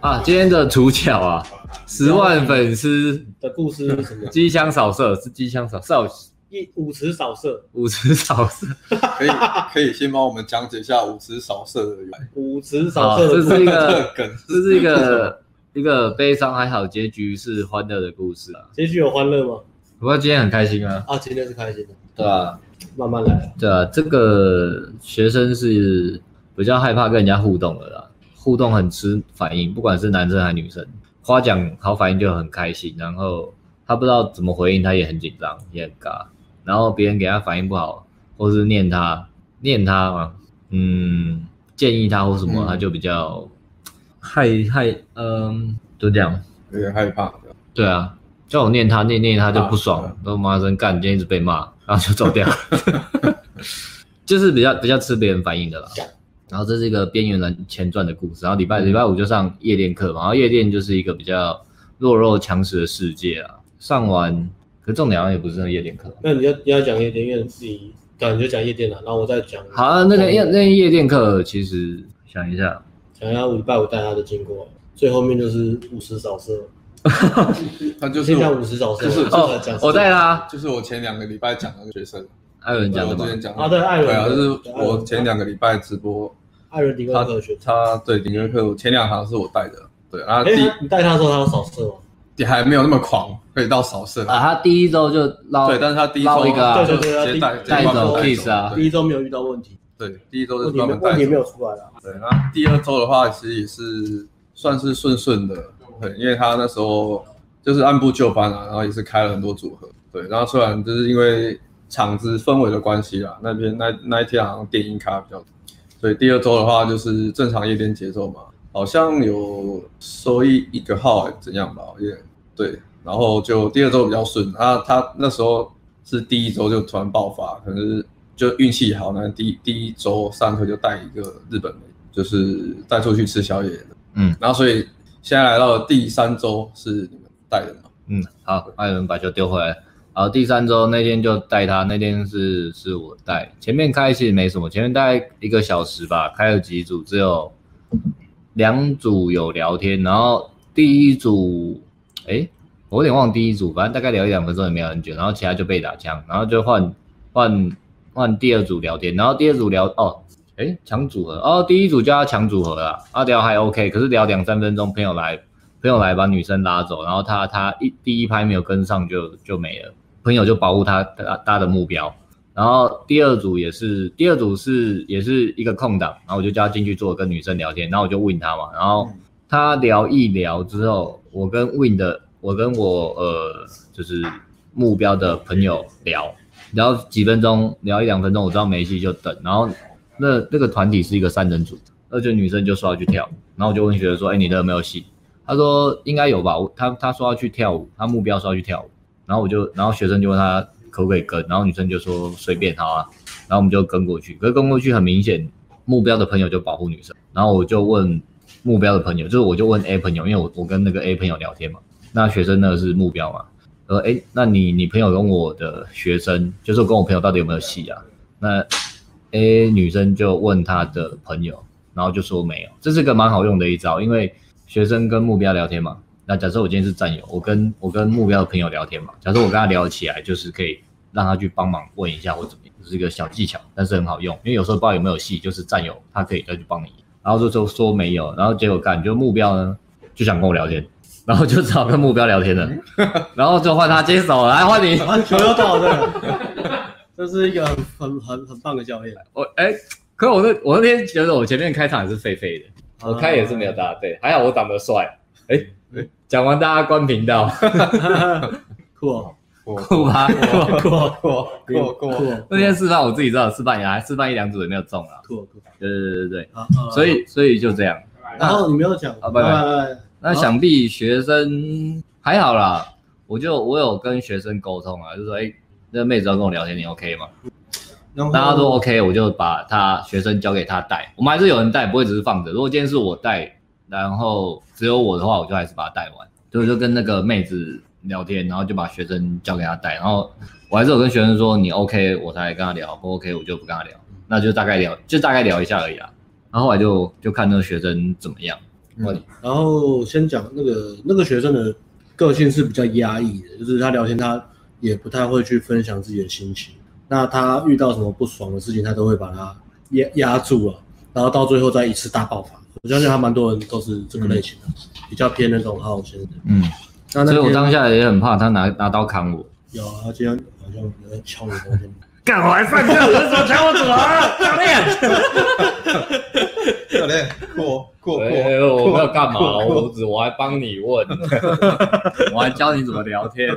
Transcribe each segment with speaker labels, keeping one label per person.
Speaker 1: 啊，今天的主角啊，十万粉丝
Speaker 2: 的故事 是什么？
Speaker 1: 机枪扫射是机枪扫扫
Speaker 2: 一舞池扫射，
Speaker 1: 五十扫射，
Speaker 3: 可以可以先帮我们讲解一下五指扫射的由来。
Speaker 2: 舞池
Speaker 1: 啊
Speaker 2: 扫射
Speaker 1: 这
Speaker 2: 的故事
Speaker 1: 是一
Speaker 3: 这
Speaker 1: 个
Speaker 3: 个梗
Speaker 1: 这是一个一个悲伤还好，结局是欢乐的故事啊。
Speaker 2: 结局有欢乐吗？
Speaker 1: 不过今天很开心啊，
Speaker 2: 啊，今天是开心的，
Speaker 1: 对吧、
Speaker 2: 慢慢来啊。
Speaker 1: 对啊，这个学生是比较害怕跟人家互动的啦，互动很吃反应，不管是男生还是女生，夸奖好反应就很开心，然后他不知道怎么回应，他也很紧张，也很尬，然后别人给他反应不好，或是念他念他嘛，嗯，建议他或什么，
Speaker 3: 嗯
Speaker 1: 他就比较害害，嗯，就这样，
Speaker 3: 有点害怕，
Speaker 1: 对啊，叫我念他念念他就不爽，
Speaker 3: 啊
Speaker 1: 然后骂一声干，今天一直被骂，然后就走 掉，就是比较比较吃别人反应的啦。然后这是一个边缘人前传的故事，然后礼
Speaker 3: 嗯
Speaker 1: 拜礼拜五就上夜店课嘛，然后夜店就是一个比较弱肉强食的世界啊。上完，可重点好像也不是夜店课，
Speaker 2: 那你要你要讲夜店，因为你自己，对，你就讲夜店了，然后我再讲。
Speaker 1: 好、啊，那个
Speaker 3: 哦
Speaker 1: 夜那个夜店课其实想一下，
Speaker 2: 讲一下我礼拜五带他的经过，最后面就是舞池扫射，
Speaker 3: 他就是
Speaker 2: 先讲舞
Speaker 3: 我
Speaker 2: 池扫射，
Speaker 3: 就是
Speaker 2: 然后
Speaker 1: 哦
Speaker 2: 再讲，
Speaker 1: 我带他，
Speaker 3: 就是我前两个礼拜讲那个学生，
Speaker 1: 还有人讲
Speaker 3: 哦
Speaker 1: 什
Speaker 3: 我
Speaker 1: 么
Speaker 3: 之？前讲
Speaker 2: 啊对艾伦
Speaker 3: 对啊，就是我前两个礼拜直播，
Speaker 2: 艾伦迪克
Speaker 3: 他
Speaker 2: 科学。
Speaker 3: 他对林约克，我前两行是我带的，对，然后
Speaker 2: 哎，
Speaker 3: 第
Speaker 2: 他你带他的时候他有扫射吗？
Speaker 3: 第还没有那么狂，可以到扫射，
Speaker 2: 哦
Speaker 1: 啊，他第一周就捞，
Speaker 3: 对，但是他第一
Speaker 1: 捞
Speaker 3: 周
Speaker 1: 一个啊
Speaker 3: 就
Speaker 2: 对对对
Speaker 3: 直接带
Speaker 2: 第
Speaker 1: 带
Speaker 3: 直接
Speaker 1: 走
Speaker 3: 帮我
Speaker 1: kiss 啊
Speaker 2: 第一周没有遇到问题，
Speaker 3: 对，第一周就
Speaker 2: 问
Speaker 3: 是
Speaker 2: 题没
Speaker 3: 专
Speaker 2: 有
Speaker 3: 门
Speaker 2: 问
Speaker 3: 带
Speaker 2: 题没
Speaker 3: 走。
Speaker 2: 有出来啊了。
Speaker 3: 对，然后第二周的话，其实也是算是顺顺的，对，因为他那时候就是按部就班啊，然后也是开了很多组合，对，然后虽然就是因为场子氛围的关系啦，那边那那一天好像电音咖比较多，所以第二周的话就是正常夜店节奏嘛，好像有收益一个号、欸、怎样吧，我有点对，然后就第二周比较顺，他他那时候是第一周就突然爆发，可能是就运气好，那第第一周上课就带一个日本妹，就是带出去吃宵夜的，
Speaker 1: 嗯，
Speaker 3: 然后所以现在来到了第三周是你们带的嘛，
Speaker 1: 嗯，好，艾伦把球丢回来。好，第三周那天就带他，那天是是我带。前面开其实没什么，前面大概一个小时吧，开了几组，只有两组有聊天，然后第一组，哎、我有点忘第一组，反正大概聊一两分钟也没有很久，然后其他就被打枪，然后就换换换第二组聊天，然后第二组聊哦，哎、强组合哦，第一组叫他强组合啦，啊聊还 OK，可是聊两三分钟，朋友来朋友来把女生拉走，然后他他一第一拍没有跟上就就没了，朋友就保护他他他的目标。然后第二组也是，第二组是也是一个空档，然后我就叫他进去坐，跟女生聊天，然后我就问他嘛，然后他聊一聊之后，我跟 Win 的，我跟我呃就是目标的朋友聊，聊几分钟，聊一两分钟，我知道没戏就等，然后那那个团体是一个三人组，那就女生就说要去跳舞，然后我就问学生说，哎、你的有没有戏？他说应该有吧，我他他说要去跳舞，他目标说要去跳舞，然后我就，然后学生就问他可不可以跟，然后女生就说随便好啊，然后我们就跟过去，可是跟过去很明显，目标的朋友就保护女生，然后我就问目标的朋友，就是我就问 A 朋友，因为我我跟那个 A 朋友聊天嘛，那学生呢是目标嘛，呃，哎，那你你朋友跟我的学生，就是我跟我朋友到底有没有戏啊？那 A 女生就问她的朋友，然后就说没有，这是个蛮好用的一招，因为学生跟目标聊天嘛。那假设我今天是战友，我跟我跟目标的朋友聊天嘛，假设我跟他聊起来，就是可以让他去帮忙问一下或怎么样，就是一个小技巧，但是很好用，因为有时候不知道有没有戏，就是战友他可以再去帮你，然后就就说没有，然后结果感觉目标呢就想跟我聊天，然后就只好跟目标聊天了，然后就换他接手，来换你，
Speaker 2: 啊， 球又到了， 这是一个很很很很棒的教练。
Speaker 1: 我哎、可是我那我那天觉得我前面开场也是废废的，我开也是没有答对，还好我长得帅。哎、讲完大家关频道，
Speaker 2: 酷哦，
Speaker 3: 我
Speaker 1: 酷吧？
Speaker 2: 酷哦，酷哦，
Speaker 3: 酷哦酷哦
Speaker 2: 酷哦，
Speaker 1: 那天示范我自己知道示范也还示范一两组也没有中啊。
Speaker 2: 酷哦，酷哦
Speaker 1: 对对对对，
Speaker 2: 啊
Speaker 1: 对
Speaker 2: 啊
Speaker 1: 所以所以就这样。
Speaker 2: 然后你没有讲
Speaker 1: 啊拜拜
Speaker 2: 拜拜
Speaker 1: 那想必学生还好啦，我就我有跟学生沟通啊，就说哎、那妹子要跟我聊天，你 OK 吗？
Speaker 2: 然后
Speaker 1: 大家都 OK，我就把他学生交给他带，我们还是有人带，不会只是放着。如果今天是我带，然后只有我的话，我就还是把他带完。所以我就跟那个妹子聊天，然后就把学生交给他带，然后我还是有跟学生说你 OK，我才跟他聊，不 OK 我就不跟啊他聊，那就大概聊，就大概聊一下而已啦。然后后来就就看那个学生怎么样，问你
Speaker 2: 然后先讲那个那个学生的个性是比较压抑的，就是他聊天他也不太会去分享自己的心情。那他遇到什么不爽的事情，他都会把它压压住了，然后到最后再一次大爆发。我相信他蛮多人都是这个类型的，比较偏那种好胜的。
Speaker 1: 嗯，
Speaker 2: 那那
Speaker 1: 所以我
Speaker 2: 天
Speaker 1: 当下也很怕他拿拿刀砍我。
Speaker 2: 有啊，今天好像有人敲我房间，
Speaker 1: 干，我还犯错，为什么抢我主啊？教练，
Speaker 3: 教练，过过过，
Speaker 1: 哎我没有干嘛，我只我还帮你问， 我还教你怎么聊天。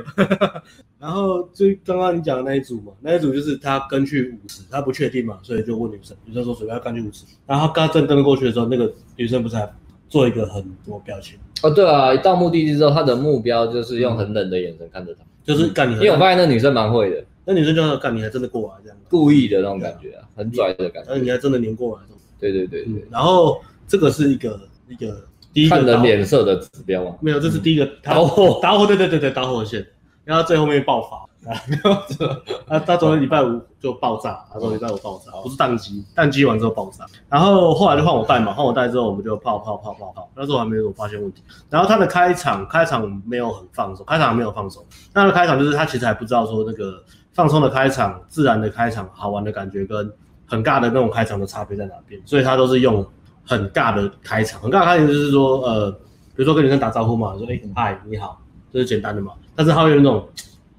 Speaker 2: 然后就刚刚你讲的那一组嘛，那一组就是他跟去五十，他不确定嘛，所以就问女生，女生说随便他跟去五十，然后他刚正跟过去的时候，那个女生不是还做一个很多表情，
Speaker 1: 哦，对啊，一到目的地之后，他的目标就是用很冷的眼神看着他，
Speaker 2: 就是干你
Speaker 1: 因
Speaker 2: 很，
Speaker 1: 为我发现那女生蛮会的，
Speaker 2: 那女生就说干你还真的过来这样，
Speaker 1: 故意的那种感觉啊，很拽的感觉。
Speaker 2: 然后你还真的黏过来这种，
Speaker 1: 对对对
Speaker 2: 嗯
Speaker 1: 对，，
Speaker 2: 然后这个是一个一个第一个
Speaker 1: 看人
Speaker 2: 导
Speaker 1: 脸色的指标嘛。
Speaker 2: 没有，这是第一个
Speaker 1: 导火
Speaker 2: 导火，对对对对，导火线，然后最后面爆发， 啊，他昨天礼拜五就爆炸，他说礼拜五爆
Speaker 1: 哦
Speaker 2: 炸，不是宕机，宕机完之后爆炸，然后后来就换我带嘛，换我带之后我们就泡泡泡泡泡，那时候还没有发现问题，然后他的开场开场没有很放松，开场还没有放松，那他的开场就是他其实还不知道说那个放松的开场、自然的开场、好玩的感觉跟很尬的那种开场的差别在哪边，所以他都是用很尬的开场，很尬的开场就是说呃，比如说跟女生打招呼嘛，说哎、嗨你好，这是简单的嘛，但是他会有那种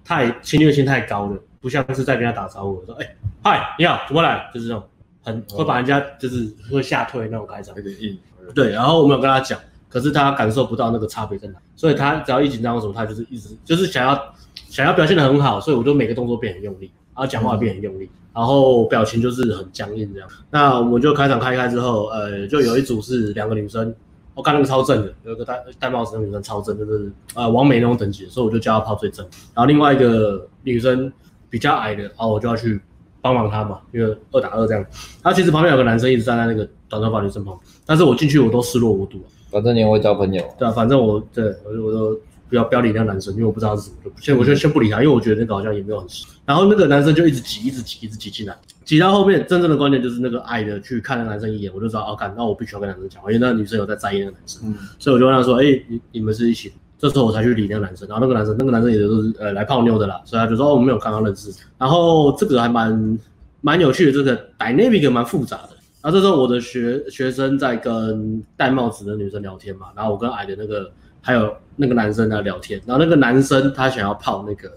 Speaker 2: 太侵略性太高的，不像是在跟他打招呼，说哎、嗨你好怎么来，就是那种很会把人家就是会吓退那种开场
Speaker 3: 有。点硬。
Speaker 2: 对，然后我们有跟他讲，可是他感受不到那个差别在哪，所以他只要一紧张或什么，他就是一直就是想要想要表现的很好，所以我就每个动作变很用力，然后讲话变很用力，然后表情就是很僵硬这样。那我们就开场开一开之后，呃，就有一组是两个女生。我哦看那个超正的，有一个戴戴帽子的女生超正，就是呃王美那种等级的，所以我就叫她泡最正。然后另外一个女生比较矮的，然后我就要去帮忙她嘛，因为二打二这样。然后其实旁边有个男生一直站在那个短头发女生旁边。但是我进去我都视若无睹、啊，
Speaker 1: 反正你也会交朋友啊，
Speaker 2: 对啊，反正我对我就我都不要不要理那个男生，因为我不知道他是什么，就先我就先不理他，因为我觉得那个好像也没有很熟。然后那个男生就一直挤，一直挤，一直挤进来，挤到后面真正的关键就是那个矮的去看那个男生一眼，我就知道哦，干，那我必须要跟男生讲话，因为那个女生有在在意那个男生，
Speaker 3: 嗯，
Speaker 2: 所以我就问他说，哎、你你们是一起的？这时候我才去理那个男生，然后那个男生那个男生也就是呃来泡妞的啦，所以他就说哦我没有刚刚认识。然后这个还蛮蛮有趣的，这个 dynamic 蛮复杂的。然啊后这时候我的学学生在跟戴帽子的女生聊天嘛，然后我跟矮的那个还有那个男生在聊天，然后那个男生他想要泡那个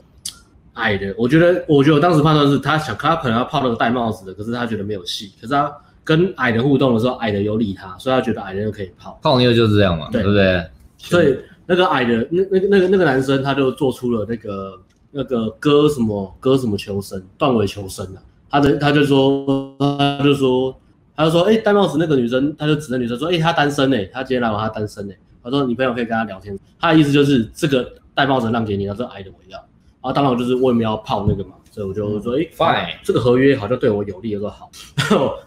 Speaker 2: 矮的，我觉得我觉得我当时判断是他想他可能要泡那个戴帽子的，可是他觉得没有戏，可是他跟矮的互动的时候，矮的有理他，所以他觉得矮的就可以泡。
Speaker 1: 泡妞就是这样嘛，
Speaker 2: 对
Speaker 1: 对不对？
Speaker 2: 所以那个矮的那那个那个那个男生他就做出了那个那个割什么割什么求生断尾求生啊，他的他就说他就说他就说哎、戴帽子那个女生，他就指着女生说哎、她单身哎、她今天来玩她单身哎、他说你朋友可以跟她聊天，他的意思就是这个戴帽子的让给你，然后这个矮的我要，然后当然我就是我也没有要泡那个嘛，所以我就说哎、
Speaker 1: 嗯 Fine
Speaker 2: 这个合约好像对我有利，我说好，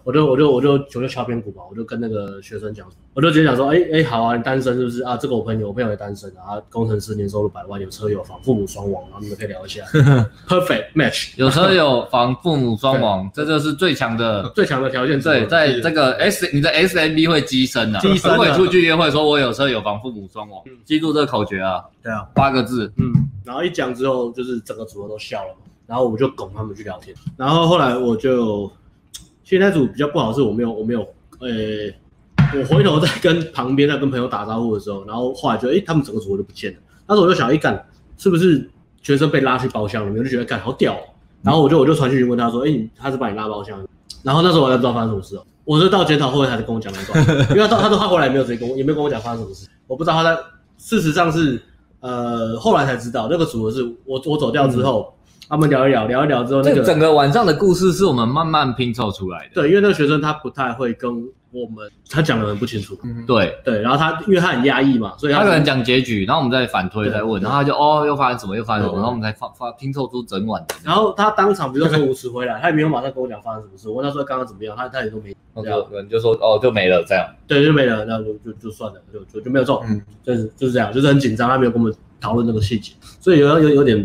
Speaker 2: 我就我就我就我就敲边鼓嘛，我就跟那个学生讲，我就直接讲说，哎、哎、好啊，你单身是不是啊？这个我朋友，我朋友也单身啊，工程师年收入百万，有车有房，父母双亡，然后你们可以聊 一下，perfect match，
Speaker 1: 有车有房，父母双 亡，这就是最强的。
Speaker 2: 最强的条件是
Speaker 1: 对，在这个 S 你的 SMB 会激升啊，
Speaker 2: 激升啊
Speaker 1: 如果你出去约会说“我有车有房，父母双亡”，记住这个口诀啊，
Speaker 2: 对啊，
Speaker 1: 八个字。
Speaker 2: 嗯，然后一讲之后，就是整个组合都笑了嘛，然后我就拱他们去聊天，然后后来我就，其实那组比较不好的是我没有我没有，呃、我回头在跟旁边在跟朋友打招呼的时候，然后后来就哎、诶他们整个组合就不见了，当时我就想，哎、干是不是学生被拉去包厢了？我就觉得干好屌、哦，然后我就我就传讯问他说，哎、你他是把你拉包厢的，然后那时候我还不知道发生什么事哦。我是到检讨后才跟我讲那段，因为他到他说他后来也没有直接跟我，也没有跟我讲发生什么事，我不知道他在。事实上是呃，后来才知道那个组合是我我走掉之后，他们聊一聊，聊一聊之后，那
Speaker 1: 这
Speaker 2: 个
Speaker 1: 整个晚上的故事是我们慢慢拼凑出来的。
Speaker 2: 对，因为那个学生他不太会跟我们，他讲的很不清楚，
Speaker 3: 嗯
Speaker 1: 对，啊
Speaker 2: 对，然后他因为他很压抑嘛，所以
Speaker 1: 他
Speaker 2: 他
Speaker 1: 可能讲结局，然后我们再反推
Speaker 2: 对
Speaker 1: 再问，然后他就哦又发生什么又发生什么，
Speaker 2: 对
Speaker 1: 然后我们才发发拼凑出整晚的。
Speaker 2: 然后他当场比如说从舞池回来，他也没有马上跟我讲发生什么事，我问他说刚刚怎么样，他他也都没，
Speaker 1: 那就可能就说哦就没了这样。
Speaker 2: 对，就没了，那就就就算了，就就就没有中，
Speaker 3: 嗯
Speaker 2: 就是就是这样，就是很紧张，他没有跟我们讨论这个细节，所以有有有点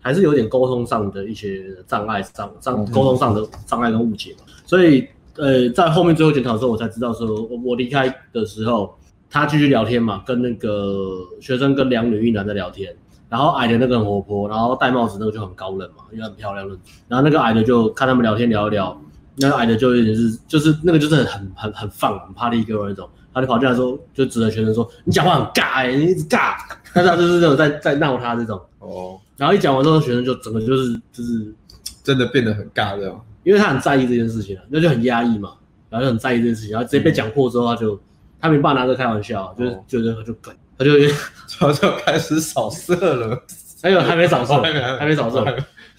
Speaker 2: 还是有点沟通上的一些障碍，障障沟通上的障碍跟误解嘛。所以呃，在后面最后检讨的时候，我才知道说，我我离开的时候，他继续聊天嘛，跟那个学生跟两女一男在聊天，然后矮的那个很活泼，然后戴帽子那个就很高冷嘛，因为很漂亮的，然后那个矮的就看他们聊天聊一聊，那个矮的就有点是就是那个就是很很很很放很怕立哥那种，他就跑进来说，就指着学生说你讲话很尬哎、你一直尬，但是他就是那种在在闹他这种，
Speaker 3: 哦，
Speaker 2: 然后一讲完之后，学生就整个就是就是
Speaker 3: 真的变得很尬这样。
Speaker 2: 因为他很在意这件事情啊，那就很压抑嘛，然后就很在意这件事情，然后直接被讲破之后，他就他没办法拿这个开玩笑，就是
Speaker 3: 哦
Speaker 2: 觉得他就梗，他就有点
Speaker 3: 他就开始扫射了，
Speaker 2: 还有还没扫射，
Speaker 3: 还没还没
Speaker 2: 还没扫射，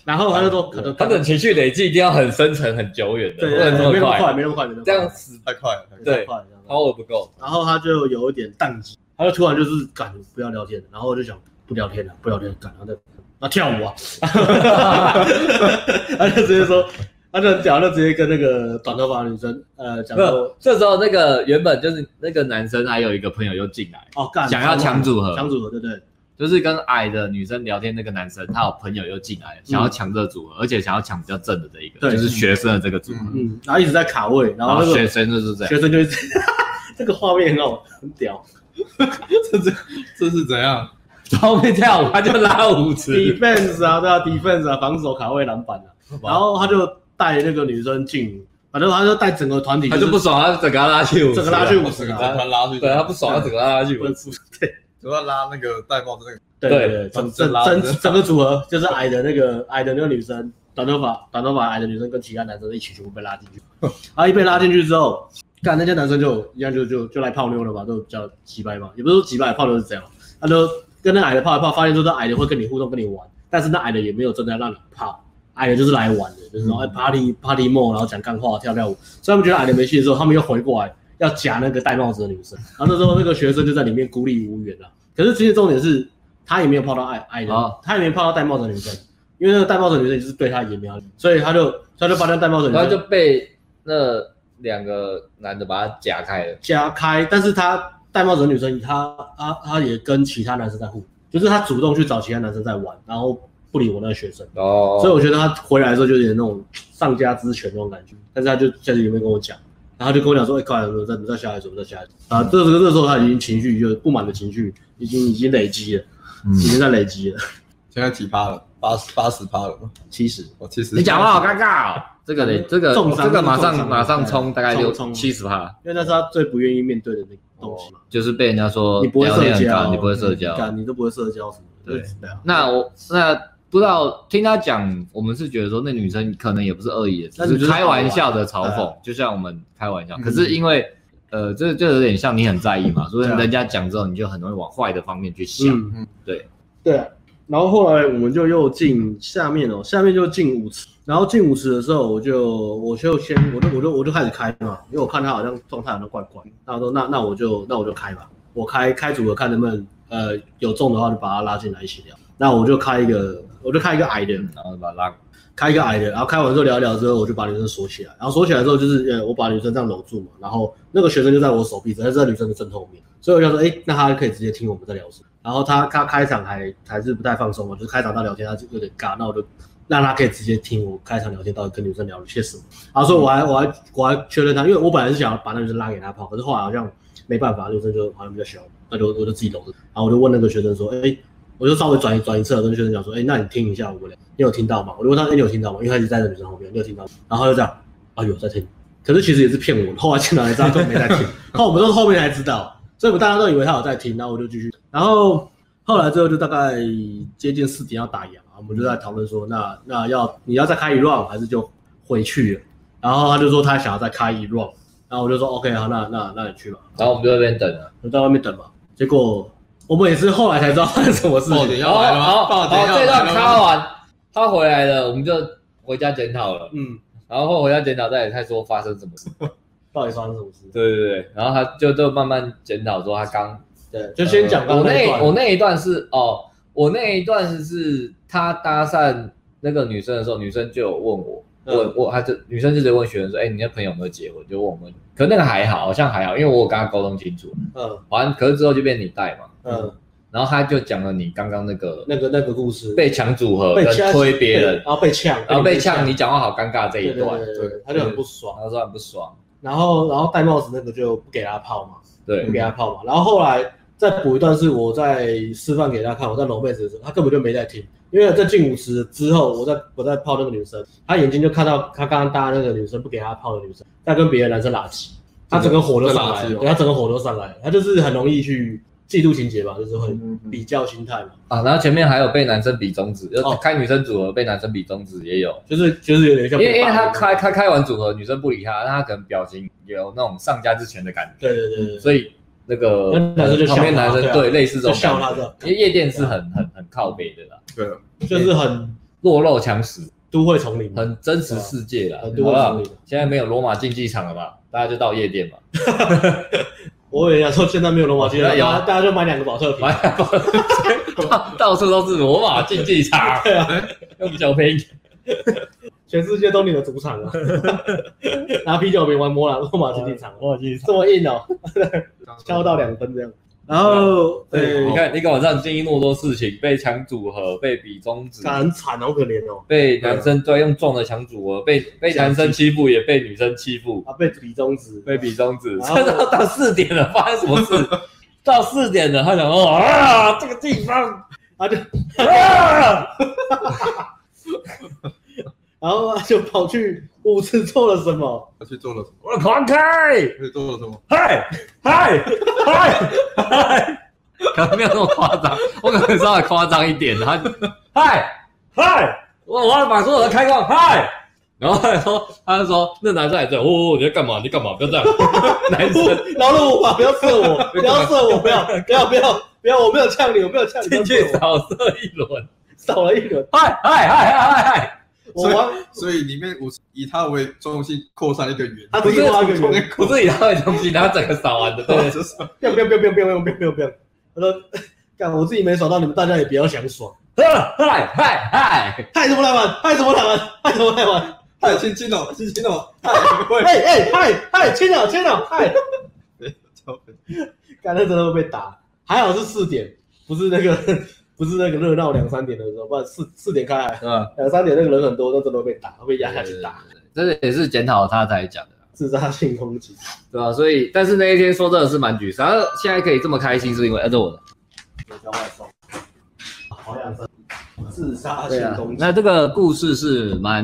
Speaker 2: 然后他就说可能
Speaker 1: 他的情绪累积一定要很深层、很久远的，
Speaker 2: 对
Speaker 1: 不
Speaker 2: 对
Speaker 1: 能
Speaker 2: 对
Speaker 1: 这么
Speaker 2: 没那么快，
Speaker 1: 快，
Speaker 2: 没那么快，没那么快
Speaker 1: 这样死
Speaker 3: 太快了，太快了
Speaker 2: 没那么
Speaker 1: 对
Speaker 2: 快这样
Speaker 1: power 不够。
Speaker 2: 然后他就有一点宕机，他就突然就是感不要聊天了，然后我就想不聊天了，不聊天了，干然后再那跳舞啊， 他就直接说，他就讲，他就直接跟那个短头发的女生呃讲
Speaker 1: 没有
Speaker 2: 说，，
Speaker 1: 这时候那个原本就是那个男生还有一个朋友又进来，
Speaker 2: 哦干
Speaker 1: 想要强组合
Speaker 2: 强组合对不对？
Speaker 1: 就是跟矮的女生聊天那个男生，他有朋友又进来了，想要抢这个组合，而且想要抢比较正的这一
Speaker 2: 嗯对
Speaker 1: 个，就是学生的这个组合。
Speaker 3: 嗯
Speaker 2: 嗯，然后一直在卡位，然
Speaker 1: 然
Speaker 2: 后
Speaker 1: 后
Speaker 2: 那
Speaker 1: 学
Speaker 2: 个
Speaker 1: 生就是这样，
Speaker 2: 学生就一直 这个画面很好，很 屌。
Speaker 3: 这是怎样？
Speaker 1: 然后被跳舞，他就拉舞 池，
Speaker 2: defense 啊，对啊，defense 啊，防守卡位篮板啊，然后他就带那个女生进，反正他就带整个团体，
Speaker 1: 他就不爽，他就整个拉去舞池啊，
Speaker 2: 整个拉去舞
Speaker 3: 整
Speaker 2: 池
Speaker 3: 个
Speaker 2: 啊，
Speaker 3: 团拉出去，
Speaker 1: 对他不爽，他整个拉去舞池。
Speaker 2: 对
Speaker 3: 主要拉那个戴帽子那个，
Speaker 2: 对
Speaker 1: 对
Speaker 2: 对，整
Speaker 3: 整
Speaker 2: 整
Speaker 3: 拉
Speaker 2: 整
Speaker 3: 整
Speaker 2: 整个组合就是矮的那个矮的那个女生，短头发短头发矮的女生跟其他男生一起全部被拉进去，然后一被拉进去之后，干那些男生就一样就就就来泡妞了嘛，都比较急掰嘛，也不是说急掰，泡妞是这样，啊他就跟那矮的泡一泡，发现说那矮的会跟你互动跟你玩，但是那矮的也没有真的让你泡。矮的就是来玩的，就是
Speaker 1: 嗯
Speaker 2: 说哎 party party mode，然后讲干话跳跳舞。所以他们觉得矮的没戏的时候，他们又回过来要夹那个戴帽子的女生。然后那时候那个学生就在里面孤立无援了、啊可是其实重点是他也没有泡到矮矮的，
Speaker 1: 哦
Speaker 2: 他也没泡到戴帽子的女生，因为那个戴帽子的女生就是对他也没有，所以他就他就把那个戴帽子的
Speaker 1: 然
Speaker 2: 女
Speaker 1: 后就
Speaker 2: 生
Speaker 1: 被那两个男的把他夹开了。
Speaker 2: 夹开，但是他戴帽子的女生她她她也跟其他男生在互，就是他主动去找其他男生在玩，然后不理我那个学生。
Speaker 1: 哦，
Speaker 2: 所以我觉得他回来的时候就有点那种上家之犬那种感觉，但是他就在这里面跟我讲，然后他就跟我讲说，哎、快点，我再再下来一组，我再下来一组。啊，这时候这时候他已经情绪就是不满的情绪已经已经累积了，
Speaker 1: 嗯
Speaker 2: 已经在累积了，
Speaker 3: 现在几趴了？八十八十趴了吗？
Speaker 2: 其实
Speaker 3: 我其实
Speaker 1: 你讲话好尴尬哦。这个得，这个
Speaker 2: 嗯重伤
Speaker 1: 这个马
Speaker 2: 重伤
Speaker 1: 上马上冲，大概
Speaker 2: 冲
Speaker 1: 六
Speaker 2: 冲
Speaker 1: 七十趴，
Speaker 2: 因为那是他最不愿意面对的那个东西嘛，
Speaker 1: 就是被人家说
Speaker 2: 你不会
Speaker 1: 聊天
Speaker 2: 社
Speaker 1: 很
Speaker 2: 交，
Speaker 1: 哦
Speaker 2: 嗯
Speaker 1: 尬你不会社交。
Speaker 2: 干你都不会社交什么的，
Speaker 1: 对
Speaker 2: 就对啊。
Speaker 1: 那我那不知道听他讲，我们是觉得说那女生可能也不是恶意的，
Speaker 2: 那
Speaker 1: 只
Speaker 2: 就是是
Speaker 1: 开玩笑的嘲
Speaker 2: 好
Speaker 1: 讽，就像我们开玩笑。
Speaker 3: 嗯
Speaker 1: 可是因为呃，这就有点像你很在意嘛，所以
Speaker 2: 对啊
Speaker 1: 人家讲之后，你就很容易往坏的方面去想。
Speaker 2: 嗯
Speaker 3: 嗯，
Speaker 1: 对
Speaker 2: 对啊。然后后来我们就又进下面哦，下面就进舞池，然后进舞池的时候，我就我就先我就我就我就开始开嘛，因为我看他好像状态好像怪怪，然后说那那我就那我就开吧，我开开组合看能不能呃有中的话就把他拉进来一起聊，那我就开一个我就开一个矮的，
Speaker 1: 然后把他拉，
Speaker 2: 开一个矮的，然后开完之后聊一聊之后，我就把女生锁起来，然后锁起来之后就是，呃，我把女生这样搂住嘛，然后那个学生就在我手臂，只在这女生的正后面，所以我就说，哎，那他可以直接听我们在聊什么。然后他他开场还还是不太放松嘛，就是开场到聊天他就有点尬，那我就让他可以直接听我开场聊天到底跟女生聊了些什么。然后所以我还我还我还确认他，因为我本来是想要把那女生拉给他泡，可是后来好像没办法，女生就好像比较小，那就我就自己搂着，然后我就问那个学生说，哎，我就稍微转一转一侧，跟学生讲说，哎、那你听一下我们俩，你有听到吗？我就问他，哎、你有听到吗？因为他一直在那女生后面，你有听到吗？然后他就这样，啊有在听，可是其实也是骗我的，后来进来知道都没在听， 后来我们都是后面才知道，所以我们大家都以为他有在听，然后我就继续，然后后来之后就大概接近四点要打烊，我们就在讨论说，那那要你要再开一 round 还是就回去了？然后他就说他想要再开一 round，然后我就说 OK 好，那那那你去吧，
Speaker 1: 然后我们就在那边等了。
Speaker 2: 我就在外面等嘛，结果。我们也是后来才知道发生什么事
Speaker 3: 爆
Speaker 2: 情，
Speaker 3: 点
Speaker 1: 然
Speaker 3: 要
Speaker 1: 后
Speaker 3: 来了
Speaker 1: 然
Speaker 3: 吗？
Speaker 1: 后
Speaker 3: 爆
Speaker 1: 好，
Speaker 3: 点要
Speaker 1: 这段
Speaker 3: 来了
Speaker 1: 插
Speaker 3: 吗？
Speaker 1: 完，他回来了，我们就回家检讨了。
Speaker 2: 嗯，
Speaker 1: 然后回家检讨，再也太说发生什么事。
Speaker 2: 到底发生什么事？
Speaker 1: 对对对，然后他就就慢慢检讨说他刚
Speaker 2: 对，就先讲
Speaker 1: 呃
Speaker 2: 刚
Speaker 1: 我
Speaker 2: 刚一
Speaker 1: 那
Speaker 2: 段
Speaker 1: 我那一段是哦，我那一段是他搭讪那个女生的时候，女生就有问我，
Speaker 2: 嗯
Speaker 1: 问我他就女生就直接问学生说，哎、你那朋友有没有结婚？就问我们，可那个还好，好像还好，因为我有跟他沟通清楚。
Speaker 2: 嗯
Speaker 1: 完，可是之后就变你带嘛，
Speaker 2: 嗯，
Speaker 1: 然后他就讲了你刚刚那个
Speaker 2: 那个那个故事
Speaker 1: 被抢组合
Speaker 2: 被
Speaker 1: 跟
Speaker 2: 掐
Speaker 1: 推别
Speaker 2: 被啊
Speaker 1: 人，
Speaker 2: 然后被呛，
Speaker 1: 然后被呛，你讲话好尴尬这
Speaker 2: 对
Speaker 1: 一
Speaker 2: 对
Speaker 1: 段，
Speaker 2: 对对，对他就很不爽，
Speaker 1: 他说很不爽。
Speaker 2: 然后然后戴帽子那个就不给他泡嘛，不
Speaker 1: 对，
Speaker 2: 给他泡嘛。然后后来再补一段是我在示范给他看，我在揉妹子的时候，他根本就没在听，因为在进舞池之后，我在我在泡那个女生，他眼睛就看到他刚刚搭那个女生不给他泡的女生在跟别的男生拉鸡，他整个火都上来
Speaker 3: 真的在拉
Speaker 2: 了，
Speaker 3: 鸡哦
Speaker 2: 对他整个火都上来了，他就是很容易去嫉妒情节吧，就是
Speaker 1: 嗯
Speaker 2: 会比较心态嘛，
Speaker 1: 啊，然后前面还有被男生比中指，就
Speaker 2: 哦
Speaker 1: 开女生组合被男生比中指也有，
Speaker 2: 就是就是有点像
Speaker 1: 因为
Speaker 2: 被
Speaker 1: 因为
Speaker 2: 霸凌
Speaker 1: 他
Speaker 2: 的
Speaker 1: 开开开完组合，女生不理他，那他可能表情有那种上家之拳的感
Speaker 2: 对对对对
Speaker 1: 觉，。嗯所以那个
Speaker 2: 那男生就笑
Speaker 1: 旁边
Speaker 2: 他
Speaker 1: 男生
Speaker 2: 对啊
Speaker 1: 对类似这
Speaker 2: 就
Speaker 1: 种
Speaker 2: 笑
Speaker 1: 感觉，
Speaker 2: 他的，
Speaker 1: 因为夜店是很很很靠北的啦，
Speaker 3: 对啊了，
Speaker 2: 就是很
Speaker 1: 弱肉强食，
Speaker 2: 都会丛林，
Speaker 1: 很真实世界啦，
Speaker 2: 很
Speaker 1: 好
Speaker 2: 多
Speaker 1: 不
Speaker 2: 丛
Speaker 1: 好
Speaker 2: 林。？
Speaker 1: 现在没有罗马竞技场了嘛，大家就到夜店嘛，
Speaker 2: 我也想说，现在没有罗马机了，
Speaker 1: 那有
Speaker 2: 大家大家就买两个保特瓶
Speaker 1: 买，到到处都是罗马竞技场，
Speaker 2: 对啊，
Speaker 1: 又比较便宜。
Speaker 2: 全世界都你的主场啊！拿啤酒瓶玩摩拉罗马竞技场，
Speaker 1: 罗马竞技
Speaker 2: 这么 硬哦，敲到两分这样。然后，
Speaker 1: 对，你
Speaker 2: 对，
Speaker 1: 看一个晚上经历那么多事情，被抢组合，被比中指，
Speaker 2: 很惨，好可怜哦，
Speaker 1: 被男生对用撞的抢组合，被被男生欺负，也被女生欺负，
Speaker 2: 啊，被比中指，
Speaker 1: 被比中指，
Speaker 2: 然后
Speaker 1: 真的到四点了，发生什么 事？到四点了，他想说啊，这个地方
Speaker 2: 啊就，
Speaker 1: 啊，
Speaker 2: 然后他就跑去舞池做了什么？
Speaker 3: 他去做了什么？
Speaker 1: 我狂开，
Speaker 3: 他去做了什么？
Speaker 1: 嗨嗨嗨 嗨，可能没有那么夸张，我可能稍微夸张一点，他嗨嗨，我我要把所有的开关嗨。然后他就说，他就说，那男生还在，哦，哦你在干嘛？你干嘛？不要这样， 男生
Speaker 2: 饶了我吧，不要射我， 不要射我，不要，不要，不要，不要，我没有呛你，我没有呛你，
Speaker 1: 进
Speaker 2: 不要
Speaker 1: 去
Speaker 2: 射我
Speaker 1: 扫射一轮，
Speaker 2: 少了一轮，
Speaker 1: 嗨嗨嗨嗨嗨，
Speaker 2: 我玩
Speaker 3: 所以里面我以他为中心扩散一个圆，
Speaker 2: 他自己画一个圆
Speaker 3: 中间
Speaker 1: 不是以他的东西，他整个扫完的，对，
Speaker 3: 就是
Speaker 2: 不要不要不要不要不要不要不要不要！他说：“干，我自己没爽到，你们大家也不要想爽，
Speaker 1: 嗨嗨 嗨，
Speaker 2: 害什么来玩，害什么来玩，害什么来玩，
Speaker 3: 太亲亲了，亲亲了，太会
Speaker 2: 哎哎嗨嗨，亲了亲了，嗨！
Speaker 3: 了。
Speaker 2: 干，那真的会被打。还好是四点，不是那个不是那个热闹两三点的时候，不然四四点开来，
Speaker 1: 啊
Speaker 3: 嗯，
Speaker 2: 两三点那个人很多，那真的会被打，会被压下去打，
Speaker 1: 这个也是检讨他才讲的。
Speaker 2: 自杀性攻击。
Speaker 1: 对啊，所以但是那一天说真的是蛮沮丧，然后现在可以这么开心是因为呃，是我的。
Speaker 2: 有叫外送，好养生，自杀
Speaker 1: 对
Speaker 2: 性
Speaker 1: 啊
Speaker 2: 攻，击，
Speaker 1: 那这个故事是蛮，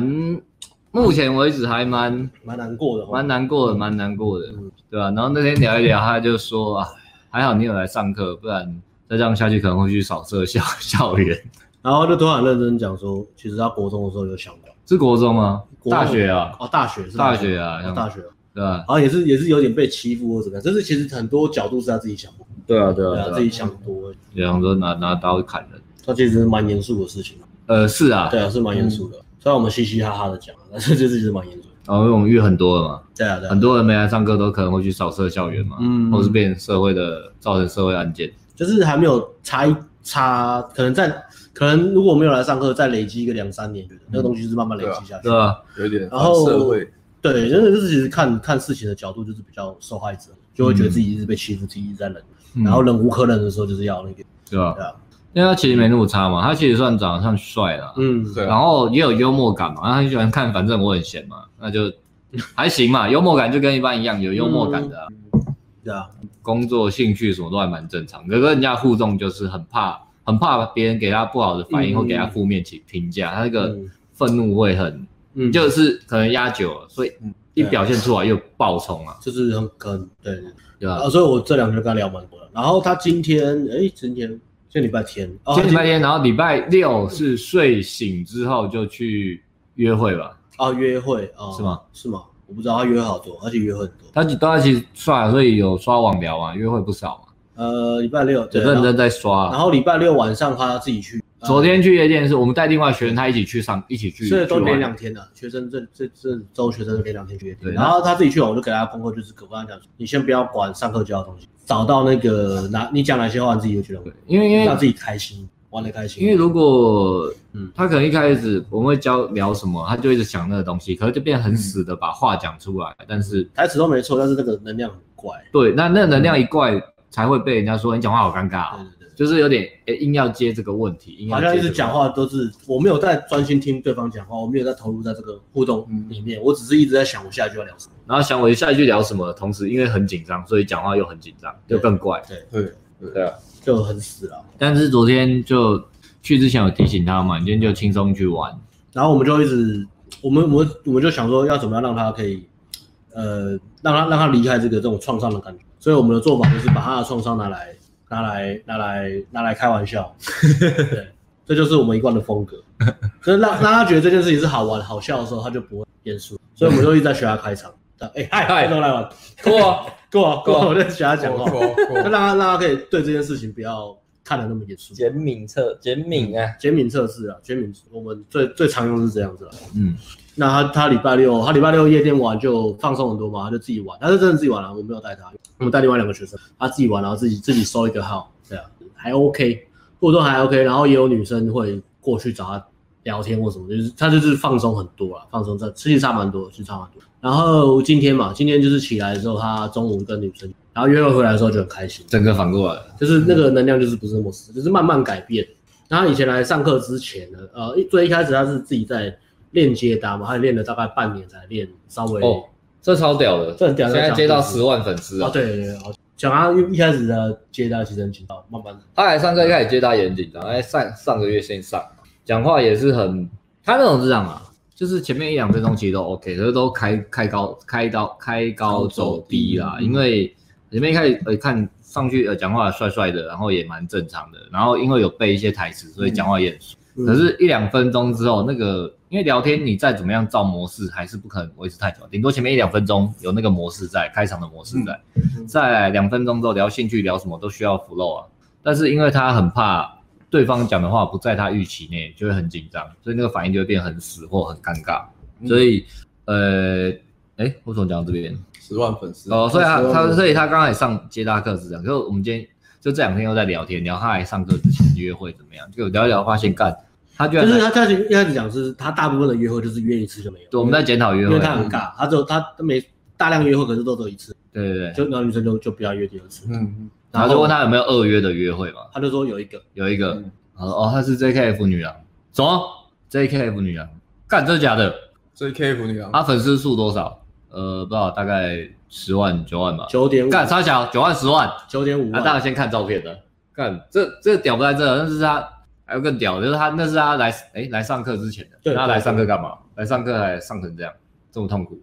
Speaker 1: 目前为止还蛮
Speaker 2: 蛮难过的哦，
Speaker 1: 蛮难过的，蛮难过的
Speaker 2: 嗯，
Speaker 1: 对啊吧、然后那天聊一聊，他就说啊，还好你有来上课，不然再这样下去可能会去扫射校 校园。
Speaker 2: 然后就突然认真讲说，其实他国中的时候有想过，
Speaker 1: 是国中吗？
Speaker 2: 国中
Speaker 1: 大学啊，
Speaker 2: 哦，大学是
Speaker 1: 大学啊
Speaker 2: 哦大学哦。
Speaker 1: 对啊吧、
Speaker 2: 好像也是也是有点被欺负或怎么样，就是其实很多角度是他自己想，
Speaker 1: 对啊，对
Speaker 2: 对
Speaker 1: 啊，
Speaker 2: 啊，自己想多，
Speaker 1: 想说拿拿刀砍人。
Speaker 2: 他其实是蛮严肃的事情，
Speaker 1: 呃，是啊，
Speaker 2: 对啊，是蛮严肃的。虽然我们嘻嘻哈哈的讲， 但是就是其实蛮严肃的。
Speaker 1: 然后因为我们遇很多了嘛，
Speaker 2: 对啊，对
Speaker 1: 很
Speaker 2: 啊，
Speaker 1: 多人没来上课都可能会去扫射校园嘛，
Speaker 2: 嗯
Speaker 1: 或是变社会的造成社会案件。
Speaker 2: 就是还没有差一差，可能在可能如果没有来上课，再累积一个两三年，那个东西就是慢慢累积下
Speaker 1: 嗯
Speaker 2: 去
Speaker 1: 对。啊吧？
Speaker 3: 有点
Speaker 2: 然后
Speaker 3: 反社会，
Speaker 2: 对，真的就是其实看看事情的角度，就是比较受害者，就会觉得自己一直被欺负，自己一直在忍，然后忍无可忍的时候，就是要那个，
Speaker 1: 嗯对吧
Speaker 2: 对？啊，
Speaker 1: 因为他其实没那么差嘛，他其实算长得算帅啦，
Speaker 2: 嗯，
Speaker 3: 对啊
Speaker 1: 然后也有幽默感嘛，然后很喜欢看，反正我很闲嘛，那 就还行嘛，幽默感就跟一般一样，有幽默感的啊、
Speaker 2: 对啊，
Speaker 1: 工作、兴趣什么都还蛮正常，可跟人家互动就是很怕，很怕别人给他不好的反应、
Speaker 2: 嗯
Speaker 1: 或给他负面评评价，他那个
Speaker 2: 嗯
Speaker 1: 愤怒会很，
Speaker 2: 嗯，就
Speaker 1: 就是可能压久了，所以
Speaker 2: 嗯
Speaker 1: 一
Speaker 2: 啊
Speaker 1: 表现出来又爆冲啊，
Speaker 2: 就是很可能对对。对
Speaker 1: 对吧？
Speaker 2: 啊，所以我这两天跟他聊蛮多的。然后他今天，哎，今天，今天礼拜天，哦，
Speaker 1: 前礼拜
Speaker 2: 他
Speaker 1: 天，然后礼拜六是睡醒之后就去约会吧，
Speaker 2: 今啊，约会啊，
Speaker 1: 是吗？
Speaker 2: 是吗？我不知道，他约好多，而且约很多。
Speaker 1: 他都他其实算了，所以有刷网聊嘛，约会不少嘛，
Speaker 2: 呃，礼拜六，对，
Speaker 1: 有
Speaker 2: 然
Speaker 1: 认
Speaker 2: 后
Speaker 1: 真在刷
Speaker 2: 然
Speaker 1: 啊。
Speaker 2: 后嗯礼拜六晚上他自己去，呃
Speaker 1: 昨天去夜店是我们带另外学生，他一起去上，一起去
Speaker 2: 所以都
Speaker 1: 去玩
Speaker 2: 连两天了。学生这这这周学生都连两天去约定
Speaker 1: 对
Speaker 2: 然后他自己去玩，我就给他功课，就是我跟他讲，你先不要管上课教的东西，找到那个哪你讲哪些话，你自己就觉得，
Speaker 1: 对因为因为
Speaker 2: 让自己开心，玩的开心。
Speaker 1: 因为如果
Speaker 2: 嗯
Speaker 1: 他可能一开始我们会教聊什么，他就一直想那个东西，可是就变得很死的把话讲出来，但是
Speaker 2: 台词都没错，但是那个能量很怪。
Speaker 1: 对，那那能量一怪才会被人家说你讲话好尴尬
Speaker 2: 对
Speaker 1: 哦，
Speaker 2: 对对对。
Speaker 1: 就是有点诶、硬要接这个问题，硬要
Speaker 2: 好
Speaker 1: 接、
Speaker 2: 像一直讲，话都是我没有在专心听对方讲话，我没有在投入在这个互动
Speaker 1: 嗯
Speaker 2: 里面，我只是一直在想我下一句要聊什么。
Speaker 1: 然后想我下一句聊什么，同时因为很紧张，所以讲话又很紧张，
Speaker 2: 对
Speaker 1: 就更怪。
Speaker 3: 对
Speaker 1: 对啊，
Speaker 2: 就很死了。
Speaker 1: 但是昨天就去之前有提醒他嘛，你今天就轻松去玩，
Speaker 2: 然后我们就一直，我们我们我们就想说要怎么样让他可以，呃，让他让他离开这个这种创伤的感觉。所以我们的做法就是把他的创伤拿来拿来拿来拿来开 玩笑，对，这就是我们一贯的风格，就是让让他觉得这件事情是好玩好笑的时候，他就不会严肃。所以我们就一直在学他开 场，这样哎嗨
Speaker 4: 嗨
Speaker 2: 嗨，都来玩，
Speaker 4: 过
Speaker 2: 过啊过啊，我在学他讲话，
Speaker 3: 过
Speaker 2: 就让
Speaker 3: 过
Speaker 2: 他让他可以对这件事情不要看得那么严肃。
Speaker 4: 简敏测简敏啊，
Speaker 2: 减敏测试啊，减敏我们最最常用是这样子啊。
Speaker 1: 嗯，
Speaker 2: 那他他礼拜六他礼拜六夜店玩就放松很多嘛，他就自己玩，他是真的自己玩了、啊我没有带他，我们带另外两个学生，他自己玩，然后自己自己收一个号，这样还 OK，互动还 OK，然后也有女生会过去找他聊天或什么，就是他就是放松很多了，放松这其实差蛮多，其实差蛮多。然后今天嘛，今天就是起来的时候，他中午跟女生，然后约会回来的时候就很开心，
Speaker 1: 整个反过来了，
Speaker 2: 就是那个能量就是不是那么死，就是慢慢改变。然后以前来上课之前呢，呃，一最一开始他是自己在练接搭嘛，他练了大概半年才练稍微
Speaker 1: 哦这超屌的，
Speaker 2: 这很屌
Speaker 1: 现在接到十万粉
Speaker 2: 啊
Speaker 1: 丝啊，
Speaker 2: 对对对，好讲他一一开始的接搭其实很紧张，慢慢的，
Speaker 1: 他来上课一开始接他也很紧张，哎，上上个月先上，讲话也是很，他那种是这样啊，就是前面一两分钟其实都 OK，可是都开开高开到开高走低啦，因为前面一开始呃看上去呃讲话帅帅的，然后也蛮正常的，然后因为有背一些台词，所以讲话也很顺。
Speaker 2: 嗯
Speaker 1: 可是，一两分钟之后，那个因为聊天你再怎么样照模式，还是不可能维持太久，顶多前面一两分钟有那个模式在，开场的模式在，
Speaker 2: 嗯
Speaker 1: 再来两分钟之后聊兴趣聊什么都需要 flow 啊。但是因为他很怕对方讲的话不在他预期内，就会很紧张，所以那个反应就会变很死或很尴尬。
Speaker 2: 嗯
Speaker 1: 所以，呃，哎，我怎么讲到这边？
Speaker 3: 十万粉丝
Speaker 1: 哦，所以他
Speaker 2: 那时候
Speaker 1: 他所以他刚才上接搭课是这样，就我们今天就这两天又在聊天，聊他来上课之前约会怎么样，就聊一聊发现干，他居然
Speaker 2: 就
Speaker 1: 在
Speaker 2: 是他开始一开始讲是他大部分的约会就是约一次就没有，
Speaker 1: 对我们在检讨约
Speaker 2: 因
Speaker 1: 会啊
Speaker 2: 为，他很尬，他只有他每大量约会可是都只有一次，
Speaker 1: 对对对，
Speaker 2: 就然后女生就就不要约第二次，
Speaker 3: 嗯，
Speaker 1: 然后就问他有没有二约的约会嘛，
Speaker 2: 他就说有一个，
Speaker 1: 有一个，
Speaker 3: 嗯
Speaker 1: 然后哦，她是 JKF 女郎，什么 JKF 女郎？干真的假的？
Speaker 3: 所以 K F 你啊，
Speaker 1: 她粉丝数多少？呃，不知道，大概十万九万吧。
Speaker 2: 九点五，
Speaker 1: 干差小九万十万，啊，
Speaker 2: 九点五
Speaker 1: 当然
Speaker 2: 万，
Speaker 1: 先看照片的。干这这屌不在这，但是他还有更屌，就是他那是他来哎、来上课之前的，
Speaker 2: 对
Speaker 1: 他来上课干嘛？来上课还上成这样，这么痛 苦，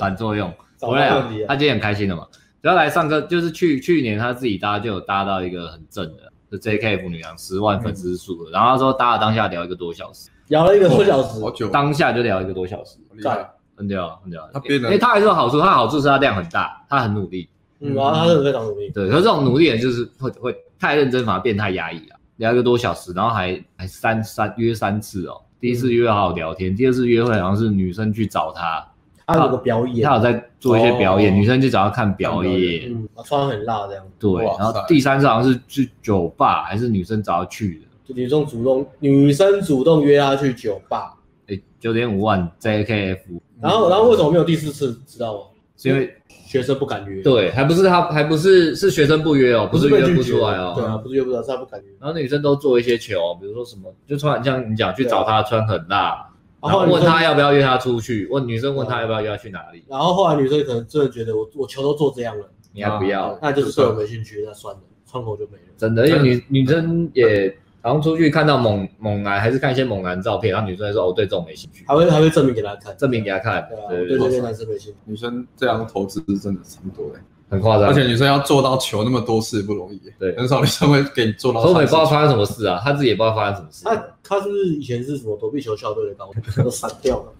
Speaker 1: 反作用。
Speaker 2: 找
Speaker 1: 我
Speaker 2: 到
Speaker 1: 跟你
Speaker 2: 问
Speaker 1: 讲
Speaker 2: 题，了，
Speaker 1: 啊他今天很开心的嘛。只要来上课，就是去去年他自己搭就有搭到一个很正的，就 JKF 女郎十
Speaker 3: 嗯
Speaker 1: 万粉丝数的，然后他说搭了当下聊一个多小时，
Speaker 2: 聊了一个多小时
Speaker 3: 好，久，
Speaker 1: 当下就聊一个多小时，哦
Speaker 3: 好厉害，
Speaker 1: 很屌很屌。
Speaker 3: 他变得
Speaker 1: 因为他还是有好处，他好处是他量很大，他很努力，
Speaker 2: 嗯，然后他是非常努力。
Speaker 1: 对。可是这种努力的人就是会会太认真反而变太压抑了，啊聊一个多小时，然后还还三三约三次哦。第一
Speaker 3: 嗯
Speaker 1: 次约好好聊天，第二次约会好像是女生去找他，
Speaker 2: 他有个表演
Speaker 1: 他，有在做一些表演，
Speaker 3: 哦
Speaker 1: 女生去找他看表
Speaker 3: 看表演
Speaker 1: 演，
Speaker 2: 嗯，穿很辣这样，
Speaker 1: 对，
Speaker 3: 哇塞
Speaker 1: 然后第三次好像是去酒吧，还是女生找他去的。
Speaker 2: 就女生主动，女生主动约他去酒吧，
Speaker 1: 哎，九点五万 JKF，
Speaker 2: 然后然后为什么没有第四次，知道吗？
Speaker 1: 是因为
Speaker 2: 学生不敢约，，
Speaker 1: 对，还不是他，还不是是学生不约哦，
Speaker 2: 不
Speaker 1: 是
Speaker 2: 被
Speaker 1: 约
Speaker 2: 拒
Speaker 1: 不
Speaker 2: 绝
Speaker 1: 出来
Speaker 2: 对啊，
Speaker 1: 哦。
Speaker 2: 不是约不出来，是他不敢约。
Speaker 1: 然后女生都做一些球，比如说什么，就穿像你讲去找他穿很辣，
Speaker 2: 然
Speaker 1: 然
Speaker 2: 后
Speaker 1: 后问他
Speaker 2: 要，
Speaker 1: 要不要约他出去，问女生问
Speaker 2: 对啊
Speaker 1: 他要不要约他去哪里，
Speaker 2: 然后后来女生可能真的觉得我我球都做这样了，
Speaker 1: 你要不要？
Speaker 2: 那就是对我没兴趣，那算了，窗口就没了。
Speaker 1: 真的，因为女女生也好像出去看到猛猛男，还是看一些猛男照片，然后女生就说哦对这种没兴趣，
Speaker 2: 还会还会证明给他看，
Speaker 1: 证明给他看
Speaker 2: 对啊，，我
Speaker 1: 对
Speaker 2: 对
Speaker 1: 对
Speaker 2: 这
Speaker 1: 对，
Speaker 2: 些男生没兴趣。
Speaker 3: 女生这样投资真的差不多哎，
Speaker 1: 很夸张
Speaker 3: 而。且女生要做到求那么多次不容易，欸
Speaker 1: 对
Speaker 3: 很少女生会给你做到
Speaker 1: 可我们
Speaker 3: 三
Speaker 1: 也不知
Speaker 3: 次
Speaker 1: 道发生什么事啊，他自己也不知道发生什么事。
Speaker 2: 他他是不是以前是什么躲避球校队的高手，都闪掉了，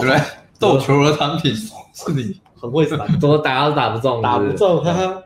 Speaker 3: 原来斗球的产品是你，
Speaker 2: 很会闪，
Speaker 1: 怎么打都打不中，
Speaker 2: 打不
Speaker 1: 是是。
Speaker 2: 中，哈哈。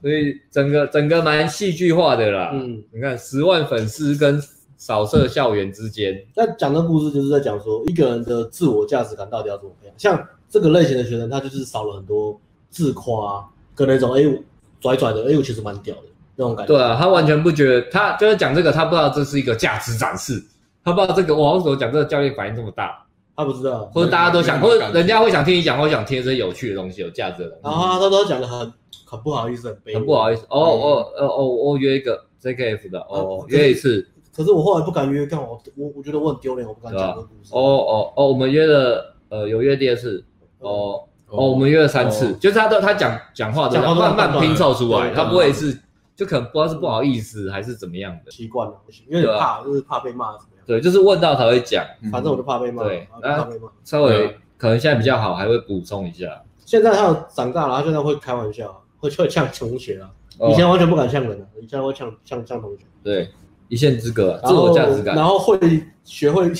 Speaker 1: 所以整个整个蛮戏剧化的啦。
Speaker 2: 嗯，
Speaker 1: 你看十万粉丝跟扫射校园之间，
Speaker 2: 那讲的故事就是在讲说一个人的自我价值感到底要怎么培养。像这个类型的学生，他就是少了很多自夸跟那种哎、我拽拽的，哎、我其实蛮屌的那种感觉。
Speaker 1: 对啊，他完全不觉得，他就是讲这个，他不知道这是一个价值展示，他不知道这个，哇，为什么讲这个教练反应这么大？
Speaker 2: 他不知道，
Speaker 4: 或者大家都想，
Speaker 3: 没
Speaker 4: 或
Speaker 3: 有
Speaker 4: 者人家会想听你讲，或者想听这些有趣的东西、有价值的东
Speaker 2: 然后他他都讲的很很不好意思，很卑
Speaker 4: 西。
Speaker 2: 微
Speaker 4: 很不。好意思，
Speaker 2: 嗯
Speaker 4: 哦哦呃哦，我约一个 JKF 的，哦约一次，
Speaker 2: 可是我后来不敢约，干我我我觉得我很丢脸，我不敢讲这个故事。
Speaker 4: 哦哦哦，我们约了呃有约第二次，哦哦我们约了三次，
Speaker 3: 哦
Speaker 4: 就是他都他讲讲话都
Speaker 2: 讲话都
Speaker 4: 慢
Speaker 2: 慢
Speaker 4: 慢
Speaker 2: 慢
Speaker 4: 拼凑出来，
Speaker 2: 对
Speaker 4: 他不会是就可能不知道是不好意思还是怎么样的，
Speaker 2: 习惯了，不行，因为你
Speaker 4: 对
Speaker 2: 怕，就是怕被骂怎么样。
Speaker 4: 对，就是问到才会讲，
Speaker 3: 嗯
Speaker 2: 反正我就怕被骂，
Speaker 4: 啊对
Speaker 2: 啊怕被骂。
Speaker 4: 稍微
Speaker 3: 对
Speaker 4: 可能现在比较好，还会补充一下。
Speaker 2: 现在他有长大了，他现在会开玩笑，啊会会呛同学啊。
Speaker 4: 哦
Speaker 2: 以前完全不敢呛人啊，以前会呛呛呛同学。
Speaker 4: 对一线之隔，
Speaker 2: 然
Speaker 4: 自
Speaker 2: 后
Speaker 4: 我价值感
Speaker 2: 然，后会学会，因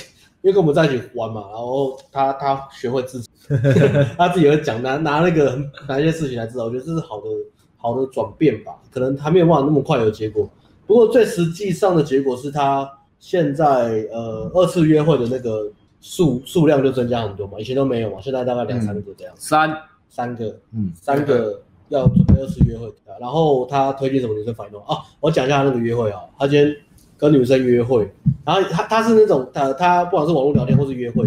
Speaker 2: 为跟我们在一起玩嘛，然后他他学会 自己，他自己会讲拿拿那个拿一些事情来知道，我觉得这是好的好的转变吧，可能还没有办法那么快有结果，不过最实际上的结果是他现在呃二次约会的那个数数量就增加很多嘛，以前都没有嘛，现在大概两三个这样，
Speaker 1: 嗯三，
Speaker 2: 三个
Speaker 1: 嗯，
Speaker 2: 三个要准备二次约会，啊然后他推荐什么女生反应啊？我讲一下他那个约会啊，他今天跟女生约会，然后他他是那种他他不管是网络聊天或是约会，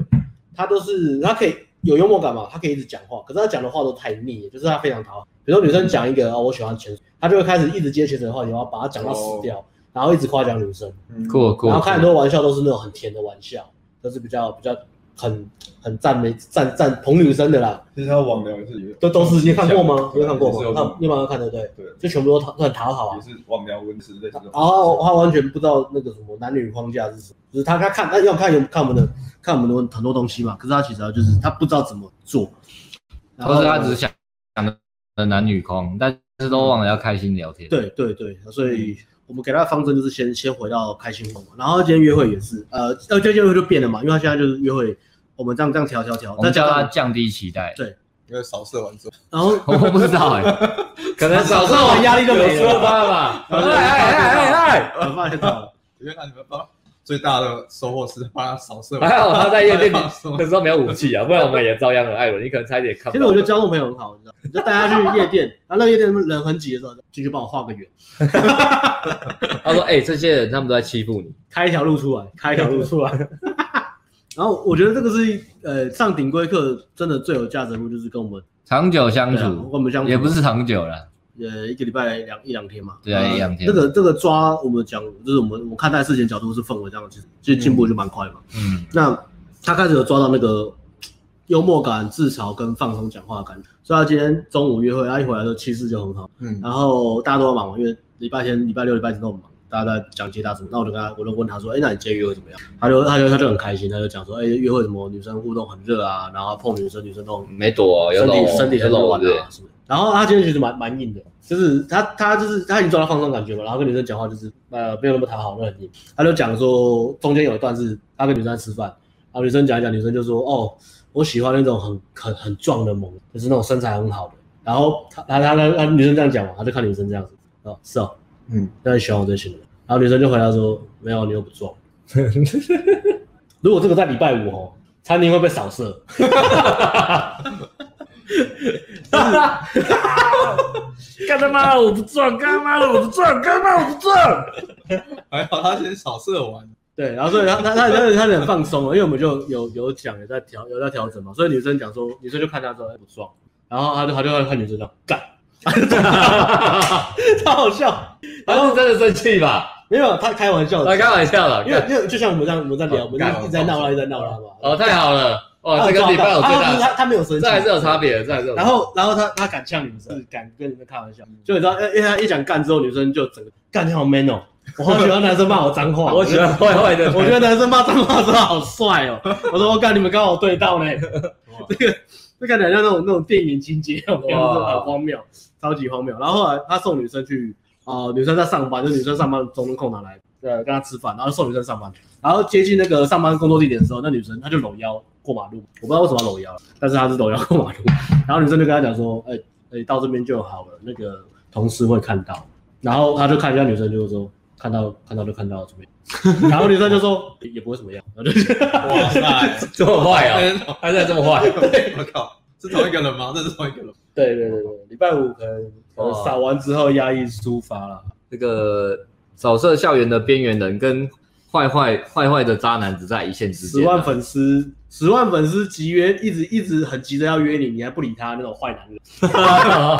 Speaker 2: 他都是他可以有幽默感嘛，他可以一直讲话，可是他讲的话都太腻，就是他非常讨好。比如说女生讲一个啊、我喜欢潜水，他就会开始一直接潜水的话题，然后把他讲到死掉，然后一直夸奖女生，
Speaker 3: 嗯
Speaker 4: 过过
Speaker 2: 然后开很多玩笑都是那种很甜的玩笑，都是比较比较很很赞美赞赞捧女生的啦。
Speaker 3: 其实他网聊也是有，
Speaker 2: 都都是你看过吗？你
Speaker 3: 对
Speaker 2: 有看过啊
Speaker 3: 也是有
Speaker 2: 吗？你有没有看对不对？
Speaker 3: 对，
Speaker 2: 就全部都讨都很讨好啊
Speaker 3: 也。是网聊文字类似这种。
Speaker 2: 然后哦他完全不知道那个什么男女框架是什么，就是他他看他要看有看我们的看我们的很多东西嘛，可是他其实他就是他不知道怎么做，然
Speaker 1: 或
Speaker 2: 后
Speaker 1: 是他只是想想的男女框，但是都忘了要开心聊天。
Speaker 2: 对对对，所以我们给他的方针就是先先回到开心活嘛，然后今天约会也是，呃，呃，今天约会就变了嘛，因为他现在就是约会，我们这样这样调调调，
Speaker 1: 我
Speaker 2: 再
Speaker 1: 们
Speaker 2: 加
Speaker 1: 叫他
Speaker 2: 上
Speaker 1: 降低期待。
Speaker 3: 因为扫射完之后，
Speaker 2: 然后
Speaker 1: 我不知道
Speaker 4: 欸
Speaker 1: 哎、可能早上我压力都没抒发 吧。哎哎哎哎哎，
Speaker 2: 我发现到了，
Speaker 3: 因为他你们帮最大的收获是帮他扫射完。
Speaker 1: 啊
Speaker 4: 还好他在夜店里
Speaker 3: 帮他扫射
Speaker 4: 那时候没有武 器啊，不然我们也照样很艾伦，你可能差一点看不
Speaker 2: 其
Speaker 4: 到。
Speaker 2: 实我觉得交通朋友很好，你知道，你就带他去夜店，然后那个夜店人很挤的时候，进去帮我画个圆，
Speaker 4: 他说：“哎、这些人他们都在欺负你。
Speaker 2: 开一条路出来，开一条路出来。 然后我觉得这个是呃上顶规课真的最有价值的部分就是跟我们
Speaker 1: 长久相
Speaker 2: 对啊
Speaker 1: 处
Speaker 2: 跟我们相处
Speaker 1: 也不是长久了，
Speaker 2: 呃一个礼拜两一两天嘛，
Speaker 1: 对啊，
Speaker 3: 嗯
Speaker 1: 一两天。
Speaker 2: 这个这个抓我们讲就是我们我看待事情的角度是氛围这样，其实其实进步就蛮快嘛。
Speaker 1: 嗯，
Speaker 2: 那他开始有抓到那个幽默感、自嘲跟放松讲话的感觉，所以他今天中午约会，他一回来的气势就很好。
Speaker 3: 嗯，
Speaker 2: 然后大家都要忙嘛，因为礼拜天、礼拜六、礼拜天都很忙，大家都在讲接搭什么。那我就跟他，我就问他说：“哎，那你今天约会怎么样？”他就他就他就很开心，他就讲说：“哎，约会什么？女生互动很热啊，然后碰女生，女生都很
Speaker 4: 没躲哦，有
Speaker 2: 身
Speaker 4: 躲
Speaker 2: 体
Speaker 4: 哦，
Speaker 2: 身体
Speaker 4: 有
Speaker 2: 很柔
Speaker 4: 躲
Speaker 2: 软
Speaker 4: 哦对
Speaker 2: 啊什么的。”然后他今天其实蛮蛮硬的，就是他他就是他已经抓到放松感觉嘛，然后跟女生讲话就是呃没有那么讨好，那很硬。他就讲说中间有一段是他跟女生在吃饭，然后女生讲一讲，女生就说：“哦，我喜欢那种很很很壮的猛，就是那种身材很好的。”然后他他他他他女生这样讲嘛，他就看女生这样子，哦是哦，
Speaker 3: 嗯，
Speaker 2: 那你喜欢我这型的人？然后女生就回答说：“没有，你又不壮。”如果这个在礼拜五哦，餐厅会被扫射。
Speaker 4: 干他妈的我不撞，干他妈的我不撞，干他妈我不撞。
Speaker 3: 还好他先扫射完。
Speaker 2: 对，然后所以他他他他他很放松了，因为我们就有有讲有在调有在调整嘛，所以女生讲说女生就看他说哎不爽，然后他就他就会看女生这样干， 超好笑，
Speaker 4: 他是真的生气吧？
Speaker 2: 没有他开玩笑
Speaker 4: 他
Speaker 2: 的，
Speaker 4: 开玩笑了。
Speaker 2: 因为因为就像我们这样我们在聊，我们
Speaker 3: 干
Speaker 2: 一直在闹啊啦一直在闹啦嘛，
Speaker 4: 哦，太好了，哇，
Speaker 2: 他有
Speaker 4: 这个
Speaker 2: 抓
Speaker 4: 礼拜
Speaker 2: 到
Speaker 4: 有最
Speaker 2: 他他
Speaker 4: 大，
Speaker 2: 他没有生气，
Speaker 4: 这还是有差别的，这还是有差别。
Speaker 2: 然后，然后他他敢呛女生，敢跟女生开玩笑，就你知道，因为因为他一讲干之后，女生就整个干你好 man 哦，我好喜欢男生骂我脏话，
Speaker 4: 我喜欢坏坏的，
Speaker 2: 我觉得男生骂脏话真的好帅哦，我说我干你们刚好对到呢，这个这看起来像那种那种电影情节，我觉得很荒谬，超级荒谬。然后后来他送女生去，呃，女生在上班，就女生上班中间空拿来，呃，跟他吃饭，然后送女生上班，然后接近那个上班工作地点的时候，那女生她就搂腰过马路，我不知道为什么要搂腰，但是她是搂腰过马路，然后女生就跟他讲说，哎、哎、到这边就好了，那个同事会看到，然后他就看一下女生，就说看到看到就看到这边， 然后女生就说也也不会怎么样，然后就
Speaker 3: 哇塞！
Speaker 4: 这么坏啊，
Speaker 3: 天哪
Speaker 4: 他现在这么坏，
Speaker 3: 我靠，是同一个人吗？这是同一个人吗。
Speaker 2: 对对对对，礼拜五可能可能扫完之后压抑抒发了。
Speaker 4: 这个扫射校园的边缘人跟坏坏坏坏的渣男只在一线之
Speaker 2: 十
Speaker 4: 间啊。
Speaker 2: 万粉丝十万粉丝急约，一直一直很急着要约你，你还不理他，那种坏男人，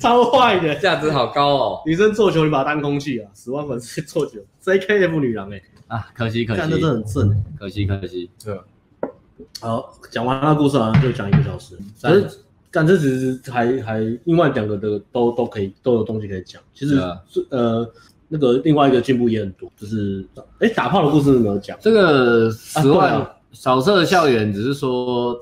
Speaker 2: 超坏的。
Speaker 4: 啊 价值好高哦。
Speaker 2: 女生做球，你把她当空气啊！十万粉丝做球，JKF 女郎哎、欸，
Speaker 1: 啊，可惜可
Speaker 2: 干的
Speaker 1: 惜
Speaker 2: 真的很正、欸。
Speaker 1: 可惜可惜，
Speaker 2: 好，讲完那故事啊好像就讲一个小时，可是干这只是还还另外两个的都都可以都有东西可以讲。其实、
Speaker 1: 对啊
Speaker 2: 是呃那个另外一个进步也很多，就是哎、打炮的故事没有讲，
Speaker 1: 这个十
Speaker 2: 啊对
Speaker 1: 万
Speaker 2: 啊
Speaker 1: 扫射校园只是说，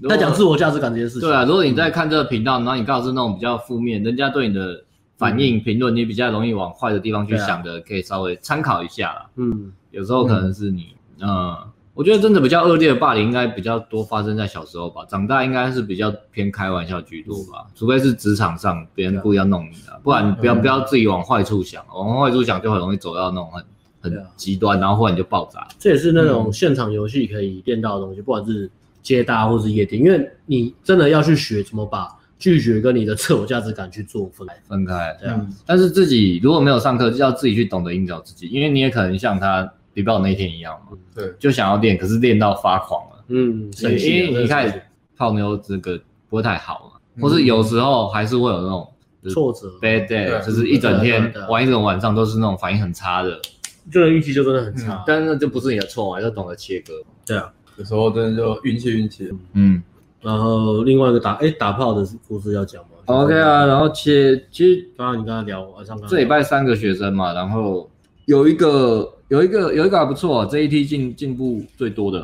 Speaker 1: 如果
Speaker 2: 他讲自我价值感这件事情。
Speaker 1: 对啊，如果你在看这个频道，然后你刚好是那种比较负面，人家对你的反应评论，你比较容易往坏的地方去
Speaker 2: 嗯对啊
Speaker 1: 想的，可以稍微参考一下啦。
Speaker 2: 嗯，
Speaker 1: 有时候可能是你，嗯、我觉得真的比较恶劣的霸凌应该比较多发生在小时候吧，长大应该是比较偏开玩笑居多
Speaker 2: 嗯
Speaker 1: 吧，除非是职场上别人故意要弄你
Speaker 2: 啊
Speaker 1: 的，不然不要
Speaker 3: 嗯
Speaker 1: 不要自己往坏处想，往坏处想就很容易走到那种很
Speaker 2: 对
Speaker 1: 很
Speaker 2: 啊
Speaker 1: 极端，然后忽然就爆炸。
Speaker 2: 这也是那
Speaker 1: 嗯
Speaker 2: 种现场游戏可以练到的东西，不管是接搭或是夜店，因为你真的要去学怎么把拒绝跟你的自我价值感去做分开。
Speaker 1: 分开，
Speaker 2: 对啊，
Speaker 1: 但是自己如果没有上课，就要自己去懂得引导自己，因为你也可能像他礼拜五那天一样嘛，
Speaker 3: 对，
Speaker 1: 就想要练，可是练到发狂了，
Speaker 2: 嗯，
Speaker 1: 因
Speaker 2: 神
Speaker 1: 为
Speaker 2: 奇啊
Speaker 1: 因为你
Speaker 2: 真的
Speaker 1: 看
Speaker 2: 是嗯
Speaker 1: 泡妞这个不会太好嘛，或是有时候还是会有那种
Speaker 2: 挫折，啊
Speaker 1: bad day，
Speaker 3: 对
Speaker 1: 就是一整
Speaker 2: 对
Speaker 1: 天
Speaker 2: 对对
Speaker 1: 玩一整晚上都是那种反应很差的，
Speaker 2: 这个运气就真的很差。
Speaker 1: 但是那就不是你的错嘛，要懂得切割。
Speaker 2: 对啊，
Speaker 3: 有时候真的就运气运气。
Speaker 1: 嗯
Speaker 2: 然后另外一个打哎、打炮的故事要讲吗
Speaker 1: ，OK 啊，，然后切，其实
Speaker 2: 刚刚你跟他聊，晚上刚刚
Speaker 1: 这礼拜三个学生嘛，然后有一个有一个有一个还不错，啊这一梯进进步最多的。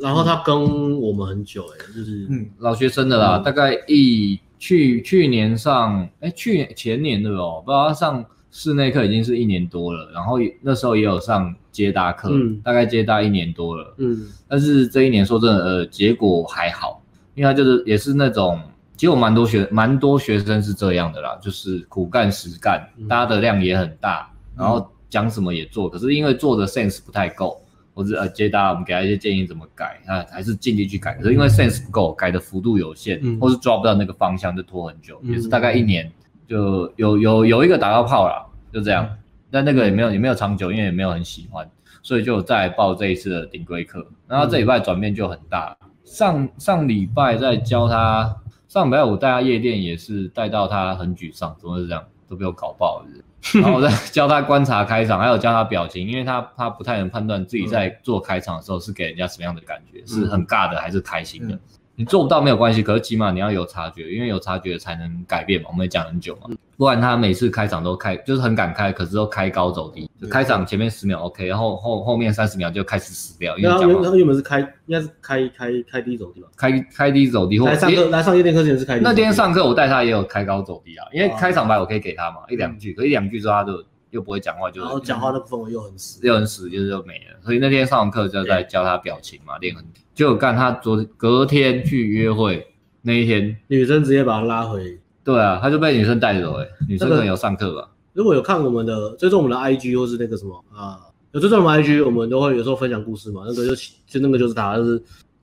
Speaker 2: 然后他跟我们很久哎、就是
Speaker 3: 嗯，
Speaker 1: 老学生的啦，大概一去去年上，哎，去年前年的哦，不知道他上室内课已经是一年多了，然后也那时候也有上接搭课，
Speaker 2: 嗯
Speaker 1: 大概接搭一年多了，
Speaker 2: 嗯
Speaker 1: 但是这一年说真的，呃，结果还好，因为他就是也是那种，其实我蛮多学蛮多学生是这样的啦，就是苦干实干
Speaker 2: 嗯，
Speaker 1: 大家的量也很大，然后讲什么也做，可是因为做的 sense 不太够，或者呃接大家我们给他一些建议怎么改，他还是尽力去改，可是因为 sense 不够，改的幅度有限，
Speaker 2: 嗯
Speaker 1: 或是抓不到那个方向就拖很久，
Speaker 2: 嗯
Speaker 1: 也是大概一年就有有有一个打到炮啦，就这样，但那个也没有也没有长久，因为也没有很喜欢。所以就再报这一次的顶规课。然后这礼拜转变就很大，上上礼拜在教他，上礼拜我带他夜店也是带到他很沮丧，怎么会这样，都被我搞爆了是 不是。然后我在教他观察开场，还有教他表情，因为他他不太能判断自己在
Speaker 2: 嗯
Speaker 1: 做开场的时候是给人家什么样的感觉，是很尬的还是开心的。
Speaker 3: 嗯
Speaker 1: 你做不到没有关系，可是起码你要有察觉，因为有察觉才能改变嘛。我们也讲很久嘛，
Speaker 2: 嗯
Speaker 1: 不然他每次开场都开，就是很敢开，可是都开高走低，
Speaker 2: 嗯
Speaker 1: 就开场前面十秒 OK，然后后后面三十秒就开始死掉，因
Speaker 2: 然
Speaker 1: 为
Speaker 2: 后
Speaker 1: 讲
Speaker 2: 原
Speaker 1: 话
Speaker 2: 他原本是开，应该是开开开低走地吧。
Speaker 1: 开开低走低，或
Speaker 2: 来上课，
Speaker 1: 诶
Speaker 2: 来上夜店课之前是开低走
Speaker 1: 那
Speaker 2: 地
Speaker 1: 天上课我带他也有开高走低啊，因为开场白我可以给他嘛，一两句，可一两句之后他就又不会讲话，就
Speaker 2: 然后
Speaker 1: 是
Speaker 2: 哦讲话那个氛围又很死。
Speaker 1: 又很死，就是又没了。所以那天上完课就在教他表情嘛，练很久，就看他昨隔天去约会那一天，
Speaker 2: 女生直接把他拉回。
Speaker 1: 对啊，他就被女生带走哎、女生
Speaker 2: 那个
Speaker 1: 可能有上课吧。
Speaker 2: 如果有看我们的追踪我们的 IG 或是那个什么啊，有追踪我们 IG，我们都会有时候分享故事嘛。那个就就那个就是他，就是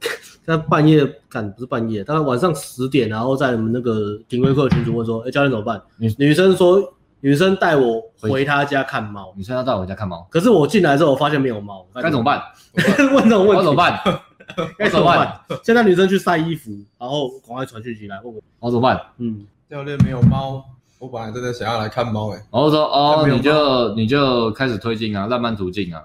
Speaker 2: 他半夜赶不是半夜，他晚上十点，然后在我们那个警卫课群组问说：“哎、教练怎么办？”
Speaker 1: 女
Speaker 2: 女生说：“女生带我回她家看猫。
Speaker 1: 女生要带我回家看猫”，
Speaker 2: 可是我进来之后，我发现没有猫，
Speaker 1: 该怎么办？
Speaker 2: 办？ 问这种
Speaker 1: 我
Speaker 2: 问
Speaker 1: 要
Speaker 2: 题
Speaker 1: 怎么？办？该
Speaker 2: 该怎
Speaker 1: 怎
Speaker 2: 么
Speaker 1: 么
Speaker 2: 办
Speaker 1: 办？
Speaker 2: 现在女生去晒衣服，然后赶快传讯息来问我。
Speaker 1: 我要怎么办？
Speaker 2: 嗯，
Speaker 3: 教练没有猫，我本来真的想要来看猫欸诶。
Speaker 1: 然后说哦，
Speaker 3: 没有
Speaker 1: 你就你就开始推进啊，浪漫途径啊，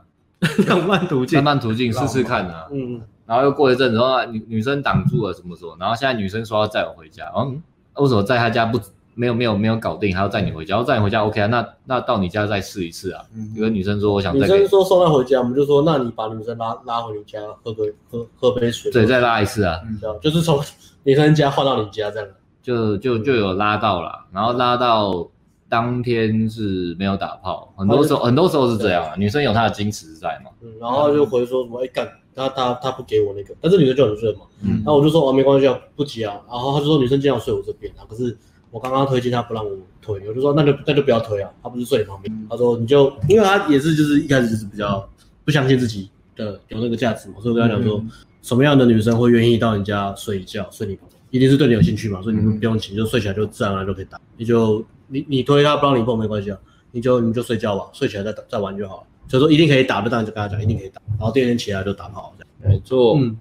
Speaker 2: 浪漫途径
Speaker 1: 浪。漫途径试试看啊。
Speaker 2: 嗯，
Speaker 1: 然后又过一阵子说啊女女生挡住了什么什么，然后现在女生说要载我回家，嗯，为什么在她家不没有没有没有搞定，还要载你回家？要载你回家 OK 啊，那那到你家再试一次啊。
Speaker 3: 嗯
Speaker 1: 有个女生说我想
Speaker 2: 女
Speaker 1: 再
Speaker 2: 生
Speaker 1: 给
Speaker 2: 说送她回家，我们就说那你把女生拉拉回你家喝杯喝喝杯水，
Speaker 1: 对再拉一次啊，
Speaker 2: 这样就是从 女生家换到你家这样。
Speaker 1: 就就就有拉到啦，然后拉到当天是没有打炮，很多时候很多时候是这样啊，女生有她的矜持在嘛，
Speaker 2: 嗯，然后就回说什么哎干，他他他不给我那个，但是女生就很顺嘛，
Speaker 1: 嗯
Speaker 2: 然后我就说哦没关系啊，不急啊，然后他就说女生经常睡我这边啊，可是我刚刚推进他不让我推，我就说那就那就不要推啊，他不是睡你旁边，他说你就因为他也是就是一开始就是比较不相信自己的有那个价值嘛，所以我跟他讲说、什么样的女生会愿意到你家睡一觉睡你旁边，一定是对你有兴趣嘛，所以你
Speaker 3: 嗯
Speaker 2: 不用请，就睡起来就自然而然就可以打，你就你你推他不让你碰没关系啊，你就你就睡觉吧，睡起来再打再玩就好了。所以说一定可以打，就当然就跟他讲一定可以打，然后第二天起来就打炮这样。
Speaker 4: 没错，
Speaker 2: 嗯，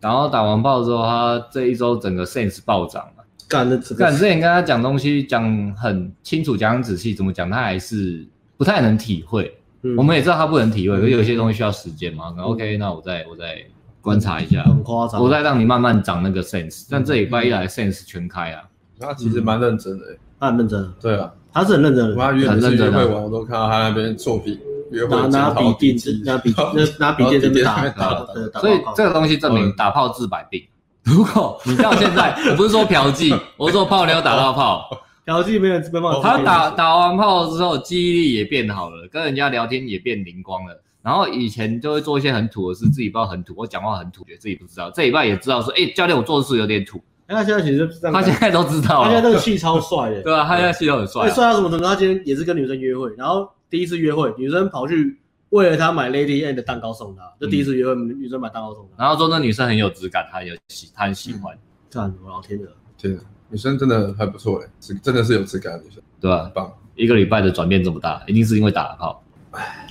Speaker 1: 然后打完炮之后，他这一周整个 sense 暴涨了。
Speaker 2: 干的这
Speaker 1: 干
Speaker 2: 个
Speaker 1: 之前跟他讲东西讲很清楚，讲很仔细，怎么讲他还是不太能体会。
Speaker 2: 嗯
Speaker 1: 我们也知道他不能体会，可是有些东西需要时间嘛。那 OK，那我再我再观察一下，
Speaker 2: 很夸张。
Speaker 1: 我再让你慢慢长那个 sense。但这礼拜一
Speaker 2: 嗯
Speaker 1: 来 sense 全开啊，
Speaker 3: 他其实蛮认真的、欸。
Speaker 2: 他很认真，
Speaker 3: 对啊，
Speaker 2: 他是很认真
Speaker 3: 我
Speaker 2: 的
Speaker 3: 跟
Speaker 2: 人，
Speaker 3: 他约
Speaker 1: 很
Speaker 3: 每次
Speaker 1: 认
Speaker 3: 约
Speaker 1: 真啊
Speaker 3: 会完，我都看到他那边作品约会
Speaker 2: 拿拿
Speaker 3: 检讨
Speaker 2: 笔
Speaker 3: 笔
Speaker 2: 电
Speaker 3: 记，
Speaker 2: 拿笔拿拿笔电在那边打打对打
Speaker 1: 所以
Speaker 2: 报告嗯
Speaker 1: 这个东西证明打炮治百病。如果你到现 在，我不是说嫖妓，我是说泡妞打到炮，
Speaker 2: 嫖妓没有没办法，
Speaker 1: 哦他打打完炮之后，记忆力也变好了，跟人家聊天也变灵光了。然后以前就会做一些很土的事，自己不知道很土，我讲话很土，觉得自己不知道。这礼拜也知道说，哎、教练，我做事有点土。
Speaker 2: 哎，他现在其实就是这样
Speaker 1: 他
Speaker 2: 打，
Speaker 1: 现在都知道
Speaker 2: 他现在
Speaker 1: 了，
Speaker 2: 那个气超帅的，
Speaker 1: 对啊，他现在系统很帅
Speaker 2: 哎，
Speaker 1: 啊、
Speaker 2: 帅到什么程度？他今天也是跟女生约会，然后第一次约会，女生跑去为了他买 Lady N 的蛋糕送他，就第一次约会，
Speaker 1: 嗯
Speaker 2: 女生买蛋糕送他，
Speaker 1: 然后说那女生很有质感，他有喜，他很喜欢，
Speaker 2: 嗯看我老天鹅，
Speaker 3: 天啊，女生真的还不错哎、是真的是有质感的女生，
Speaker 1: 对吧、
Speaker 3: 很棒。
Speaker 1: 一个礼拜的转变这么大，一定是因为打了炮，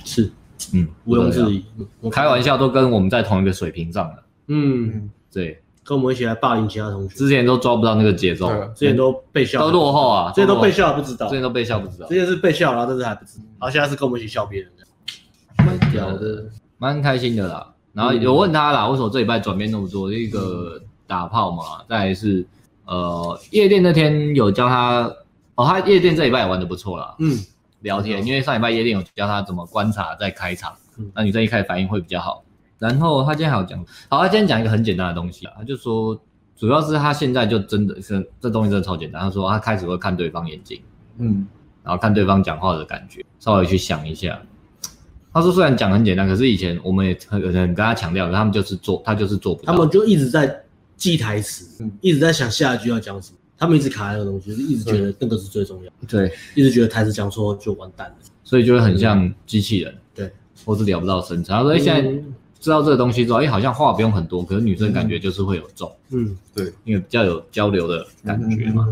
Speaker 2: 是
Speaker 1: 嗯，
Speaker 2: 毋庸置
Speaker 1: 不得了。
Speaker 2: 疑。
Speaker 1: 我开玩笑都跟我们在同一个水平上了，
Speaker 2: 嗯，
Speaker 1: 对，
Speaker 2: 跟我们一起来霸凌其他同学，
Speaker 1: 之前都抓不到那个节奏
Speaker 3: 对，啊，
Speaker 2: 之前都被笑，
Speaker 1: 都落后啊，
Speaker 2: 之前都被
Speaker 1: 落
Speaker 2: 笑不知道
Speaker 1: 后，之，前都被笑不知道
Speaker 2: 之，前是被笑，然后但是还不知道，然后现在是跟我们一起笑别人的，蛮屌的。
Speaker 1: 蛮开心的啦。然后
Speaker 2: 嗯
Speaker 1: 有问他啦，为什么这礼拜转变那么多？一个打炮嘛，再来是呃夜店那天有教他，哦，他夜店这礼拜也玩的不错啦，
Speaker 2: 嗯，
Speaker 1: 聊天，因为上礼拜夜店有教他怎么观察再开场
Speaker 2: 嗯，
Speaker 1: 那女生一开始反应会比较好。然后他今天还有讲，好，他今天讲一个很简单的东西啊，他就说，主要是他现在就真的是这东西真的超简单。他说他开始会看对方眼睛，
Speaker 3: 嗯，
Speaker 1: 然后看对方讲话的感觉，稍微去想一下。他说虽然讲很简单，可是以前我们也很很跟他强调，可他们就是做，他就是做不
Speaker 2: 他
Speaker 1: 到。
Speaker 2: 们就一直在记台词
Speaker 3: 嗯，
Speaker 2: 一直在想下一句要讲什么，他们一直卡在那个东西，就是一直觉
Speaker 3: 嗯
Speaker 2: 得那个是最重要的，
Speaker 1: 对，
Speaker 2: 一直觉得台词讲错就完蛋了。
Speaker 1: 所以就会很像机器人，
Speaker 2: 对，
Speaker 1: 或是聊不到深层。他说、哎现在
Speaker 2: 嗯
Speaker 1: 知道这个东西之后，哎、好像话不用很多，可是女生感觉就是会有重，
Speaker 2: 嗯，
Speaker 1: 因为比较有交流的感觉嘛，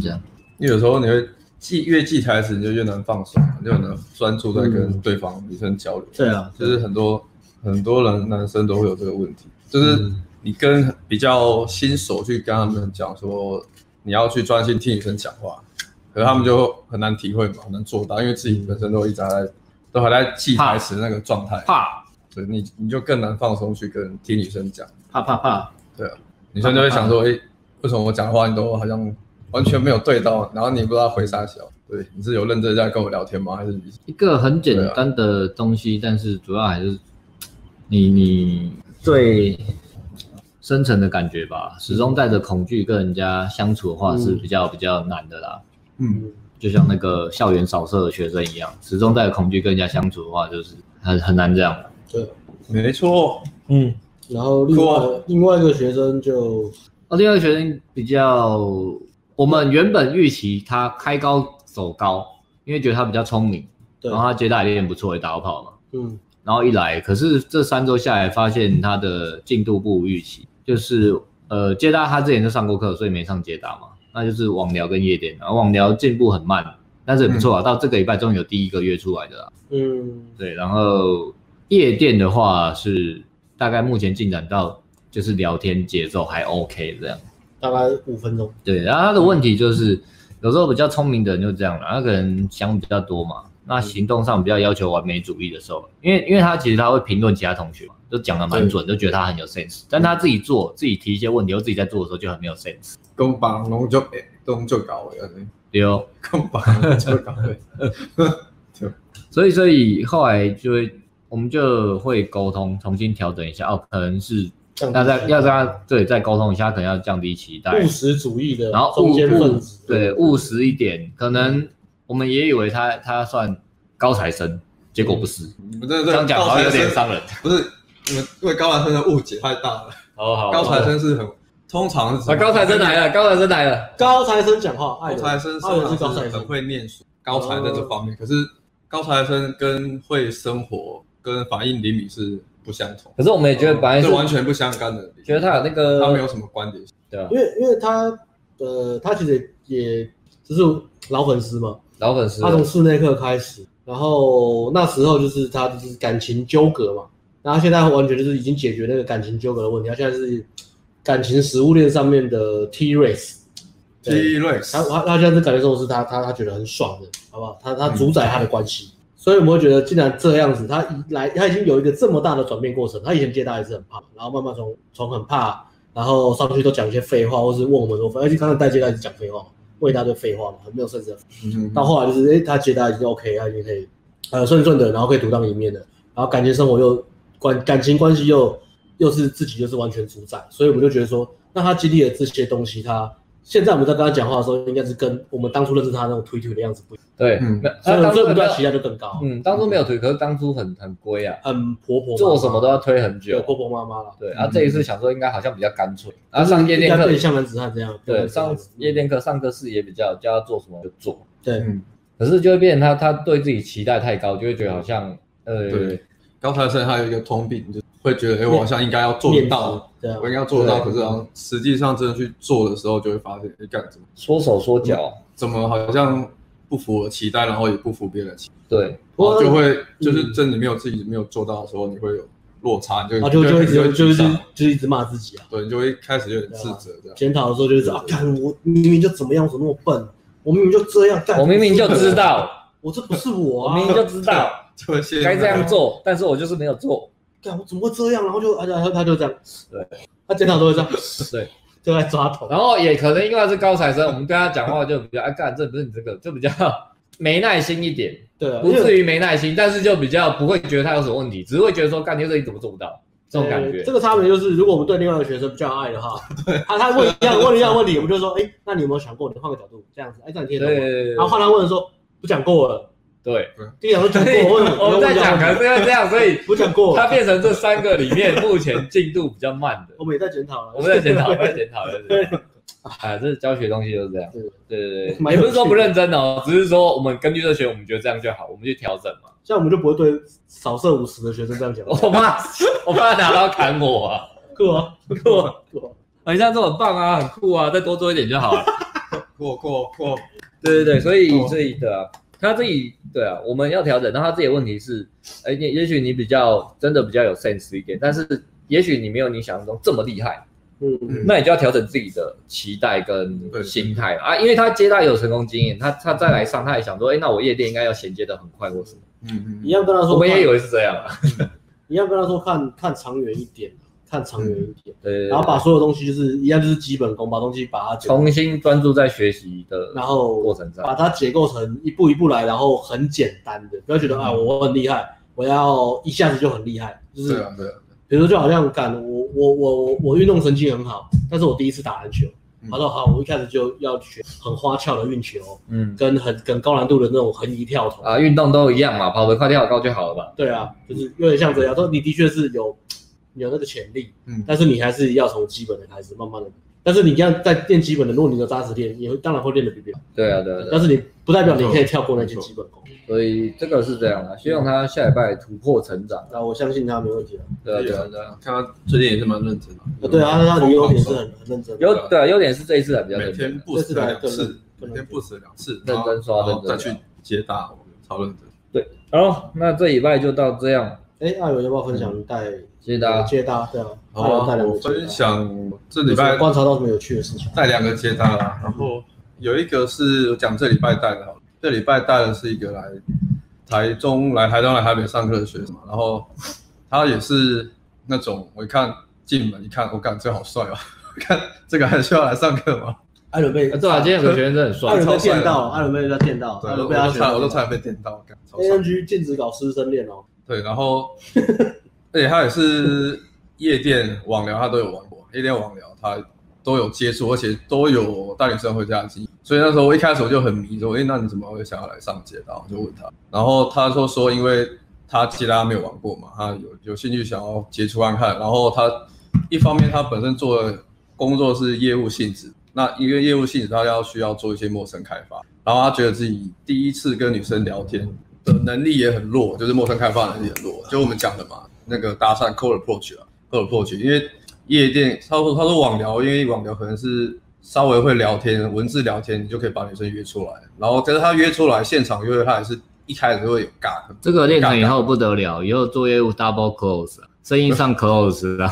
Speaker 1: 这样。
Speaker 3: 因为有时候你会记越记台词，你就越难放松，你就很难专注在
Speaker 1: 嗯
Speaker 3: 跟对方女生交流。
Speaker 2: 对啊，
Speaker 3: 就是很多很多人男生都会有这个问题，就是你跟比较新手去跟他们讲说你要去专心听女生讲话，可是他们就很难体会嘛，很难做到，因为自己本身都一直在都还在记台词那个状态，
Speaker 1: 怕
Speaker 3: 所以你你就更难放松去跟听女生讲，
Speaker 2: 怕怕怕，
Speaker 3: 对啊，女生就会想说，诶，为什么我讲的话你都好像完全没有对到，然后你不知道回啥小，对，你是有认真在跟我聊天吗？还是你
Speaker 1: 一个很简单的东西，但是主要还是你你最深层的感觉吧，始终带着恐惧跟人家相处的话是比较比较难的啦。
Speaker 3: 嗯，
Speaker 1: 就像那个校园扫射的学生一样，始终带着恐惧跟人家相处的话，就是很很难这样。
Speaker 2: 对，
Speaker 3: 没错，
Speaker 2: 嗯。然后另外、
Speaker 3: 酷啊
Speaker 2: 另外一个学生就
Speaker 1: 那第二个学生比较，我们原本预期他开高走高，因为觉得他比较聪明，
Speaker 2: 对
Speaker 1: 然
Speaker 3: 啊
Speaker 1: 后，他接待也练不错，也打到炮嘛。
Speaker 2: 嗯，
Speaker 1: 然后一来，可是这三周下来发现他的进度不如预期，就是呃接搭他之前就上过课，所以没上接搭嘛，那就是网聊跟夜店，然后啊网聊进步很慢，但是也不错啊，到这个礼拜终于有第一个月出来的啦，
Speaker 2: 嗯，
Speaker 1: 对，然后夜店的话是大概目前进展到就是聊天节奏还 OK 这样，
Speaker 2: 大概五分钟，
Speaker 1: 对，然后他的问题就是有时候比较聪明的人就这样了，他可能想比较多嘛，那行动上比较要求完美主义的时候，因为因为他其实他会评论其他同学嘛，就讲的蛮准，就觉得他很有 sense，但他自己做自己提一些问题，又自己在做的时候就很没有 sense。
Speaker 3: 公帮龙就诶，龙就搞了。
Speaker 1: 对哦，
Speaker 3: 空白就搞 对，
Speaker 1: 所以所以后来就会我们就会沟通，重新调整一下哦，可能是
Speaker 2: 降低
Speaker 1: 要再
Speaker 2: 期待
Speaker 1: 要跟他对再沟通一下，可能要降低期待，
Speaker 2: 务实主义的
Speaker 1: 然后
Speaker 2: 中
Speaker 1: 务
Speaker 2: 间分
Speaker 1: 务
Speaker 2: 子，
Speaker 1: 对
Speaker 3: 嗯
Speaker 1: 务实一点，可能我们也以为他他算高材生，结果不是，
Speaker 3: 你们真
Speaker 1: 这
Speaker 3: 的对
Speaker 1: 样讲
Speaker 3: 嗯高
Speaker 1: 好像有
Speaker 3: 材
Speaker 1: 点
Speaker 3: 生
Speaker 1: 伤人。
Speaker 3: 不是你们对高材生的误解太大了。
Speaker 1: 好哦好
Speaker 3: 高材生是很通常是什
Speaker 1: 啊，
Speaker 3: 么
Speaker 1: 高材生来
Speaker 3: 嗯
Speaker 1: 了，高材生来了，
Speaker 2: 高材生讲话，爱
Speaker 3: 高
Speaker 2: 的
Speaker 3: 材生
Speaker 2: 爱的是
Speaker 3: 是
Speaker 2: 高材
Speaker 3: 很
Speaker 2: 生，哦
Speaker 3: 会念书，高材在这方面，可是高材生跟会生活跟反应灵敏是不相同，
Speaker 1: 可是我们也觉得本来是
Speaker 3: 这完全不相干的，
Speaker 1: 觉得他有那个
Speaker 3: 他没有什么观点，
Speaker 1: 对啊
Speaker 2: 因，为因为他呃，他其实也也就是老粉丝嘛，
Speaker 1: 老粉丝
Speaker 2: 他从室内课开始，然后那时候就是他就是感情纠葛嘛，然后现在完全就是已经解决那个感情纠葛的问题，他现在是感情食物链上面的 T race。对
Speaker 3: T race，
Speaker 2: 他他他现在是感觉上是他他他觉得很爽的，好不好？他他主宰他的关系，所以我们会觉得，既然这样子，他一来他已经有一个这么大的转变过程。他以前接大也是很怕，然后慢慢从从很怕，然后上去都讲一些废话，或是问我们说，而且刚才戴接大一直讲废话嘛，问一大堆废话嘛，很没有甚至
Speaker 3: 嗯
Speaker 2: 到后来就是，哎、他接大已经 OK，他已经可以呃顺顺的，然后可以独当一面的，然后感情生活又关感情关系又又是自己又是完全主宰，所以我们就觉得说，那他经历了这些东西，他现在我们在跟他讲话的时候，应该是跟我们当初认识他那种推推的样子不一样，
Speaker 1: 对，
Speaker 3: 嗯
Speaker 1: 那
Speaker 2: 所以
Speaker 1: 那当
Speaker 2: 所以我
Speaker 1: 初没
Speaker 2: 们对
Speaker 1: 有
Speaker 2: 他期待就更高，
Speaker 1: 嗯，当初没有推，可是当初很很龟啊，
Speaker 2: 很婆婆
Speaker 1: 做什么都要推很
Speaker 2: 有
Speaker 1: 久。
Speaker 2: 婆婆妈妈了，
Speaker 1: 对，啊，这一次想说应该好像比较干脆，然后上夜
Speaker 2: 应
Speaker 1: 店
Speaker 2: 该
Speaker 1: 课
Speaker 2: 变，像男子汉这样，
Speaker 1: 对，上夜店课上课是也比较叫他做什么就做，
Speaker 2: 对，
Speaker 3: 嗯，
Speaker 1: 可是就会变成他他对自己期待太高，就会觉得好像呃，
Speaker 3: 对。高材生还有一个通病，就是会觉得，哎，我好像应该要做得
Speaker 2: 面
Speaker 3: 到，
Speaker 2: 对啊
Speaker 3: 我，应该要做得到，
Speaker 1: 对
Speaker 3: 可是好像实际上真的去做的时候，就会发现，哎，干怎么
Speaker 1: 缩手缩脚，
Speaker 3: 怎么好像不符我期待，然后也不符别人的期待，
Speaker 1: 对，
Speaker 3: 然后就会就是
Speaker 2: 嗯
Speaker 3: 真的没有自己没有做到的时候，你会有落差，你
Speaker 2: 然后
Speaker 3: 就
Speaker 2: 哦就就一
Speaker 3: 你
Speaker 2: 直就
Speaker 3: 沮
Speaker 2: 是
Speaker 3: 丧
Speaker 2: 就一直骂自己啊。
Speaker 3: 对，你就会开始有点自责这样。
Speaker 2: 检讨的时候就是啊，看我明明就怎么样，我怎么那么笨？我明明就这样，干
Speaker 1: 我明明就知，道，
Speaker 2: 我这不是我
Speaker 1: 我
Speaker 2: 啊，
Speaker 1: 明明就知道
Speaker 3: 就会陷入
Speaker 1: 该这样做，但是我就是没有做，
Speaker 2: 干我怎么会这样？然后就而且他他就这样，
Speaker 1: 对，
Speaker 2: 他检讨都会这样，
Speaker 1: 对，
Speaker 2: 就在抓头，
Speaker 1: 然后也可能因为他是高材生，我们跟他讲话就比较，哎、干，这不是你这个，就比较没耐心一点，
Speaker 2: 对啊，
Speaker 1: 不
Speaker 2: 因为
Speaker 1: 至于没耐心，但是就比较不会觉得他有什么问题，只会觉得说，干，你这你怎么做不到这种感觉
Speaker 2: 呃这。个差别就是，如果我们对另外一个学生比较有爱 的话，他他问一样问一样问题，我们就说，哎，那你有没有想过？你换个角度这样子，哎，这样你听
Speaker 1: 对
Speaker 2: 得懂吗？
Speaker 1: 对对
Speaker 2: 然后换他问说，不讲过了，
Speaker 1: 对，
Speaker 2: 第一讲说讲
Speaker 1: 所
Speaker 2: 过，
Speaker 1: 以
Speaker 2: 问
Speaker 1: 我们在讲，可能是因为这样，所 以
Speaker 2: 不讲过
Speaker 1: 他
Speaker 2: 了，
Speaker 1: 变成这三个里面目前进度比较慢的
Speaker 2: 我。们也在检讨了，
Speaker 1: 我们在检讨，我们在检讨，我们在检讨。哎，这教学东西就是这样。
Speaker 2: 对
Speaker 1: 对对对，
Speaker 2: 蛮
Speaker 1: 也
Speaker 2: 有
Speaker 1: 不是
Speaker 2: 趣的
Speaker 1: 说不认真哦，只是说我们根据这学，我们觉得这样就好，我们去调整嘛。
Speaker 2: 像我们就不会对少射五十的学生这样讲，
Speaker 1: 我妈，我妈拿刀砍我啊！
Speaker 2: 酷 啊，
Speaker 1: 酷啊
Speaker 2: 酷啊。
Speaker 1: 啊你这样做很棒啊，很酷啊，再多做一点就好了。
Speaker 3: 过过过，
Speaker 1: 对对对，所以
Speaker 3: 哦
Speaker 1: 所以对啊，他自己对啊，我们要调整。那他自己的问题是，哎，你也许你比较真的比较有 sense 一点，但是也许你没有你想象中这么厉害。
Speaker 2: 嗯嗯。
Speaker 1: 那你就要调整自己的期待跟
Speaker 3: 对
Speaker 1: 心态啊，因为他接待有成功经验，他他再来上，他也想说，哎、那我夜店应该要衔接的很快或什么。
Speaker 3: 嗯
Speaker 2: 一样跟他说
Speaker 1: 我
Speaker 2: 看，嗯
Speaker 1: 们也以为是这样啊，
Speaker 2: 一样跟他说看看长远一点，啊看长远一点，
Speaker 1: 对对对
Speaker 2: 然后把所有东西就是一样就是基本功，把东西把它解，
Speaker 1: 重新专注在学习的
Speaker 2: 然后
Speaker 1: 过程上。
Speaker 2: 把它解构成一步一步来，然后很简单的，不要觉
Speaker 1: 嗯
Speaker 2: 得啊我很厉害，我要一下子就很厉害，就
Speaker 3: 对
Speaker 2: 是
Speaker 3: 啊对啊，
Speaker 2: 比如说就好像干我我我我我运动神经很好，但是我第一次打篮球，
Speaker 3: 嗯
Speaker 2: 他说好，我一开始就要学很花俏的运球，
Speaker 1: 嗯
Speaker 2: 跟很跟高难度的那种横移跳投，
Speaker 1: 啊，运动都一样嘛，跑得快、跳得高就好了吧？
Speaker 2: 对啊，就是有点像这样，说你的确是有有那个潜力，
Speaker 3: 嗯
Speaker 2: 但是你还是要从基本的开始，慢慢的。但是你这样在练基本的，如果你有扎实练，也会当然会练得比别人好。
Speaker 1: 对啊，对啊，对
Speaker 2: 但
Speaker 1: 啊。
Speaker 2: 是你不代表你可以跳过那些基本功。
Speaker 1: 所以这个是这样啊的，希望他下礼拜突破成长。
Speaker 2: 那我相信他没问题啊。
Speaker 1: 对啊，对啊，对啊。
Speaker 3: 看他最近也是蛮认真的
Speaker 2: 啊，对啊，他的优点是很很认真的。
Speaker 1: 优对啊，优点是这一次还比较
Speaker 3: 每
Speaker 1: 认
Speaker 3: 天
Speaker 1: 真，
Speaker 3: 不死两次，每天不死两次，然后
Speaker 1: 认真刷
Speaker 3: 然后
Speaker 1: 认真
Speaker 3: 再去接大，我超认真。
Speaker 1: 好，那这礼拜就到这样，
Speaker 2: 哎，阿友要不要分享带？
Speaker 1: 谢谢大家。
Speaker 2: 接搭对啊，阿
Speaker 3: 嗯好
Speaker 2: 友带
Speaker 3: 啊，
Speaker 2: 两
Speaker 3: 我
Speaker 2: 个接
Speaker 3: 分
Speaker 2: 搭。
Speaker 3: 享这礼拜
Speaker 2: 观察到什么有趣的事情？
Speaker 3: 带两个接搭啦，然后有一个是我讲这礼拜带的好了，这礼拜带的是一个来台中、来台中、来台北上课的学生嘛，然后他也是那种我一看进门一看，我感这好帅哦， 看这个还需要来上课吗？
Speaker 2: 阿友被
Speaker 1: 啊对啊，今天有个学生真的很
Speaker 2: 阿
Speaker 1: 帅
Speaker 2: 友，被
Speaker 3: 超帅的
Speaker 2: 电到，阿友被他电到，
Speaker 3: 对，
Speaker 2: 阿
Speaker 3: 我
Speaker 2: 友
Speaker 3: 都
Speaker 2: 被他哎
Speaker 3: 差
Speaker 2: 选
Speaker 3: 点我都差点被电到，干超
Speaker 2: A
Speaker 3: 爽
Speaker 2: N。G 禁止搞师生恋哦。
Speaker 3: 对，然后而且他也是夜店网聊，他都有玩过，夜店网聊他都有接触，而且都有带女生回家的经验。所以那时候我一开始我就很迷，说，哎，那你怎么会想要来上街道？我就问他，然后他说说，因为他街道没有玩过嘛，他有有兴趣想要接触看看。然后他一方面他本身做的工作是业务性质，那因为业务性质他要需要做一些陌生开发，然后他觉得自己第一次跟女生聊天的能力也很弱，就是陌生开发能力很弱，就我们讲的嘛，那个搭讪 cold approach 啊，cold approach，因为夜店他说他说网聊，因为网聊可能是稍微会聊天，文字聊天你就可以把女生约出来，然后但是他约出来现场约他还是一开始会有尬，
Speaker 5: 这个练成以后不得了，以后做业务 double close 啊、
Speaker 1: 生意上可好吃啊。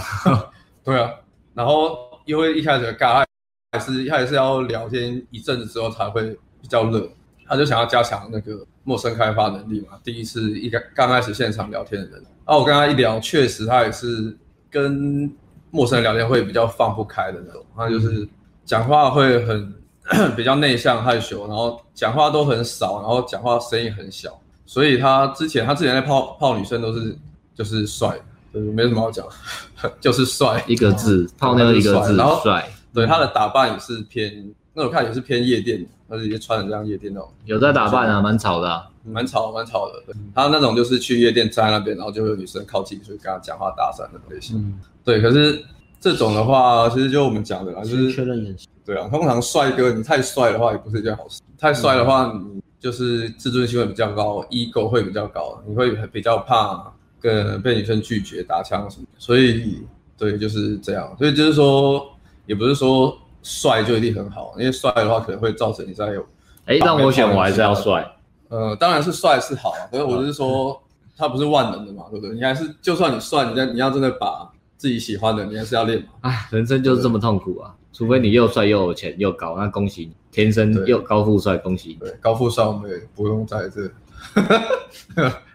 Speaker 3: 对啊，然后因为一开始的尬，还是他也是要聊天一阵子之后才会比较热，他就想要加强那个陌生开发能力嘛。第一次一开刚开始现场聊天的人，然后我跟他一聊，确实他也是跟陌生人聊天会比较放不开的那种，他就是讲话会很 比较内向害羞，然后讲话都很少，然后讲话声音很小，所以他之前他之前在泡泡女生都是就是帅，就是没什么好讲， 就是帅。
Speaker 1: 一个字，泡妞一个 字
Speaker 3: 然后，
Speaker 1: 帅。
Speaker 3: 对，他的打扮也是偏，那我看也是偏夜店，而且也穿的像夜店那种，
Speaker 1: 有在打扮啊，蛮吵的啊。
Speaker 2: 嗯
Speaker 3: 蛮吵蛮吵的。对他那种就是去夜店站在那边，然后就会有女生靠近，就跟他讲话搭讪那种类型。
Speaker 2: 嗯，
Speaker 3: 对，可是这种的话，其实就我们讲的啦，就
Speaker 2: 先确
Speaker 3: 是
Speaker 2: 认眼神。
Speaker 3: 对啊，通常帅哥你太帅的话也不是一件好事，太帅的话你就是自尊心会比较高，ego 会比较高，你会比较怕跟被女生拒绝、打枪什么的，所以对就是这样，所以就是说也不是说帅就一定很好，因为帅的话可能会造成你在有
Speaker 1: 哎，让我选，我还是要帅。
Speaker 3: 呃，当然是帅是好啊，可是我就是说，他不是万能的嘛，对不对？你还是就算你帅，你在你要真的把自己喜欢的，你还是要练嘛。
Speaker 1: 哎，人生就是这么痛苦啊！除非你又帅又有钱又高，那恭喜你，天生
Speaker 3: 对
Speaker 1: 又高富帅，恭喜你。
Speaker 3: 对，高富帅我们也不用在这，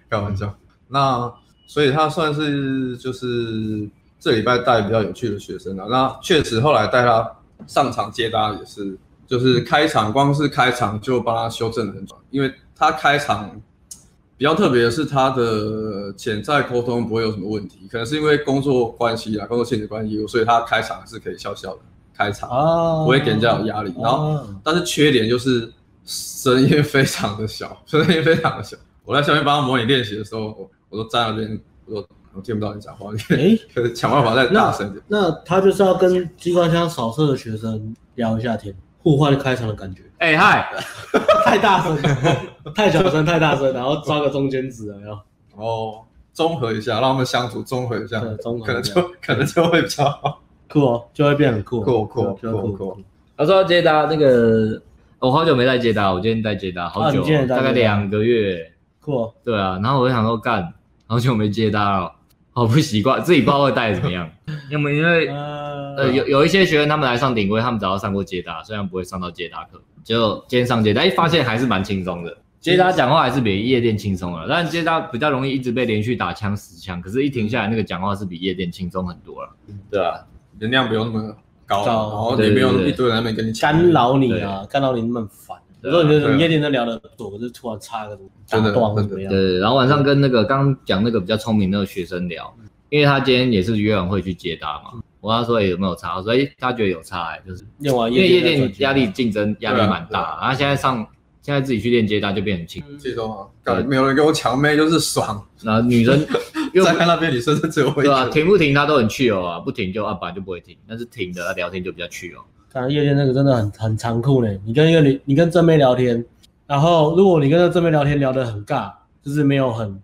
Speaker 3: 开玩笑。那所以他算是就是这礼拜带比较有趣的学生了、啊那确实后来带他上场接搭也是，就是开场光是开场就帮他修正得很准，因为他开场比较特别的是他的潜在沟通不会有什么问题，可能是因为工作关系啊，工作性质关系，所以他开场是可以笑笑的开场，
Speaker 2: 啊
Speaker 3: 不会给人家有压力。然后但是缺点就是声音非常的小， 声音非常的小。我在下面帮他模拟练习的时候，我我都站那边，我说我听不到你讲话，你可以
Speaker 2: 哎，
Speaker 3: 可以想办法再大声一点。
Speaker 2: 那他就是要跟机关枪扫射的学生聊一下天，互换开场的感觉。
Speaker 1: 哎嗨，
Speaker 2: 太大声了， 太小声，太大声，然后抓个中间值了，要
Speaker 3: 然后综合一下，让他们相处综合一下，
Speaker 2: 对综合一下
Speaker 3: 可能就可能就会比较 好。
Speaker 2: 酷哦，就会变很酷，
Speaker 3: 酷酷
Speaker 2: 就会
Speaker 3: 酷
Speaker 2: 酷哦
Speaker 3: 酷。
Speaker 1: 他说要接搭那个，我哦好久没带接搭，我今天带接搭，好久
Speaker 2: 你今天
Speaker 1: 哦，
Speaker 2: 也带
Speaker 1: 大概
Speaker 2: 接搭
Speaker 1: 两个月。
Speaker 2: 酷哦，
Speaker 1: 对啊，然后我就想说，干，好久没接搭了，好不习惯，自己不知道会带怎么 样。因为因为呃
Speaker 2: 呃
Speaker 1: 有有一些学员他们来上顶规，他们早上上过接搭，虽然不会上到接搭课，就今天上接搭，哎，发现还是蛮轻松的。接搭讲话还是比夜店轻松了，但接搭比较容易一直被连续打枪十枪，可是一停下来，那个讲话是比夜店轻松很多了。对啊，
Speaker 3: 能量不用那么高，啊
Speaker 2: 高
Speaker 3: 然后也没有那么一堆人在那边跟你抢
Speaker 2: 干，扰你啊，干扰你那么烦。
Speaker 1: 对
Speaker 2: 有
Speaker 1: 啊
Speaker 2: 时候你觉得
Speaker 3: 对啊
Speaker 2: 你夜店都聊得不错，可是突然插个什么打
Speaker 3: 真的
Speaker 2: 断或
Speaker 3: 真
Speaker 2: 怎
Speaker 3: 的
Speaker 2: 么样，
Speaker 1: 对，然后晚上跟那个刚刚讲那个比较聪明那个学生聊，因为他今天也是约完会去接搭嘛，我问他说、欸有没有差，他说哎、欸他觉得有差、欸，就是
Speaker 2: 练完
Speaker 1: 因为夜
Speaker 2: 再
Speaker 1: 店
Speaker 2: 转啊去
Speaker 1: 压力竞争压力蛮
Speaker 3: 对
Speaker 1: 大
Speaker 3: 啊，
Speaker 1: 然后现在上现在自己去练接搭就变很轻，
Speaker 3: 记住啊，干没有人跟我抢妹就是爽，
Speaker 1: 然后女生又
Speaker 3: 站在那边女生是只有我一
Speaker 1: 对啊，
Speaker 3: 个。
Speaker 1: 停不停他都很去哦啊，不停就啊本来就不会停，但是停的他聊天就比较去哦，
Speaker 2: 看来夜店那个真的很很残酷呢。你跟一个女，你跟正妹聊天，然后如果你跟正妹聊天聊得很尬，就是没有很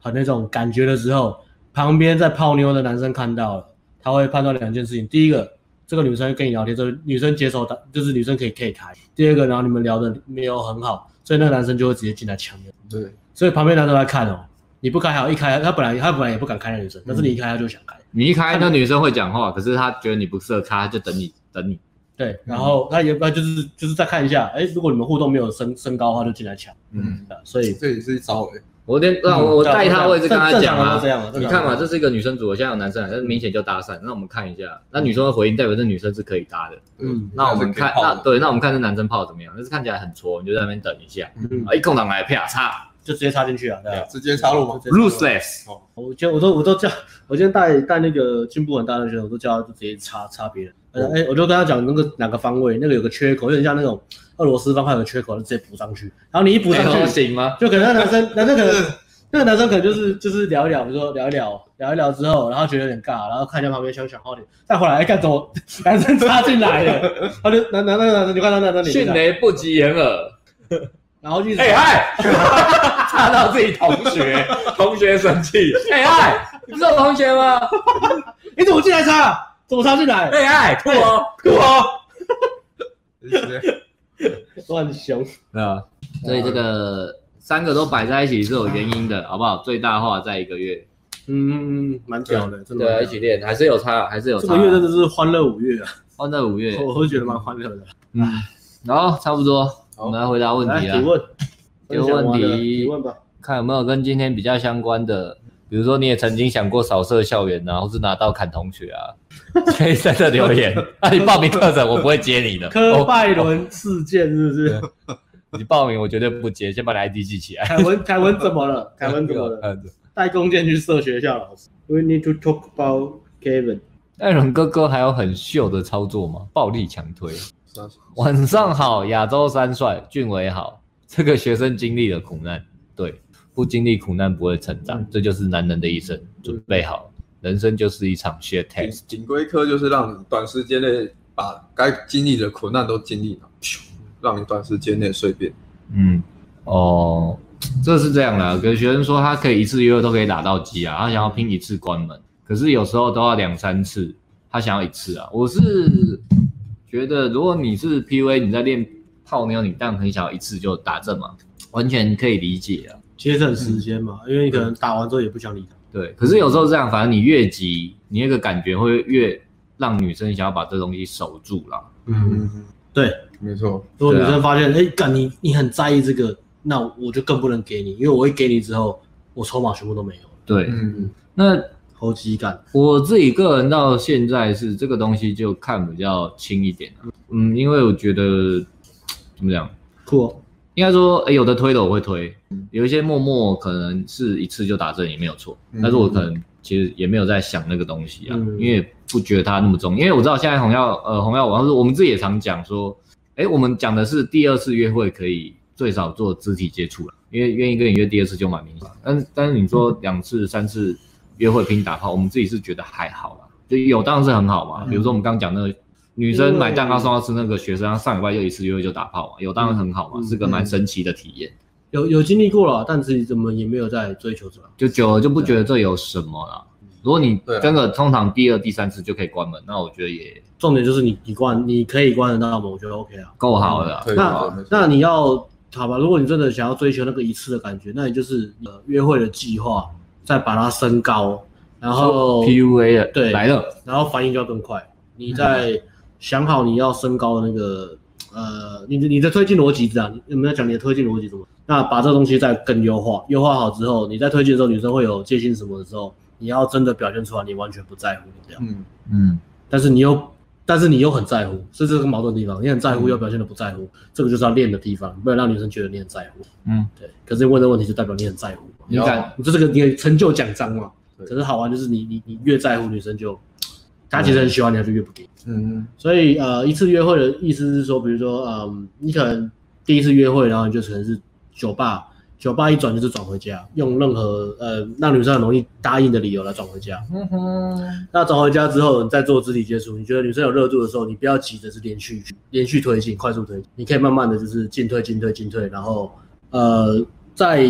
Speaker 2: 很那种感觉的时候，旁边在泡妞的男生看到了，他会判断两件事情：第一个，这个女生跟你聊天，这个女生接手打，就是女生可以可以开；第二个，然后你们聊的没有很好，所以那个男生就会直接进来强扭。
Speaker 3: 对，
Speaker 2: 所以旁边男生来看哦，你不开好，一开他本来他本来也不敢开那女生，但是你一开他就想开。
Speaker 1: 你一开那女生会讲话，可是她觉得你不适合她，她就等你等你，
Speaker 3: 嗯
Speaker 2: 对，然后他也不就是就是再看一下，哎，如果你们互动没有升升高的话，就进来抢。
Speaker 3: 嗯，
Speaker 2: 啊所以
Speaker 3: 这也是一招欸诶。
Speaker 1: 我连
Speaker 3: 嗯
Speaker 1: 让啊我我带她我也是跟她
Speaker 2: 嗯正
Speaker 1: 讲啊
Speaker 2: 正常人都。这样正常人
Speaker 1: 你看嘛，这是一个女生组，我现在有男生来，但是明显就搭讪。那我们看一下，那女生会回应，代表这女生是可以搭的。
Speaker 3: 对
Speaker 2: 嗯
Speaker 1: 那我们看，
Speaker 3: 还是可以泡
Speaker 1: 那
Speaker 3: 的
Speaker 1: 对，那我们看这男生泡怎么样？但是看起来很挫，我们就在那边等一下。
Speaker 2: 嗯
Speaker 1: 啊，一空档来啪嚓
Speaker 2: 就直接插进去啊，对吧？
Speaker 3: 直接插入嘛。
Speaker 2: 直接插入
Speaker 1: ，ruthless。
Speaker 2: 我今天我都我都叫，我今天带带那个进步很大的学生，我都叫他就直接插插别人。哎、哎我就跟他讲那个哪个方位，那个有个缺口，有点像那种俄罗斯方块有个缺口，就直接补上去。然后你一补上
Speaker 1: 哎
Speaker 2: 去，
Speaker 1: 行吗？
Speaker 2: 就可能那男 生，男生可能那个男生可能就是就是聊一聊，比如说聊一聊聊一聊之后，然后觉得有点尬，然后看一下旁边想想好点，再回来哎干什么？ 男生插进来了，他就男男那个男生就看到那那里，
Speaker 1: 迅雷不及掩耳。
Speaker 2: 然后就一直
Speaker 4: 哎嗨，插到自己同学，同学生气了。哎嗨，你是我同学吗？
Speaker 2: 你怎么进来插啊？怎么插进来？
Speaker 4: 哎嗨，酷哦，酷哦。
Speaker 3: 直接
Speaker 2: 都很凶。
Speaker 1: 对啊，所以这个三个都摆在一起是有原因的，好不好？最大化在一个月，
Speaker 2: 嗯，蛮屌的，真的
Speaker 1: 对啊，
Speaker 2: 蛮屌的。
Speaker 1: 一起练还是有差，还是有差。
Speaker 2: 这个月真的是欢乐五月啊，
Speaker 1: 放在哦五月，
Speaker 2: 我会觉得蛮欢乐的。
Speaker 1: 嗯，好，差不多，我们来回答问
Speaker 2: 来
Speaker 1: 题啊
Speaker 2: 哎提。问，
Speaker 1: 有问题
Speaker 2: 分享完了提问哦吧。
Speaker 1: 看有没有跟今天比较相关的，比如说你也曾经想过扫射校园啊，或是拿刀砍同学啊， 可以在这留言。 那、你报名课程我不会接你的，
Speaker 2: 科
Speaker 1: 我
Speaker 2: 拜伦事件是不是？
Speaker 1: 你报名我绝对不接，先把你 ID 记起来。
Speaker 2: 凯文，凯文怎么 了？凯文怎么了？
Speaker 1: 嗯
Speaker 2: 带弓箭去射学校老师。We need to talk about Kevin。
Speaker 1: 艾伦哥哥还有很秀的操作吗？暴力强推。
Speaker 3: 三十
Speaker 1: 晚上好，亚洲三帅，俊伟好。这个学生经历了苦难，对，不经历苦难不会成
Speaker 2: 嗯
Speaker 1: 长，这就是男人的一生。准备好，人生就是一场 shit
Speaker 2: 哎
Speaker 3: 警
Speaker 1: test。
Speaker 3: 警规科就是让你短时间内把该经历的苦难都经历了，
Speaker 2: 嗯
Speaker 3: 让你短时间内蜕变。
Speaker 1: 嗯，哦，这是这样啦。给学生说他可以一次约都可以打到鸡啊，他想要拼一次关门，可是有时候都要两三次，他想要一次啊。我是觉得，如果你是 PUA，你在练泡妞，你当然很想要一次就打正嘛，完全可以理解啊。
Speaker 2: 节省时间嘛，因为你可能打完之后也不想理他。
Speaker 1: 对，可是有时候这样，反正你越急，你那个感觉会越让女生想要把这东西守住啦。
Speaker 2: 嗯，
Speaker 3: 嗯，
Speaker 2: 对。
Speaker 3: 没错，
Speaker 2: 如果女
Speaker 1: 对啊
Speaker 2: 生发现，哎、干你你很在意这个，那我就更不能给你，因为我一给你之后，我筹码全部都没有了，
Speaker 1: 对，
Speaker 3: 嗯，
Speaker 1: 那
Speaker 2: 猴急感。
Speaker 1: 我自己个人到现在是这个东西就看比较轻一点、啊、嗯，因为我觉得怎么讲，
Speaker 2: 酷、哦，
Speaker 1: 应该说、诶有的推的我会推，有一些默默可能是一次就打正也没有错，
Speaker 3: 嗯
Speaker 1: 但是我可能其实也没有在想那个东西啊，
Speaker 2: 嗯
Speaker 1: 因为不觉得它那么重，因为我知道现在红药呃红药丸，或者我们自己也常讲说，哎、我们讲的是第二次约会可以最少做肢体接触了，因为愿意跟你约第二次就蛮明显，但是但是你说两次三次约会拼打炮，我们自己是觉得还好啦，就有当然是很好嘛，比如说我们刚讲那个。女生买蛋糕送到吃，那个学生她上礼拜又一次约会就打炮嘛，有当然很好嘛，
Speaker 2: 嗯
Speaker 1: 是个蛮神奇的体验。
Speaker 2: 有有经历过了，但是怎么也没有在追求者。
Speaker 1: 就久了就不觉得这有什么了。如果你
Speaker 3: 对啊
Speaker 1: 真的通常第二、第三次就可以关门，那我觉得也
Speaker 2: 重点就是你你关你可以关得到吗？我觉得 OK 啊。
Speaker 1: 够好了啊。
Speaker 3: 对，
Speaker 2: 那
Speaker 3: 没错
Speaker 2: 那你要好吧，如果你真的想要追求那个一次的感觉，那你就是呃约会的计划，再把它升高，然后
Speaker 1: PUA 了，
Speaker 2: 对
Speaker 1: 来了，
Speaker 2: 然后反应就要更快。你在想好你要升高的那个呃，你的你的推进逻辑是这样，你们要讲你的推进逻辑怎么？那把这个东西再更优化，优化好之后，你在推进的时候，女生会有戒心什么的时候，你要真的表现出来，你完全不在乎这样，
Speaker 3: 嗯，
Speaker 1: 嗯，
Speaker 2: 但是你又但是你又很在乎，是这个矛盾的地方。你很在乎，又表现的不在乎，这个就是要练的地方，不能让女生觉得你很在乎。
Speaker 1: 嗯，
Speaker 2: 对。可是问的问题就代表你很在乎嘛，
Speaker 1: 你敢
Speaker 2: 你这是个你的成就奖章嘛。
Speaker 3: 对
Speaker 2: 可是好玩就是你你你越在乎女生就，她其实很喜欢你，她就越不给你。
Speaker 3: 嗯
Speaker 2: 所以呃，一次约会的意思是说，比如说，嗯，你可能第一次约会，然后你就可能是酒吧，酒吧一转就是转回家，用任何呃让女生很容易答应的理由来转回家。
Speaker 1: 嗯哼，
Speaker 2: 那转回家之后，你再做肢体接触，你觉得女生有热度的时候，你不要急着是连续连续推进、快速推进，你可以慢慢的就是进退、进退、进退，然后呃，在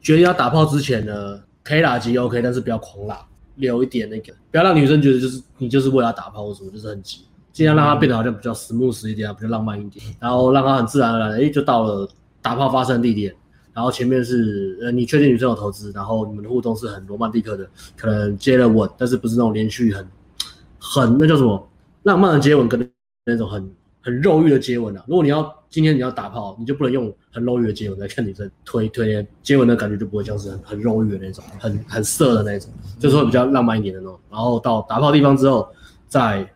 Speaker 2: 决定要打炮之前呢，可以拉急 OK，但是不要狂拉，留一点那个，不要让女生觉得就是你就是为了打炮或什么，就是很急，尽量让她变得好像比较 smooth 一点啊，比较浪漫一点，然后让她很自然而然，哎，就到了打炮发生的地点，然后前面是呃，你确定女生有投资，然后你们的互动是很罗曼蒂克的，可能接了吻，但是不是那种连续很很那叫什么浪漫的接吻，跟那种很很肉欲的接吻啊。如果你要今天你要打炮，你就不能用很肉欲的接吻来看女生推推接吻的感觉，就不会像是很很肉欲的那种，很很色的那种，就是会比较浪漫一点的那种。然后到打炮地方之后，再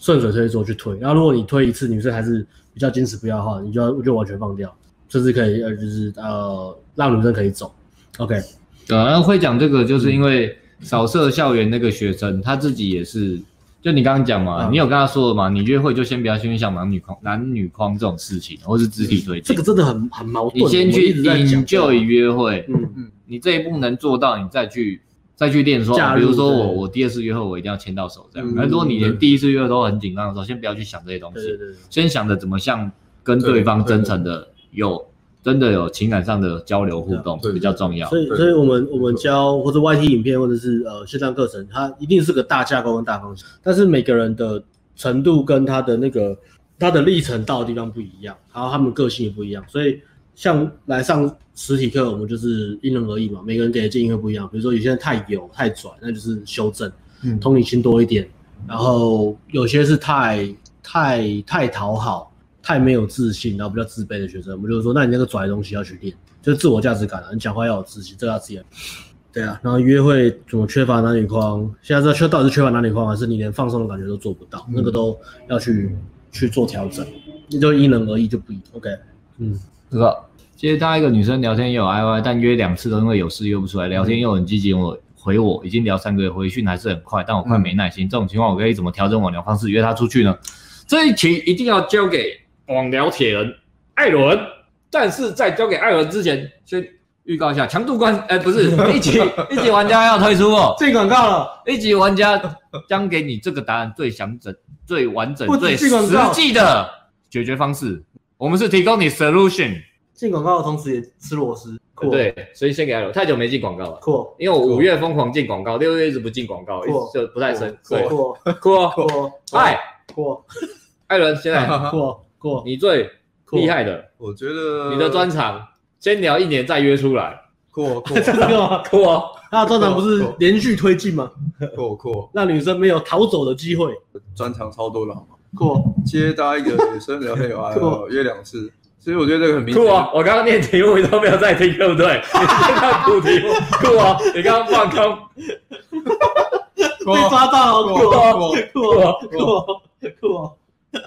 Speaker 2: 顺水推舟去推。然后如果你推一次，女生还是比较坚持不要的话，你就要就完全放掉。甚至可以呃，就是呃，让女生可以走。OK，
Speaker 1: 对啊，然后会讲这个，就是因为扫射校园那个学生，他自己也是，就你刚刚讲嘛，
Speaker 2: 嗯
Speaker 1: 你有跟他说了嘛，你约会就先不要先想男女框男女框这种事情，或是肢体推
Speaker 2: 这
Speaker 1: 进
Speaker 2: 个，真的很很矛盾。
Speaker 1: 你先去
Speaker 2: 引
Speaker 1: enjoy 约会，
Speaker 2: 嗯，
Speaker 3: 嗯
Speaker 1: 你这一步能做到，你再去再去练说，哦
Speaker 2: 加入
Speaker 1: 比如说我
Speaker 2: 对
Speaker 1: 我第二次约会我一定要牵到手这样
Speaker 2: 嗯。
Speaker 1: 那、如果你连
Speaker 2: 对
Speaker 1: 第一次约会都很紧张的时候，先不要去想这些东
Speaker 2: 对对
Speaker 1: 西，
Speaker 2: 对，对
Speaker 1: 先想着怎么像跟对方真诚的有真的有情感上的交流互动
Speaker 3: 对对
Speaker 1: 比较重要
Speaker 2: 啊所。以
Speaker 3: 对
Speaker 2: 所以我们我们教或者 YT 影片或者是呃线上课程，它一定是个大架构跟大方向，但是每个人的程度跟他的那个他的历程到的地方不一样，然后他们个性也不一样，所以像来上实体课，我们就是因人而异嘛，每个人给的建议会不一样。比如说有些人太油太拽，那就是修正，
Speaker 3: 嗯
Speaker 2: 同理心多一点。然后有些是太太太讨好，太没有自信，然后比较自卑的学生，我们就是说，那你那个拽的东西要去练，就是自我价值感啊，你讲话要有自信，这个要自己来。对啊，然后约会怎么缺乏男女框？现在这缺到底是缺乏男女框，还是你连放松的感觉都做不到？那个都要去去做调整，那就因人而异，就不一。OK，嗯，
Speaker 1: 这个接他一个女生聊天也有 IY，但约两次都因为有事约不出来，聊天又很积极，我回我已经聊三个月，回讯还是很快，但我快没耐心。这种情况我可以怎么调整网聊方式约她出去呢？
Speaker 4: 这一题一定要交给网聊铁人艾伦，但是在交给艾伦之前，先预告一下强度关，哎、不是一级一级玩家要推出哦，
Speaker 2: 进广告了。
Speaker 4: 一级玩家将给你这个答案最详整、最完整
Speaker 2: 不、
Speaker 4: 最
Speaker 2: 止
Speaker 4: 实
Speaker 2: 进广告
Speaker 4: 际的解决方式。我们是提供你 solution，
Speaker 2: 进广告的同时也吃螺丝，酷，
Speaker 4: 对，所以先给艾伦，太久没进广告了。
Speaker 2: 酷，
Speaker 4: 因为我五月疯狂进广告，六月一直不进广告，一直
Speaker 2: 酷
Speaker 4: 就不太深。
Speaker 2: 酷
Speaker 4: 对，
Speaker 2: 酷
Speaker 4: 酷 哦！
Speaker 2: 酷
Speaker 4: 哎，
Speaker 2: 酷
Speaker 4: 艾伦，现在
Speaker 2: 酷酷
Speaker 4: 你最
Speaker 2: 酷，
Speaker 4: 厉害的，
Speaker 3: 哎我觉得
Speaker 4: 你的专长，先聊一年再约出来。
Speaker 3: 扩扩
Speaker 2: 这个吗？
Speaker 4: 酷哦！
Speaker 2: 他的专长不是连续推进吗？
Speaker 3: 扩扩
Speaker 2: 让女生没有逃走的机会。
Speaker 3: 专长超多了，好吗？
Speaker 2: 酷，
Speaker 3: 接搭一个女生聊天有爱，
Speaker 2: 酷
Speaker 3: 约两次，所以我觉得这个很明
Speaker 4: 酷
Speaker 3: 显。
Speaker 4: 哦！我刚刚念题目你都没有在听，对 不对？你看酷题目，酷哦！你刚刚放空，
Speaker 3: 酷
Speaker 2: 被
Speaker 3: 哦
Speaker 2: 抓到了，
Speaker 3: 酷
Speaker 2: 酷
Speaker 3: 哦酷哦
Speaker 2: 酷酷酷！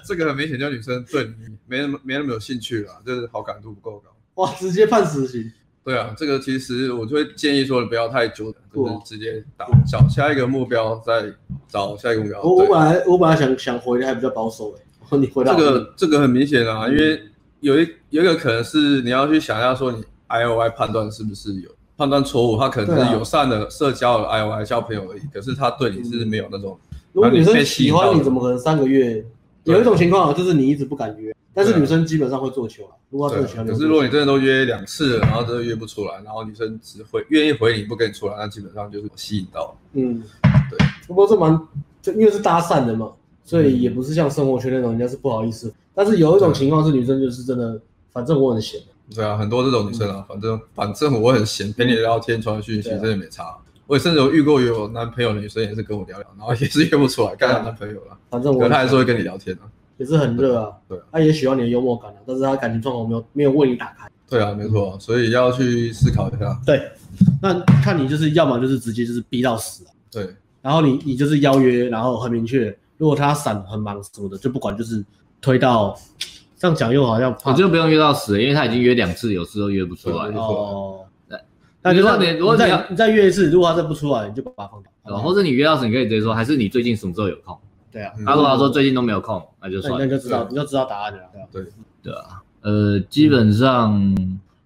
Speaker 3: 这个很明显，就女生对你没那么没那么有兴趣啦，就是好感度不够高。
Speaker 2: 哇，直接判死刑。
Speaker 3: 对
Speaker 2: 嗯
Speaker 3: 啊，这个其实我就会建议说，你不要太纠结，
Speaker 2: 酷
Speaker 3: 就
Speaker 2: 哦
Speaker 3: 是直接打找下一个目标，再找下一个目标。
Speaker 2: 我我
Speaker 3: 哦对
Speaker 2: 本来我本来想想回的还比较保守哎，我 说你回到嗯
Speaker 3: 这个这个很明显啊，因为有一有一个可能是你要去想一下说你 I O I 判断是不是有判断错误，他可
Speaker 2: 对
Speaker 3: 能
Speaker 2: 啊
Speaker 3: 是友善的社交的 I O I 交朋友而已，可是他对你啊是没有那种，
Speaker 2: 如果女生喜欢你，怎么可能三个月？
Speaker 3: 对
Speaker 2: 有一种情况啊，就是你一直不敢约，但是
Speaker 3: 对啊
Speaker 2: 女生基本上会做球啊。如果她
Speaker 3: 对
Speaker 2: 真
Speaker 3: 啊
Speaker 2: 的喜欢你，
Speaker 3: 可是如果你真的都约两次了，然后真的约不出来，然后女生只会愿意回你不跟你出来，那基本上就是吸引到。
Speaker 2: 嗯，
Speaker 3: 对。嗯
Speaker 2: 不过这蛮，就因为是搭讪的嘛，所以也不是像生活圈那种人家是不好意思。但是有一种情况是女生就是真的，反正我很闲，
Speaker 3: 对啊，很多这种女生啊，反正反正我很闲，陪你聊天、传讯息，
Speaker 2: 对啊
Speaker 3: 真的没差。我也甚至有遇过有男朋友的女生也是跟我聊聊，然后也是约不出来，干她男朋友了，
Speaker 2: 反正我
Speaker 3: 可
Speaker 2: 很
Speaker 3: 她还
Speaker 2: 闲
Speaker 3: 是会跟你聊天啊。
Speaker 2: 也是很热啊。
Speaker 3: 对啊
Speaker 2: 她也喜欢你的幽默感啊，但是她感情状况没有没有为你打开。
Speaker 3: 对啊，没错，所以要去思考一下。
Speaker 2: 对，那看你就是要么就是直接就是逼到死啊、
Speaker 3: 对，
Speaker 2: 然后你你就是邀约，然后很明确，如果他闪很忙什么的，就不管，就是推到这样讲又好像怕
Speaker 1: 我觉得不用约到死，因为他已经约两次，有事都约不出来
Speaker 3: 对。
Speaker 2: 哦
Speaker 1: 对。
Speaker 2: 那就
Speaker 1: 你
Speaker 2: 是
Speaker 1: 说你如果你
Speaker 2: 再
Speaker 1: 要
Speaker 2: 你再约一次，如果他再不出来，你就把它放掉。
Speaker 1: 然哦后或者你约到死，你可以直接说，还是你最近什么时候有空？
Speaker 2: 对啊，
Speaker 3: 嗯
Speaker 1: 他如果他说最近都没有空，那就
Speaker 2: 那
Speaker 1: 算
Speaker 2: 你
Speaker 1: 了
Speaker 2: 那。就知道，你就知道答案了。对啊
Speaker 1: 呃，基本上，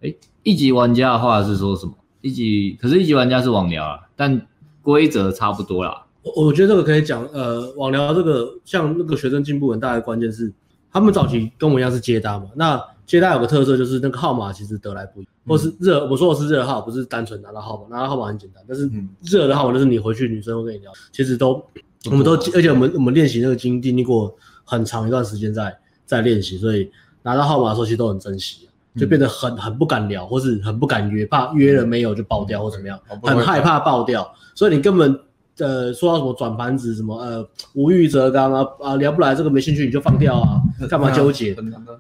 Speaker 1: 哎、一级玩家的话是说什么？一级，可是一级玩家是网聊啊，但规则差不多啦。
Speaker 2: 我我觉得这个可以讲，呃，网聊这个像那个学生进步很大的关键是，他们早期跟我一样是接单嘛，那接单有个特色就是那个号码其实得来不易，或
Speaker 3: 嗯
Speaker 2: 是热，我说的是热号，不是单纯拿到号码，拿到号码很简单，但是
Speaker 3: 嗯
Speaker 2: 热的号码就是你回去女生会跟你聊，其实都我们都，
Speaker 3: 啊
Speaker 2: 而且我们我们练习那个经经历过很长一段时间在在练习，所以拿到号码的时候其实都很珍惜。啊就
Speaker 3: 嗯
Speaker 2: 变得很很不敢聊，或是很不敢约，怕约了没有就爆掉或怎么样。
Speaker 3: 好嗯哦不容易
Speaker 2: 很害怕爆掉，所以你根本呃说到什么转盘子什么呃无欲则刚啊啊聊不来这个没兴趣你就放掉 啊，干嘛纠结？
Speaker 3: 很难的，啊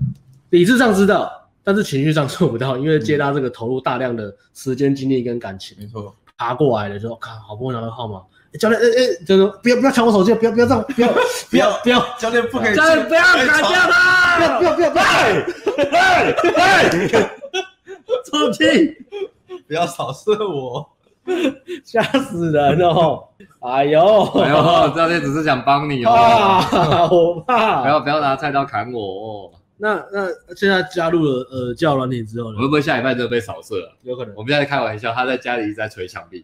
Speaker 2: 理智上知道，但是情绪上做不到，因为接搭这个投入大量的时间、精力跟感情，
Speaker 3: 没错，
Speaker 2: 爬过来了就看好不容易拿到号码，欸教练哎哎，就说不要不要抢我手机，不要不要这样，不要不要不要
Speaker 3: 教练 不可以
Speaker 4: 但不要打架
Speaker 2: 不
Speaker 4: 他！
Speaker 2: 要不要不要不要，
Speaker 3: 哎
Speaker 2: 出去
Speaker 3: 不要扫射我。
Speaker 2: 吓死人了哦！哎呦
Speaker 4: 哎呦，教练只是想帮你哦，
Speaker 2: 啊，我怕
Speaker 4: 不要不要拿菜刀砍我哦，
Speaker 2: 那那现在加入了呃教软体之后
Speaker 4: 我
Speaker 2: 呢
Speaker 3: 嗯
Speaker 4: 会，不会下礼拜就被扫射啊？
Speaker 2: 有可能
Speaker 4: 我们现在开玩笑，他在家里一直在捶墙 壁。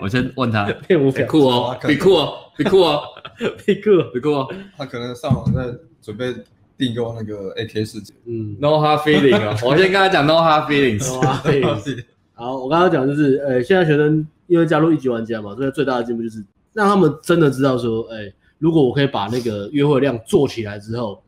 Speaker 4: 我先问他，
Speaker 2: 配
Speaker 3: 哎
Speaker 2: 无
Speaker 4: 欸
Speaker 2: 表
Speaker 4: 酷哦，比酷哦，比酷哦，
Speaker 2: 配个，
Speaker 4: 比酷哦
Speaker 3: 他可能上网在准备订购那个 AK 世界。
Speaker 2: 嗯，
Speaker 4: ，no hard feeling 哦， 我先跟他讲 no hard feelings。
Speaker 2: 哇嘿好，我刚刚讲就是呃，现在学生因为加入一级玩家嘛，所以最大的进步就是让他们真的知道说，哎、如果我可以把那个约会量做起来之后，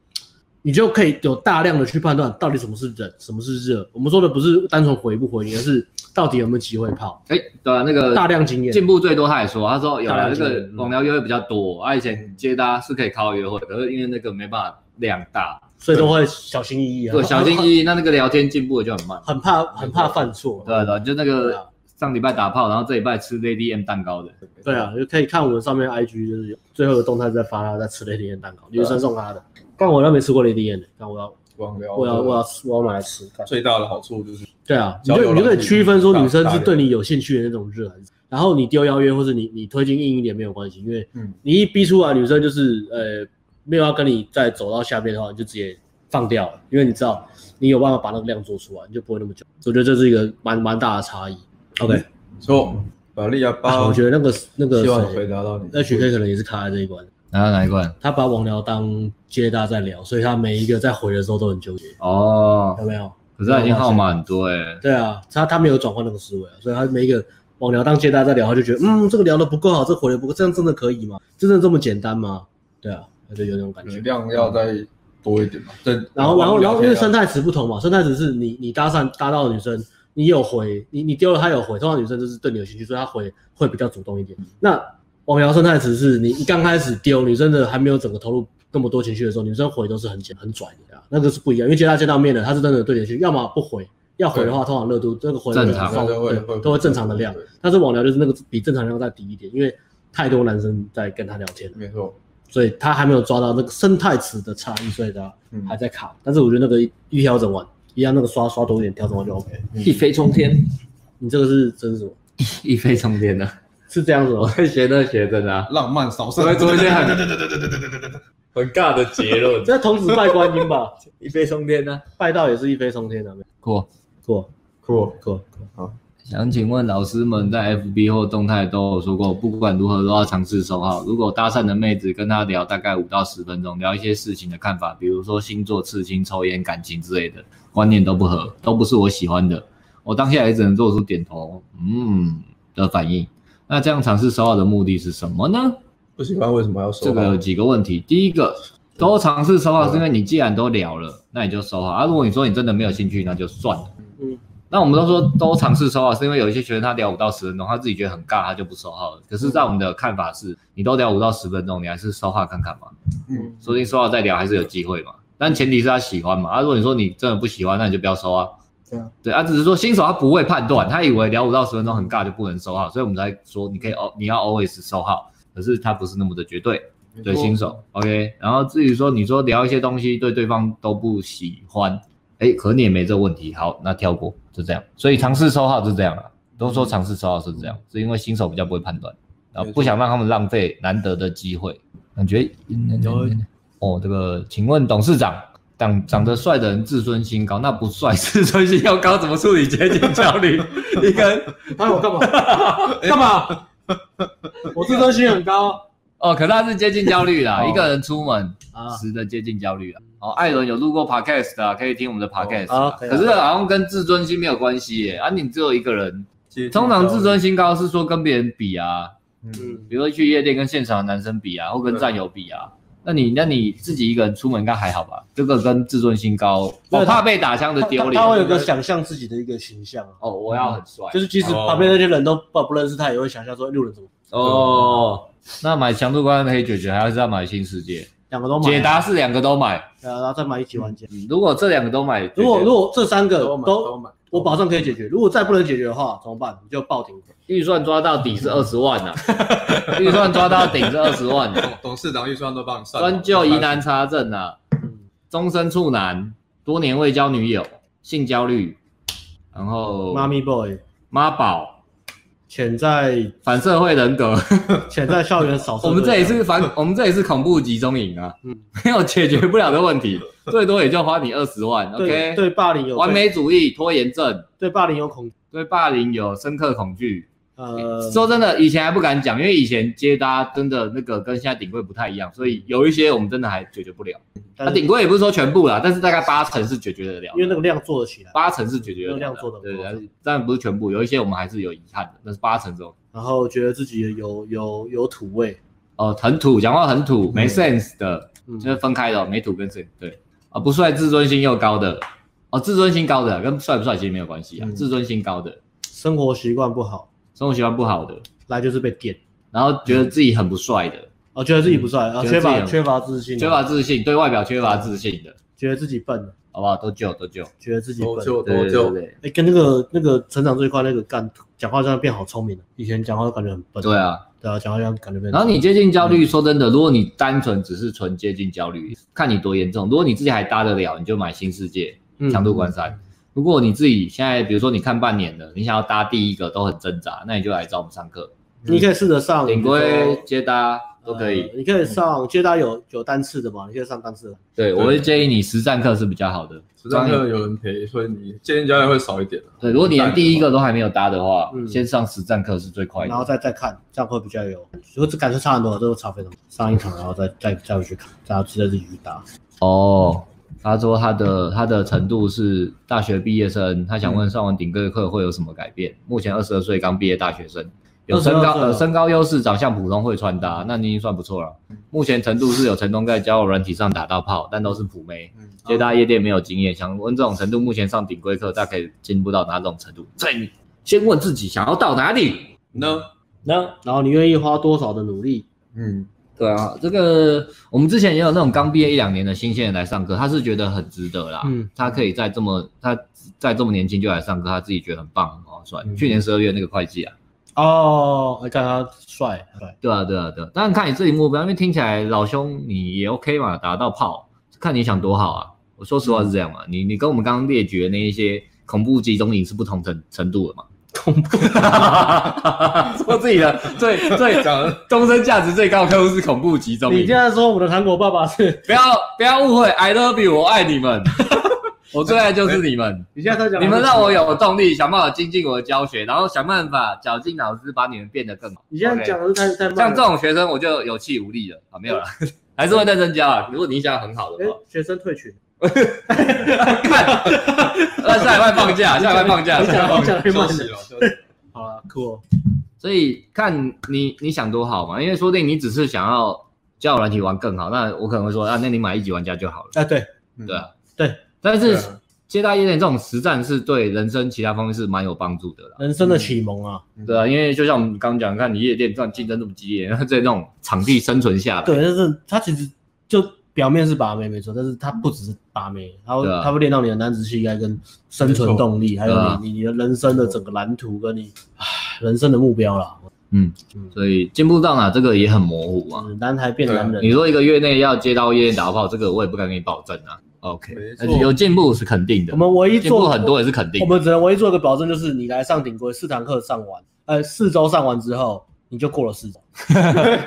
Speaker 2: 你就可以有大量的去判断到底什么是冷，什么是热。我们说的不是单纯回不回你，而是到底有没有机会泡。
Speaker 1: 哎，对啊，那个
Speaker 2: 大量经验，
Speaker 1: 进步最多，他也说，他说有
Speaker 2: 大
Speaker 1: 了
Speaker 2: 量
Speaker 1: 这
Speaker 2: 经验
Speaker 1: 个网聊约会比较多，啊，以前接搭是可以靠约会，可是因为那个没办法量大，
Speaker 2: 所以都会小心翼翼啊，
Speaker 1: 对，小心翼翼，那那个聊天进步的就很慢。
Speaker 2: 很怕很怕犯错。
Speaker 1: 对啊对啊，就那
Speaker 2: 对
Speaker 1: 个
Speaker 2: 啊
Speaker 1: 上礼拜打炮，然后这礼拜吃 Lady M 蛋糕的，
Speaker 2: 对啊，就可以看我们上面 IG，就是最后的动态在发他在吃雷迪燕蛋糕，女生送他的。但我都没吃过雷迪燕的，但我要
Speaker 3: 网聊
Speaker 2: 我要我
Speaker 3: 的
Speaker 2: 要我要买来吃。干
Speaker 3: 最大的好处就是
Speaker 2: 对啊，你
Speaker 3: 交友
Speaker 2: 就你就可
Speaker 3: 软
Speaker 2: 以
Speaker 3: 体
Speaker 2: 区分说
Speaker 3: 大
Speaker 2: 女生
Speaker 3: 大
Speaker 2: 是
Speaker 3: 量
Speaker 2: 对你有兴趣的那种热，还是然后你丢邀约或是你你推进硬一点没有关系，因为
Speaker 3: 嗯
Speaker 2: 你一逼出来，女生就是呃没有要跟你再走到下面的话，你就直接放掉了，因为你知道你有办法把那个量做出来，你就不会那么久。我觉得这是一个蛮蛮大的差异。OK，、
Speaker 3: 说法利亚
Speaker 2: 啊、
Speaker 3: 巴，
Speaker 2: 我觉得那个那个
Speaker 3: 希望有
Speaker 2: 谁
Speaker 3: 回答到你。
Speaker 2: HK 可能也是卡在这一关，
Speaker 1: 拿啊到哪一罐？
Speaker 2: 他把网聊当接搭在聊，所以他每一个在回的时候都很纠结，
Speaker 1: 哦，
Speaker 2: 有没有？
Speaker 1: 可是他已经号码很多哎，
Speaker 2: 对啊，他他没有转换那个思维啊，所以他每一个网聊当接搭在聊，他就觉得嗯，这个聊的不够好，这个回的不够，这样真的可以吗？真的这么简单吗？对啊，他就有那种感觉。
Speaker 3: 量要再
Speaker 1: 嗯
Speaker 3: 多一点嘛。对，
Speaker 2: 然后，然后，
Speaker 1: 啊
Speaker 2: 然后因为生
Speaker 3: 态
Speaker 2: 态池不同嘛，生态池是你你搭讪搭到的女生，你有回，你你丢了她有回，通常女生就是对你有兴趣，所以她回会比较主动一点。
Speaker 1: 嗯
Speaker 2: 那网聊生态池是你一刚开始丢，女生的还没有整个投入那么多情绪的时候，女生回都是很简很拽的啊，那个是不一样。因为接搭见到面的，她是真的对你有兴趣，要么不回，要回的话，通常热度那个回的
Speaker 1: 正常
Speaker 2: 放
Speaker 3: 会
Speaker 2: 对
Speaker 3: 会
Speaker 2: 都会正常的量
Speaker 3: 对，
Speaker 2: 但是网聊就是那个比正常量再低一点，因为太多男生在跟她聊天了。
Speaker 3: 没错，
Speaker 2: 所以他还没有抓到那个生态池的差异，所以他
Speaker 3: 嗯
Speaker 2: 还在卡。但是我觉得那个一一调整完，一样那个刷刷多一点，调整完就 OK。
Speaker 1: 嗯一飞冲天，
Speaker 2: 你这个是真是什么？
Speaker 1: 一飞冲天的，
Speaker 2: 是这样子
Speaker 1: 我
Speaker 2: 吗？
Speaker 1: 会学那学真的啊，
Speaker 3: 浪漫扫射
Speaker 1: 我会做一些很
Speaker 4: 很尬的结论。
Speaker 2: 这童子拜观音吧，
Speaker 1: 一飞冲天啊呢。
Speaker 2: 拜到也是一飞冲天的，
Speaker 1: 过，
Speaker 2: 过
Speaker 3: 酷。
Speaker 2: 过。
Speaker 1: 想请问老师们在 FB 或动态都有说过，不管如何都要尝试收号。如果搭讪的妹子跟她聊大概五到十分钟，聊一些事情的看法，比如说星座、刺青、抽烟、感情之类的，观念都不合，都不是我喜欢的，我当下也只能做出点头嗯的反应。那这样尝试收号的目的是什么呢？
Speaker 3: 不喜欢为什么要
Speaker 1: 这
Speaker 3: 收？
Speaker 1: 个有几个问题。第一个，都尝试收号是因为你既然都聊了，那你就收号啊。如果你说你真的没有兴趣，那就算了。
Speaker 2: 嗯
Speaker 1: 那我们都说都尝试收号，是因为有一些学生他聊五到十分钟，他自己觉得很尬，他就不收号了。可是，在我们的看法是，你都聊五到十分钟，你还是收号看看嘛，
Speaker 3: 嗯，
Speaker 1: 说不定收号再聊还是有机会嘛。但前提是他喜欢嘛。啊，如果你说你真的不喜欢，那你就不要收啊。
Speaker 2: 对啊，
Speaker 1: 对啊，只是说新手他不会判断，他以为聊五到十分钟很尬就不能收号，所以我们才说你可以哦，你要 always 收号，可是他不是那么的绝对。对新手，OK。然后至于说你说聊一些东西对对方都不喜欢，哎，可你也没这问题，好，那跳过，就这样。所以尝试收号是这样啊，都说尝试收号是这样，是因为新手比较不会判断，然后不想让他们浪费难得的机会。感觉嗯哦，这个，请问董事长。长长得帅的人自尊心高，那不帅 自尊心要高，怎么处理接近焦虑？ 一个人
Speaker 2: 哎，我干 嘛？干嘛？我自尊心很高啊
Speaker 1: 哦，可他是接近焦虑啦，
Speaker 2: 哦
Speaker 1: 一个人出门
Speaker 2: 啊
Speaker 1: 时的接近焦虑啊。哦，艾伦有录过 podcast 的啊，可以听我们的 podcast
Speaker 2: 啊
Speaker 1: 啊。
Speaker 2: 可以啊
Speaker 1: 可是好像跟自尊心没有关系耶，啊，你只有一个人。通常自尊心高是说跟别人比啊，
Speaker 3: 嗯，
Speaker 1: 比如说去夜店跟现场的男生比啊，或跟战友比啊。那你那你自己一个人出门应该还好吧？这个跟自尊心高，
Speaker 2: 对
Speaker 1: 我怕被打枪的
Speaker 2: 他
Speaker 1: 丢
Speaker 2: 他
Speaker 1: 脸
Speaker 2: 他。会有个想象自己的一个形象啊，
Speaker 1: 哦，我要很帅。
Speaker 2: 就是即使
Speaker 3: 哦
Speaker 2: 旁边那些人都不不认识他，也会想象说哎路人怎么
Speaker 1: 哦，那买强度关可以解决，还是要买新世界？
Speaker 2: 两个都买啊，
Speaker 1: 解答是两个都买，
Speaker 2: 对啊，然后再买一起玩家。
Speaker 1: 嗯如果这两个都买，
Speaker 2: 如果
Speaker 1: 解决
Speaker 2: 如果这三个
Speaker 3: 都买
Speaker 2: 都
Speaker 3: 买，
Speaker 2: 我保证可以解决。如果再不能解决的话，怎么办？你就报警。
Speaker 1: 预算抓到底是二十万 呐、啊，预算抓到顶是二十万、啊，
Speaker 3: 董董事长预算都帮你算好，
Speaker 1: 专就疑难查证啊，终身处男，多年未交女友，性焦虑，然后
Speaker 2: 妈咪 boy，
Speaker 1: 妈宝，
Speaker 2: 潜在
Speaker 1: 反社会人 格，
Speaker 2: 潜在校园扫射队
Speaker 1: 我
Speaker 2: 啊。
Speaker 1: 们这也是反，我们这也是恐怖集中营啊，
Speaker 2: 嗯
Speaker 1: 没有解决不了的问题，最多也就花你二十万
Speaker 2: 对
Speaker 1: ，OK，
Speaker 2: 对霸凌有
Speaker 1: 完美主义拖延症，
Speaker 2: 对霸凌有恐
Speaker 1: 对霸凌有深刻恐惧，
Speaker 2: 呃
Speaker 1: 哎说真的，以前还不敢讲，因为以前接搭真的那个跟现在顶柜不太一样，所以有一些我们真的还解决不了。
Speaker 2: 但
Speaker 1: 那
Speaker 2: 是
Speaker 1: 顶柜也不是说全部啦，但是大概八成是解决得了
Speaker 2: 因，为那个量做得起来，
Speaker 1: 八成是解决得
Speaker 2: 那
Speaker 1: 了
Speaker 2: 量做得不
Speaker 1: 对，
Speaker 2: 错
Speaker 1: 但是当然不是全部，有一些我们还是有遗憾的，但是八成中。
Speaker 2: 然后觉得自己有有有土味，
Speaker 1: 哦，很土，讲话很土，没 sense 的，
Speaker 2: 嗯
Speaker 1: 就是分开的哦，没土跟 sense。对，啊，不帅自尊心又高的，哦，自尊心高的跟帅不帅其实没有关系啊，
Speaker 2: 嗯
Speaker 1: 自尊心高的，
Speaker 2: 生活习惯不好，
Speaker 1: 生活习惯不好的，
Speaker 2: 来就是被电，
Speaker 1: 然后觉得自己很不帅的，
Speaker 2: 哦，觉得自己不帅，啊，
Speaker 1: 嗯觉得自己
Speaker 2: 缺乏
Speaker 1: 很
Speaker 2: 缺乏自信，啊
Speaker 1: 缺乏，自信，对外表缺乏自信的，
Speaker 2: 觉得自己笨，
Speaker 1: 好不好？都救都救，
Speaker 2: 觉得自己
Speaker 3: 多
Speaker 2: 笨。
Speaker 3: 久
Speaker 1: 对
Speaker 3: 多
Speaker 1: 对
Speaker 3: 久
Speaker 1: 对？对，
Speaker 2: 哎、跟那个那个成长最快那个干，讲话这样变好聪明了。以前讲话都感觉很笨，
Speaker 1: 对啊。
Speaker 2: 对啊，讲话这样感觉变。
Speaker 1: 然后你接近焦
Speaker 3: 嗯
Speaker 1: 虑，说真的，如果你单纯只是纯接近焦虑，看你多严重。如果你自己还搭得了，你就买新世界
Speaker 2: 嗯
Speaker 1: 强度关山。如果你自己现在，比如说你看半年了，你想要搭第一个都很挣扎，那你就来找我们上课，
Speaker 2: 你可以试着
Speaker 3: 哦
Speaker 2: 上
Speaker 1: 顶
Speaker 2: 比如
Speaker 1: 规
Speaker 2: 说
Speaker 1: 接搭都可以。
Speaker 3: 嗯
Speaker 1: 嗯
Speaker 2: 呃你可以上，接大家有有单次的嘛，你可以上单次的。
Speaker 1: 对，我会建议你实战课是比较好的。
Speaker 3: 实战课有人陪，所以你建议教练会少一点啊
Speaker 1: 对，如果你连第一个都还没有搭的话，
Speaker 2: 嗯
Speaker 1: 先上实战课是最快
Speaker 2: 然后
Speaker 1: 的。
Speaker 2: 再再看，这样会比较有，如果这感受差很多，这个差非常多。上一场，然后再再再回去看，然后记得自己去打。
Speaker 1: 哦，他说他的他的程度是大学毕业生，他想问上完顶规课会有什么改变？目前二十二岁刚毕业大学生，有身高
Speaker 2: 22岁
Speaker 1: 呃
Speaker 2: 了
Speaker 1: 身高优势，长相普通，会穿搭，那你已经算不错了。目前程度是有成功在交友软体上打到炮，但都是普妹。
Speaker 3: 嗯
Speaker 1: 接搭夜店没有经验，想问这种程度，目前上顶规课大概可以进步到哪种程度？在你先问自己想要到哪里。
Speaker 3: 呢？
Speaker 2: 那然后你愿意花多少的努力？
Speaker 3: 嗯，
Speaker 1: 对啊，这个我们之前也有那种刚毕业一两年的新鲜人来上课，他是觉得很值得啦。
Speaker 2: 嗯
Speaker 1: 他可以在这么他在这么年轻就来上课，他自己觉得很棒，很划算。
Speaker 2: 嗯
Speaker 1: 去年十二月那个会计啊，
Speaker 2: 哦，看他帅，帅，
Speaker 1: 对啊，对啊，对啊。当然看你自己目标，因为听起来老兄你也 OK 嘛，打到炮，看你想多好啊。我说实话是这样嘛，你你跟我们刚刚列举的那一些恐怖集中营是不同程程度的嘛。恐怖， 说自己的最最
Speaker 3: 讲得
Speaker 1: 终身价值最高的客户是恐怖集中营。
Speaker 2: 你现在说我们的韩国爸爸是？
Speaker 1: 不要不要误会，I love you，我爱你们， 我最爱就是你们，
Speaker 2: 你现在在讲
Speaker 1: 你们让我有动力，想办法精进我的教学，然后想办法绞尽脑汁把你们变得更好。
Speaker 2: 你现在
Speaker 1: OK
Speaker 2: 讲的是太太慢了。
Speaker 1: 像这种学生我就有气无力了啊，没有了， 还是会认真教啊。如果你想很好的
Speaker 2: 哎
Speaker 1: 话，，
Speaker 2: 学生退群，
Speaker 1: 看， 那下礼拜放 假，下礼拜放假，
Speaker 2: 你
Speaker 1: 下礼拜
Speaker 2: 讲
Speaker 1: 放
Speaker 2: 你
Speaker 1: 假。
Speaker 2: 讲太慢
Speaker 3: 休息
Speaker 2: 了。
Speaker 3: 了，休息
Speaker 2: 好了，酷哦。
Speaker 1: 所以看你你想多好嘛，因为说不定你只是想要教我软体玩更好，那我可能会说啊，那你买一级玩家就好了。
Speaker 2: 啊，对，
Speaker 3: 嗯
Speaker 1: 对啊，
Speaker 2: 对。
Speaker 1: 但
Speaker 3: 对
Speaker 1: 是
Speaker 3: 啊
Speaker 1: 接待夜店这种实战是对人生其他方面是蛮有帮助的啦。
Speaker 2: 人生的启蒙啊，
Speaker 3: 嗯
Speaker 1: 对 啊，因为就像我们刚刚讲，看你夜店这样竞争这么激烈， 然后在那种场地生存下来，
Speaker 2: 对，但是他其实就表面是把妹没错，但是他不只是把妹，他会
Speaker 1: 对啊
Speaker 2: 他会练到你的男子气概跟生存动力，还
Speaker 1: 对啊
Speaker 2: 有你你的人生的整个蓝图跟你唉人生的目标啦。
Speaker 1: 嗯
Speaker 2: 嗯，
Speaker 1: 所以进步到哪这个也很模糊嘛。
Speaker 2: 嗯男孩变男
Speaker 1: 你
Speaker 2: 人，
Speaker 1: 说一个月内要接到夜店打炮，这个我也不敢给你保证啊。OK，
Speaker 3: 没错
Speaker 1: 但是有进步是肯定的
Speaker 2: 我，们唯一
Speaker 1: 进步
Speaker 2: 做
Speaker 1: 很多也是肯定
Speaker 2: 我
Speaker 1: 的。
Speaker 2: 们只能唯一做一个保证，就是你来上顶规四堂课上完，呃，四周上完之后，你就过了四周。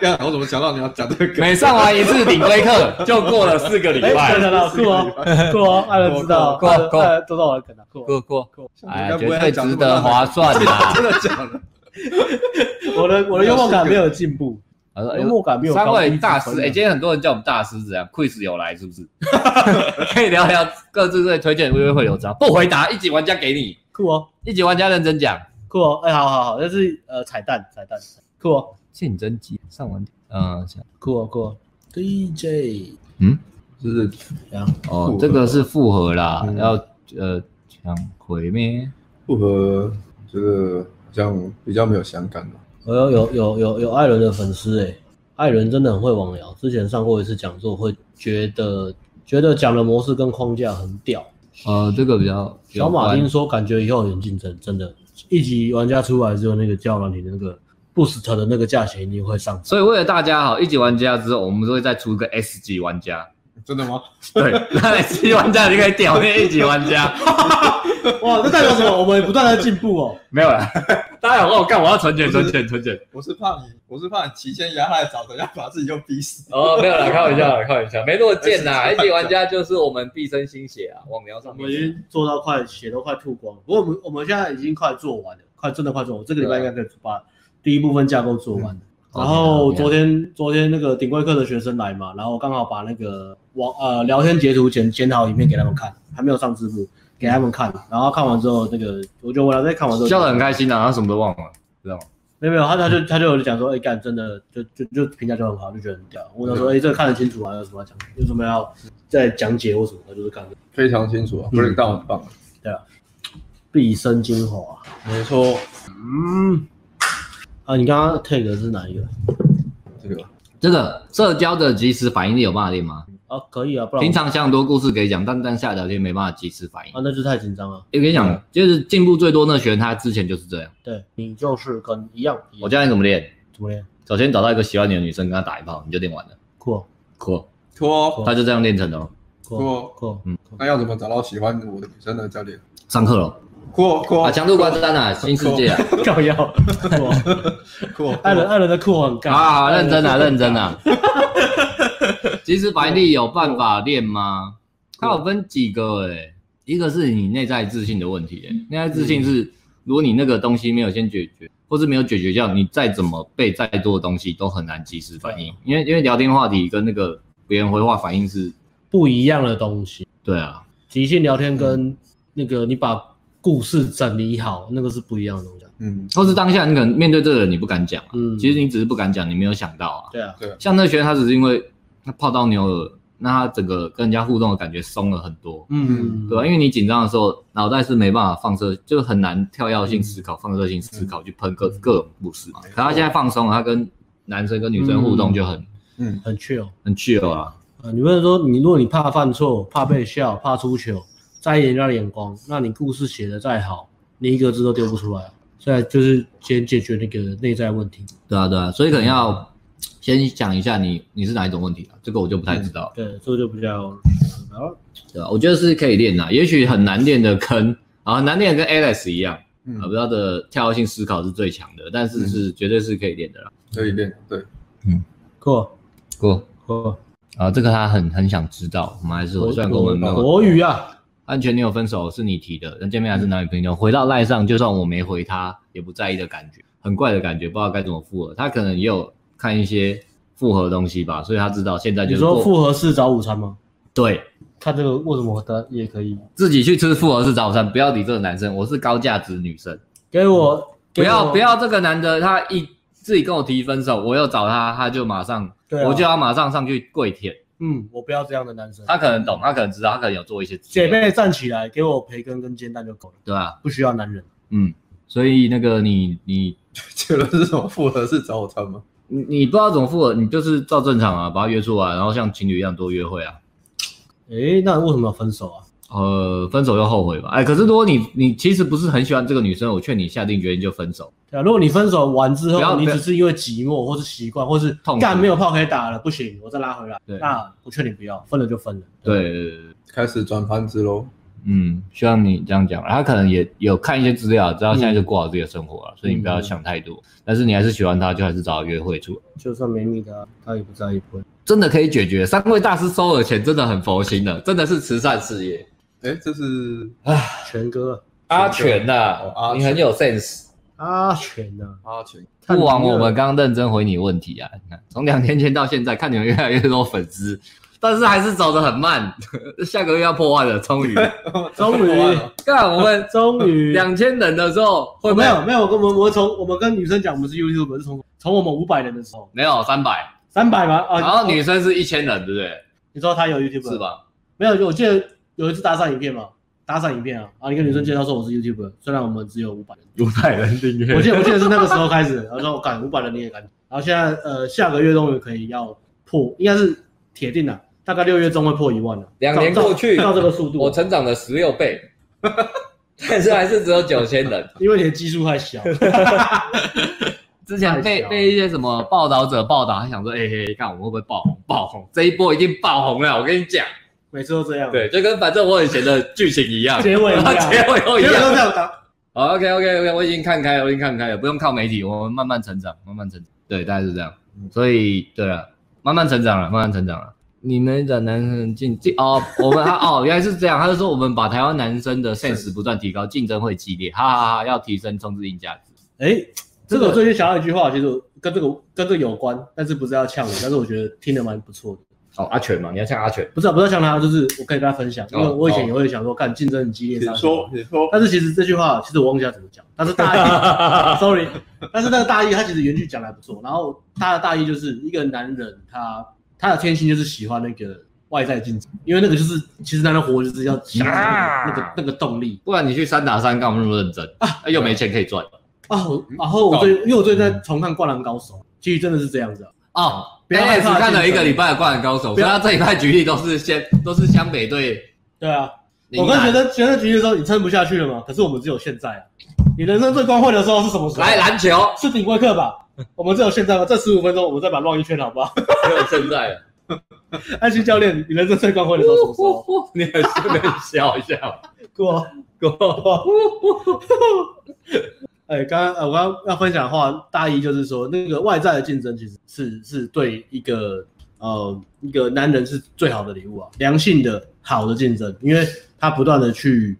Speaker 3: 干我怎么想到你要讲这个？
Speaker 1: 每上完一次顶规课，就过了四个礼
Speaker 2: 哎，
Speaker 1: 拜。
Speaker 2: 真的啦，酷哦，酷哦，爱人知道，
Speaker 1: 酷酷酷
Speaker 2: 爱人都知道我的梗了，酷哦。
Speaker 1: 过过，哎
Speaker 3: 应该
Speaker 1: 呀，
Speaker 3: 不
Speaker 1: 绝
Speaker 3: 会
Speaker 1: 对
Speaker 3: 讲
Speaker 1: 值
Speaker 3: 这么
Speaker 1: 得
Speaker 3: 烂的
Speaker 1: 划算 啦。
Speaker 3: 真的假的？
Speaker 2: 我的我的幽默感没有进步，
Speaker 1: 他说哎
Speaker 2: 幽默感没有高
Speaker 1: 三
Speaker 2: 低
Speaker 1: 位
Speaker 2: 之
Speaker 1: 大
Speaker 2: 分
Speaker 1: 师，哎、
Speaker 2: 啊
Speaker 1: 今天很多人叫我们大师怎样？Quiz 有来是不是？ 可以聊聊各自对推荐的微微会流程，不回答一级玩家给你，
Speaker 2: 酷哦，
Speaker 1: 一级玩家认真讲。
Speaker 2: 酷哦，哎，好好好，这是呃彩蛋，彩蛋，酷哦，
Speaker 1: 竞争激上完，嗯、想
Speaker 2: 酷哦，酷哦，DJ，
Speaker 3: 就是
Speaker 1: 哦
Speaker 3: 复合，
Speaker 1: 这个是复合啦，
Speaker 2: 嗯
Speaker 1: 要呃抢回咩？
Speaker 3: 复合，觉得好像比较没有相干吧。
Speaker 2: 我有有有有有艾伦的粉丝哎，艾伦真的很会网聊，之前上过一次讲座，会觉得觉得讲的模式跟框架很屌。
Speaker 1: 呃，这个比较
Speaker 2: 小马丁
Speaker 1: 丁
Speaker 2: 说，感觉以后有点竞争，真的，一级玩家出来之后，那个教软体的那个 boost 的那个价钱一定会上涨。
Speaker 1: 所以为了大家好，一级玩家之后，我们都会再出一个 S 级玩家。
Speaker 3: 真的吗？
Speaker 1: 对，那 S 级玩家你可以屌那一级玩家，
Speaker 2: 哇，这代表什么？我们不断在进步哦。
Speaker 1: 没有啦。 大家有哦，干我要存钱，存钱，存钱。
Speaker 3: 我是怕你，我是怕你提前压太早，等下把自己又逼 死。
Speaker 1: 哦，没有啦，开玩笑啦，开玩笑，没那么贱呐。一级玩家就是我们毕生心血啊，网聊
Speaker 2: 我
Speaker 1: 上
Speaker 2: 们已
Speaker 1: 面。
Speaker 2: 经做到快血都快吐光了，不过我们我们现在已经快做完了，快真的快做完，这个礼拜应该可以把第一部分架构做完。然后昨天昨天那个顶规课的学生来嘛，然后刚好把那个网呃聊天截图剪剪好影片给他们看，还没有上字幕，给他们看。然后看完之后，那个我就问他，在看完之后
Speaker 1: 笑得很开心啊，然后什么都忘了，知道吗？
Speaker 2: 没有没有，他他就他就有讲说，哎、干真的就就就评价就很好，就觉得很屌。我想说，哎、这个看得清楚啊，有什么要讲，有什么要再讲解或什么，他就是看
Speaker 3: 非常清楚啊，break
Speaker 1: 嗯
Speaker 3: down 很棒，
Speaker 2: 毕生精华啊。
Speaker 3: 没错，
Speaker 2: 嗯，啊，你刚刚 take 的是哪一个？
Speaker 3: 这个
Speaker 1: 这个社交的及时反应力有办法练吗？
Speaker 2: 啊，可以啊，不然我
Speaker 1: 平常像很多故事可以讲，但当下聊天没办法及时反应。
Speaker 2: 啊，那就太紧张了。
Speaker 1: 我跟你
Speaker 2: 啊
Speaker 1: 讲，就是进步最多那学员，他之前就是这样。
Speaker 2: 对你就是跟一样，
Speaker 1: 我教你怎么练，
Speaker 2: 怎么练？
Speaker 1: 首先找到一个喜欢你的女生，跟她打一炮，你就练完了。
Speaker 2: 酷哦
Speaker 1: 酷，
Speaker 3: 拖
Speaker 1: 他就这样练成的哦。
Speaker 2: 酷哦
Speaker 3: 拖，
Speaker 2: 酷哦，
Speaker 1: 嗯
Speaker 3: 那要怎么找到喜欢我的女生呢？教练，
Speaker 1: 上课了
Speaker 3: 拖拖
Speaker 1: 啊，强度关山啊，新世界啊，
Speaker 2: 搞要哦酷哦。
Speaker 3: 拖，
Speaker 2: 艾伦，艾伦的酷很尬
Speaker 1: 啊，认真啊，认真啊。及时反应力有办法练吗？它有分几个诶、一个是你内在自信的问题、欸，内在自信是如果你那个东西没有先解决，或是没有解决掉，你再怎么背再多的东西都很难及时反应，因为因为聊天话题跟那个别人回话反应是，
Speaker 2: 不一样的东西。
Speaker 1: 对啊，
Speaker 2: 即兴聊天跟那个你把故事整理好，那个是不一样的东西。
Speaker 3: 嗯，
Speaker 1: 或是当下你可能面对这个人你不敢讲啊，
Speaker 2: 嗯
Speaker 1: 其实你只是不敢讲，你没有想到啊，
Speaker 2: 对啊，
Speaker 1: 像那学员他只是因为他泡到牛耳，那他整个跟人家互动的感觉松了很多，
Speaker 2: 嗯，
Speaker 1: 对吧、啊因为你紧张的时候，脑袋是没办法放射，就很难跳跃性思考、放射性思考去喷各各种故事嘛。可他现在放松了，他跟男生跟女生互动就很、
Speaker 3: 嗯
Speaker 2: 很 chill
Speaker 1: 很 chill 啊。
Speaker 2: 啊。你不能说你，如果你怕犯错、怕被笑、怕出糗，在意人家的眼光，那你故事写的再好，你一个字都丢不出来。现在就是先解决那个内在问题。
Speaker 1: 对啊，对啊，所以可能要先讲一下你你是哪一种问题啊，这个我就不太知道了，
Speaker 2: 对，这个就比较，然后
Speaker 1: 对吧、啊我觉得是可以练的，也许很难练的跟啊很难练的跟 Alex 一样，
Speaker 3: 嗯
Speaker 1: 啊，不知道的跳跃性思考是最强的，但是是绝对是可以练的啦。
Speaker 3: 可以练，对，
Speaker 2: 过
Speaker 1: 过
Speaker 2: 过
Speaker 1: 啊，这个他很很想知道，我们还是我虽然跟我们没有
Speaker 2: 国语啊，
Speaker 1: 安全女友分手是你提的，但见面还是男女朋友，回到赖上，就算我没回他，也不在意的感觉，很怪的感觉，不知道该怎么复合。他可能也有看一些复合的东西吧，所以他知道现在就
Speaker 2: 你
Speaker 1: 是
Speaker 2: 说
Speaker 1: 过
Speaker 2: 复合式找午餐吗？
Speaker 1: 对
Speaker 2: 看这个为什么的也可以
Speaker 1: 自己去吃复合式早餐，不要理这个男生，我是高价值女生，
Speaker 2: 给我，
Speaker 1: 不
Speaker 2: 给
Speaker 1: 要
Speaker 2: 我
Speaker 1: 不要这个男的他一自己跟我提分手，我又找他，他就马上、
Speaker 2: 对啊
Speaker 1: 我就要马上上去跪舔，
Speaker 2: 嗯，我不要这样的男生。
Speaker 1: 他可能懂，他可能知道，他可能有做一些
Speaker 2: 姐妹站起来，给我培根跟煎蛋就够了，
Speaker 1: 对吧、
Speaker 2: 不需要男人。
Speaker 1: 嗯，所以那个你你
Speaker 3: 结论是什么？复合是找我穿吗？
Speaker 1: 你你不知道怎么复合，你就是照正常啊，把他约出来，然后像情侣一样多约会啊。
Speaker 2: 诶、那为什么要分手啊？
Speaker 1: 呃，分手又后悔吧？哎，可是如果你你其实不是很喜欢这个女生，我劝你下定决心就分手。
Speaker 2: 对啊，如果你分手完之
Speaker 1: 不要
Speaker 2: 后，你
Speaker 1: 不要
Speaker 2: 只是因为寂寞，或是习惯，或是
Speaker 1: 痛苦
Speaker 2: 干没有炮可以打了，不行，我再拉回来。
Speaker 1: 对
Speaker 2: 那我劝你不要，分了就分了。
Speaker 1: 对，
Speaker 3: 开始转盘子喽，
Speaker 1: 嗯，希望你这样讲。他可能也有看一些资料，知道现在
Speaker 3: 嗯
Speaker 1: 就过好自己的生活了，所以你不要想太多。但是你还是喜欢他，就还是找他约会出来。
Speaker 2: 就算没你的，啊他也不在意，不会。
Speaker 1: 真的可以解决，三位大师收了钱真的很佛心的，真的是慈善事业。
Speaker 3: 哎，这是
Speaker 2: 全哥，
Speaker 1: 阿全呐、
Speaker 3: 哦阿全
Speaker 1: 你很有 sense。
Speaker 2: 阿全呐、
Speaker 3: 阿全，
Speaker 2: 啊，
Speaker 1: 不枉我们刚认真回你问题啊！你看，从两年前到现在，看你们越来越多粉丝，但是还是走得很慢。下个月要破万了，终于。
Speaker 2: 终于
Speaker 1: 看我们
Speaker 2: 终于
Speaker 1: 两千人的时候，会
Speaker 2: 我
Speaker 1: 不
Speaker 2: 没
Speaker 1: 会
Speaker 2: 有没有，我跟我们我从我们跟女生讲，我们是 YouTube，是从从我们五百人的时候，
Speaker 1: 没有三百，
Speaker 2: 三百吗？啊，
Speaker 1: 然后女生是一千人，对不对？
Speaker 2: 你知道他有 YouTube
Speaker 1: 是？吧？
Speaker 2: 没有，我记得有一次搭讪影片嘛，搭讪影片啊，啊，你跟女生介绍说我是 YouTuber，虽然我们只有五百人，
Speaker 1: 五百人订阅
Speaker 2: 我记得我记得是那个时候开始，然后说我敢五百人你也敢，然后现在呃下个月终于可以要破，应该是铁定了，大概六月中会破一万了。
Speaker 1: 两年
Speaker 2: 照
Speaker 1: 过去
Speaker 2: 照照这个速度，啊
Speaker 1: 我成长了十六倍，但是还是只有九千人。
Speaker 2: 因为你的基数太小，
Speaker 1: 之前
Speaker 2: 太
Speaker 1: 被
Speaker 2: 小了
Speaker 1: 被一些什么报道者报道，还想说，哎、嘿嘿，看我们会不会爆红？爆红，这一波已经爆红了，我跟你讲。
Speaker 2: 每次都这样，，
Speaker 1: 对，就跟反正我以前的剧情一 样，
Speaker 2: 结尾一样
Speaker 1: 结尾都一
Speaker 2: 每次都
Speaker 1: 样。
Speaker 2: 这样打。
Speaker 1: 好，OK OK OK，我已经看开了，我已经看开了，不用靠媒体，我们慢慢成长，慢慢成长。对，大概是这样。所以，对了，慢慢成长了，慢慢成长了。你们的男生竞竞哦，我们他 哦，原来是这样，他就说我们把台湾男生的 sense 不断提高，竞争会激烈，哈哈哈要提升冲刺性价值。
Speaker 2: 哎，
Speaker 1: 这
Speaker 2: 这个
Speaker 1: 个
Speaker 2: 我最近想到一句话，其实我跟这个跟这个有关，但是不是要呛我，但是我觉得听得蛮不错的。
Speaker 1: 哦，阿全嘛，你要像阿全，
Speaker 2: 不是、啊、不是像他，就是我可以跟他分享，因为
Speaker 1: 哦
Speaker 2: 我以前也会想说，干竞争很激烈，
Speaker 3: 你
Speaker 2: 杀啊
Speaker 3: 说你说，
Speaker 2: 但是其实这句话，其实我忘记他怎么讲，但是大意，sorry，但是那个大意他其实原句讲的还不错。然后他的大意就是一个男人他他的天性就是喜欢那个外在竞争，因为那个就是其实男人活着就是要想那个、
Speaker 1: 啊
Speaker 2: 那个那个动力
Speaker 1: 不然你去三打三干嘛那么认真啊？又没钱可以赚
Speaker 2: 啊。我然后我
Speaker 3: 懂
Speaker 2: 最因为我最近在重看《灌篮高手》，其实真的是这样子、啊，
Speaker 1: 哦。
Speaker 2: 不要
Speaker 1: Alex
Speaker 2: 害怕
Speaker 1: 看了一
Speaker 2: 竞
Speaker 1: 个
Speaker 2: 争
Speaker 1: 礼拜的《灌篮高手》，
Speaker 2: 不
Speaker 1: 所以
Speaker 2: 要
Speaker 1: 他这礼拜举例都是先都是湘北队
Speaker 2: 对啊。
Speaker 1: 赢
Speaker 2: 我跟
Speaker 1: 来
Speaker 2: 学生学生局的时候，你撑不下去了吗？可是我们只有现在啊！你人生最光辉的时候是什么时候？
Speaker 1: 来篮球，
Speaker 2: 是顶规课吧？我们只有现在吧？这十五分钟我们再把它绕一圈好不好？
Speaker 1: 没有现在啊了，
Speaker 2: 安心教练，你人生最光辉的时候什么时候？
Speaker 1: 你很顺便笑一下，
Speaker 2: 过
Speaker 1: 哥，
Speaker 2: 过。哎，刚刚呃，我刚刚要分享的话，大一就是说，那个外在的竞争其实是是对一个呃一个男人是最好的礼物啊，良性的好的竞争，因为他不断的去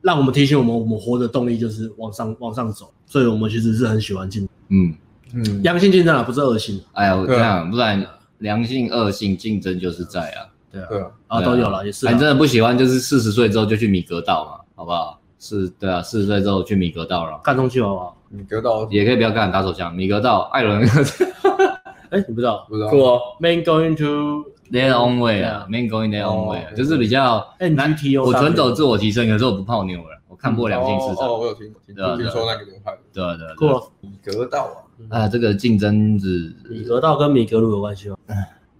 Speaker 2: 让我们提醒我们，我们活的动力就是往上往上走，所以我们其实是很喜欢竞争，
Speaker 1: 嗯，
Speaker 3: 嗯，
Speaker 2: 良性竞争啊，不是恶性
Speaker 1: 哎呀，我这
Speaker 3: 对啊
Speaker 1: 样，不然良性恶性竞争就是在啊，
Speaker 3: 对啊，
Speaker 2: 啊，
Speaker 1: 对啊
Speaker 2: 都有了，也是啊
Speaker 1: 反正真的不喜欢，就是四十岁之后就去米格道嘛，好不好？是，对啊，四十岁之后去米格道了，
Speaker 2: 看充气娃娃，
Speaker 3: 你得到
Speaker 1: 也可以不要干打手枪，米格道、艾 伦格
Speaker 2: 哎，你不知道
Speaker 3: 不知道，
Speaker 1: 过
Speaker 2: ，Man going to
Speaker 1: their own way 啊
Speaker 2: 对啊
Speaker 1: ，man going their own way，啊
Speaker 3: 哦
Speaker 1: 就是比较
Speaker 2: NGTO
Speaker 1: 我纯走自我提升，可是我不泡妞了，我看破良性市
Speaker 2: 嗯
Speaker 3: 哦，
Speaker 1: 场，
Speaker 3: 哦我有听听
Speaker 1: 对啊
Speaker 3: 听说那个流派，
Speaker 1: 对啊对啊对啊，
Speaker 2: 过
Speaker 3: 你得到啊，
Speaker 1: 啊，这个竞争子，
Speaker 2: 米格道跟米格鲁有关系吗？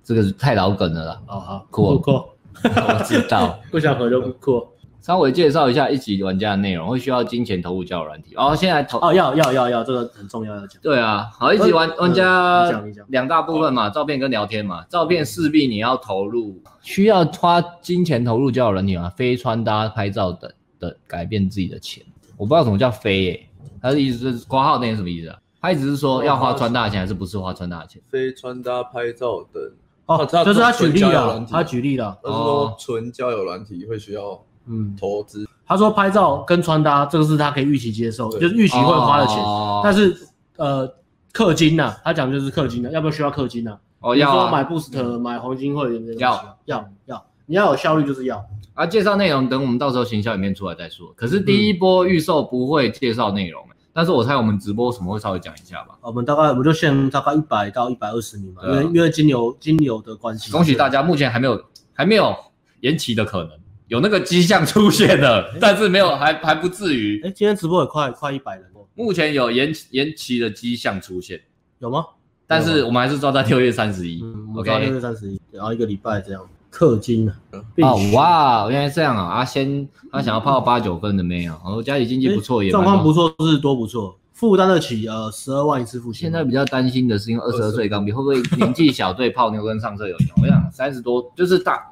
Speaker 1: 这个是太老梗了 啦，
Speaker 2: 哦嗯好，
Speaker 1: 过
Speaker 2: 过。
Speaker 1: 我知道。
Speaker 2: 不想合就不酷哦
Speaker 1: 稍微介绍一下一级玩家的内容，会需要金钱投入交友软体。哦，现在投
Speaker 2: 哦，要要要要，这个很重要要讲。
Speaker 1: 对啊，好，一级玩
Speaker 2: 嗯
Speaker 1: 玩
Speaker 2: 你
Speaker 1: 家
Speaker 2: 讲你讲
Speaker 1: 两大部分嘛，照片跟聊天嘛。照片势必你要投入，需要花金钱投入交友软体嘛，非穿搭、拍照等的改变自己的钱。我不知道什么叫非耶、他的意思就是挂号那是什么意思啊？他意思是说要花穿搭的钱，还是不是花穿搭的钱？
Speaker 3: 非穿搭、拍照等，
Speaker 2: 哦，
Speaker 3: 他
Speaker 2: 就是他举例
Speaker 3: 纯交友
Speaker 2: 了
Speaker 3: 软，体
Speaker 2: 他举例了，
Speaker 3: 但是
Speaker 1: 哦
Speaker 3: 说纯交友软体会需要
Speaker 2: 嗯，
Speaker 3: 投资，
Speaker 2: 他说拍照跟穿搭这个是他可以预期接受，
Speaker 3: 对
Speaker 2: 就是预期会花的钱，
Speaker 1: 哦
Speaker 2: 但是呃氪金呐，他讲就是氪金的，要不要需要氪金呢？
Speaker 1: 哦
Speaker 2: 比如
Speaker 1: 要
Speaker 2: 说买
Speaker 1: 啊
Speaker 2: Boost 呃买黄金会员这些东西啊
Speaker 1: 要
Speaker 2: 要要，你要有效率就是要，
Speaker 1: 啊！介绍内容等我们到时候行销里面出来再说。可是第一波预售不会介绍内容、但是我猜我们直播什么会稍微讲一下吧。
Speaker 2: 哦我们大概我们就限大概一百到一百二十米嘛，因
Speaker 1: 对啊
Speaker 2: 为因为金牛金牛的关系，
Speaker 1: 恭喜大家，目前还没有还没有延期的可能，有那个迹象出现了，但是没有还还不至于。
Speaker 2: 哎，今天直播也快快一百人了，哦
Speaker 1: 目前有延延期的迹象出现，
Speaker 2: 有吗？
Speaker 1: 但是我们还是抓在六月三十一。
Speaker 2: 嗯，我到六
Speaker 1: OK，
Speaker 2: 月三十一，然后一个礼拜这样氪金啊，必
Speaker 1: 哦
Speaker 2: 须
Speaker 1: 哇，原来这样啊！阿仙他想要泡八九分的妹啊，然后家里经济不错，也蛮
Speaker 2: 哎状况不
Speaker 1: 好。
Speaker 2: 错是多不错，负担得起呃十二万一次付息。
Speaker 1: 现在比较担心的是，因为二十二岁刚毕业，会不会年纪小对泡妞跟上课有影响？ 我想三十多就是大，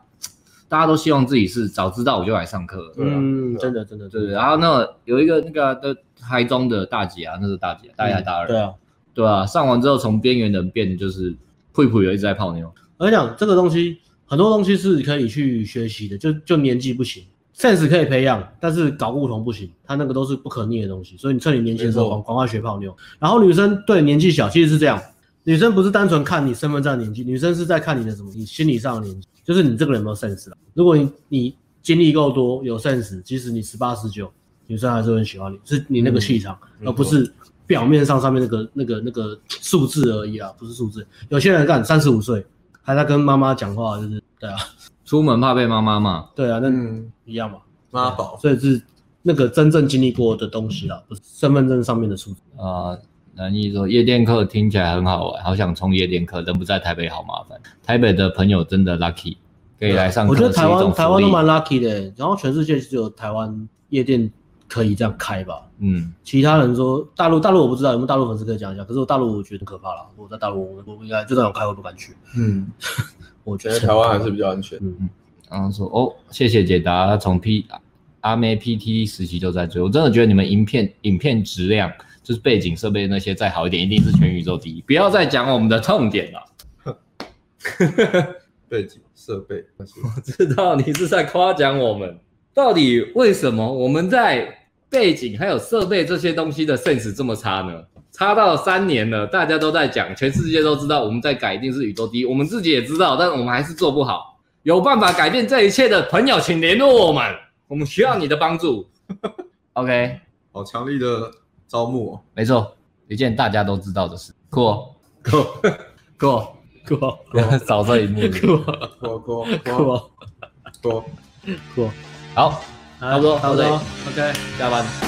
Speaker 1: 大家都希望自己是早知道我就来上课了。
Speaker 3: 对啊
Speaker 2: 嗯，
Speaker 3: 对啊
Speaker 2: 真的真的真
Speaker 1: 对，
Speaker 2: 的，
Speaker 1: 然后那个有一个那个的台中的大姐啊，那是大姐，大一还大二，
Speaker 2: 对啊。
Speaker 1: 对啊，上完之后从边缘人变就是会不会有一直在泡妞，
Speaker 2: 我跟你讲，这个东西很多东西是可以去学习的，就就年纪不行，sense 可以培养，但是搞不同不行，它那个都是不可逆的东西。所以你趁你年轻的时候
Speaker 3: 没错
Speaker 2: 赶赶快学泡妞。然后女生对年纪小，其实是这样，女生不是单纯看你身份证的年纪，女生是在看你的什么，你心理上的年纪，就是你这个人有没有 sense 啦。如果你你经历够多，有 sense，即使你十八十九，女生还是会很喜欢你，是你那个气场，
Speaker 3: 嗯
Speaker 2: 而不是表面上上面那个那个那个数字而已啊，不是数字。有些人干三十五岁还在跟妈妈讲话，就是对啊，
Speaker 1: 出门怕被妈妈骂，
Speaker 2: 对啊，那
Speaker 3: 嗯，
Speaker 2: 一样嘛。
Speaker 3: 妈宝，
Speaker 2: 所以是那个真正经历过的东西啦，啊不是身份证上面的数字。
Speaker 1: 呃，南艺说夜店课听起来很好玩，好想冲夜店课，人不在台北好麻烦，台北的朋友真的 lucky，可以来上课
Speaker 2: 我
Speaker 1: 是
Speaker 2: 觉
Speaker 1: 一
Speaker 2: 得台湾
Speaker 1: 种
Speaker 2: 台湾
Speaker 1: 福
Speaker 2: 都
Speaker 1: 利，
Speaker 2: 蛮 lucky 的欸、然后全世界只有台湾夜店可以这样开吧。
Speaker 1: 嗯，
Speaker 2: 其他人说大陆，大陆我不知道有没有大陆粉丝可以讲一下。可是我大陆我觉得很可怕了，我在大陆我我应该就算有开我都不敢去。
Speaker 3: 嗯，
Speaker 2: 我觉
Speaker 3: 觉
Speaker 2: 得
Speaker 3: 得台湾还是比较安全，
Speaker 2: 嗯，
Speaker 1: 然后说哦，谢谢解答。他从 P 阿妹 PT 时期就在追，我真的觉得你们影片影片质量就是背景设备那些再好一点，一定是全宇宙第一。不要再讲我们的痛点了，
Speaker 3: 背景设备那些，
Speaker 1: 我知道你是在夸奖我们，到底为什么我们在背景还有设备这些东西的 sense 这么差呢？差到三年了，大家都在讲，全世界都知道我们在改，一定是宇宙第一，我们自己也知道，但我们还是做不好。有办法改变这一切的朋友，请联络我们，我们需要你的帮 助。OK，
Speaker 3: 好强力的招募、 哦，
Speaker 1: 没错，一件大家都知道的事。酷哦
Speaker 3: 酷
Speaker 1: 酷 哦
Speaker 2: 酷哦
Speaker 1: 酷哦，少这一幕。
Speaker 2: 酷哦
Speaker 3: 多多
Speaker 2: 酷
Speaker 3: 多
Speaker 2: 哦
Speaker 3: 多。
Speaker 2: 酷哦，
Speaker 1: 好，差不多
Speaker 2: 差不多
Speaker 1: 到
Speaker 2: ，OK。
Speaker 1: 下班。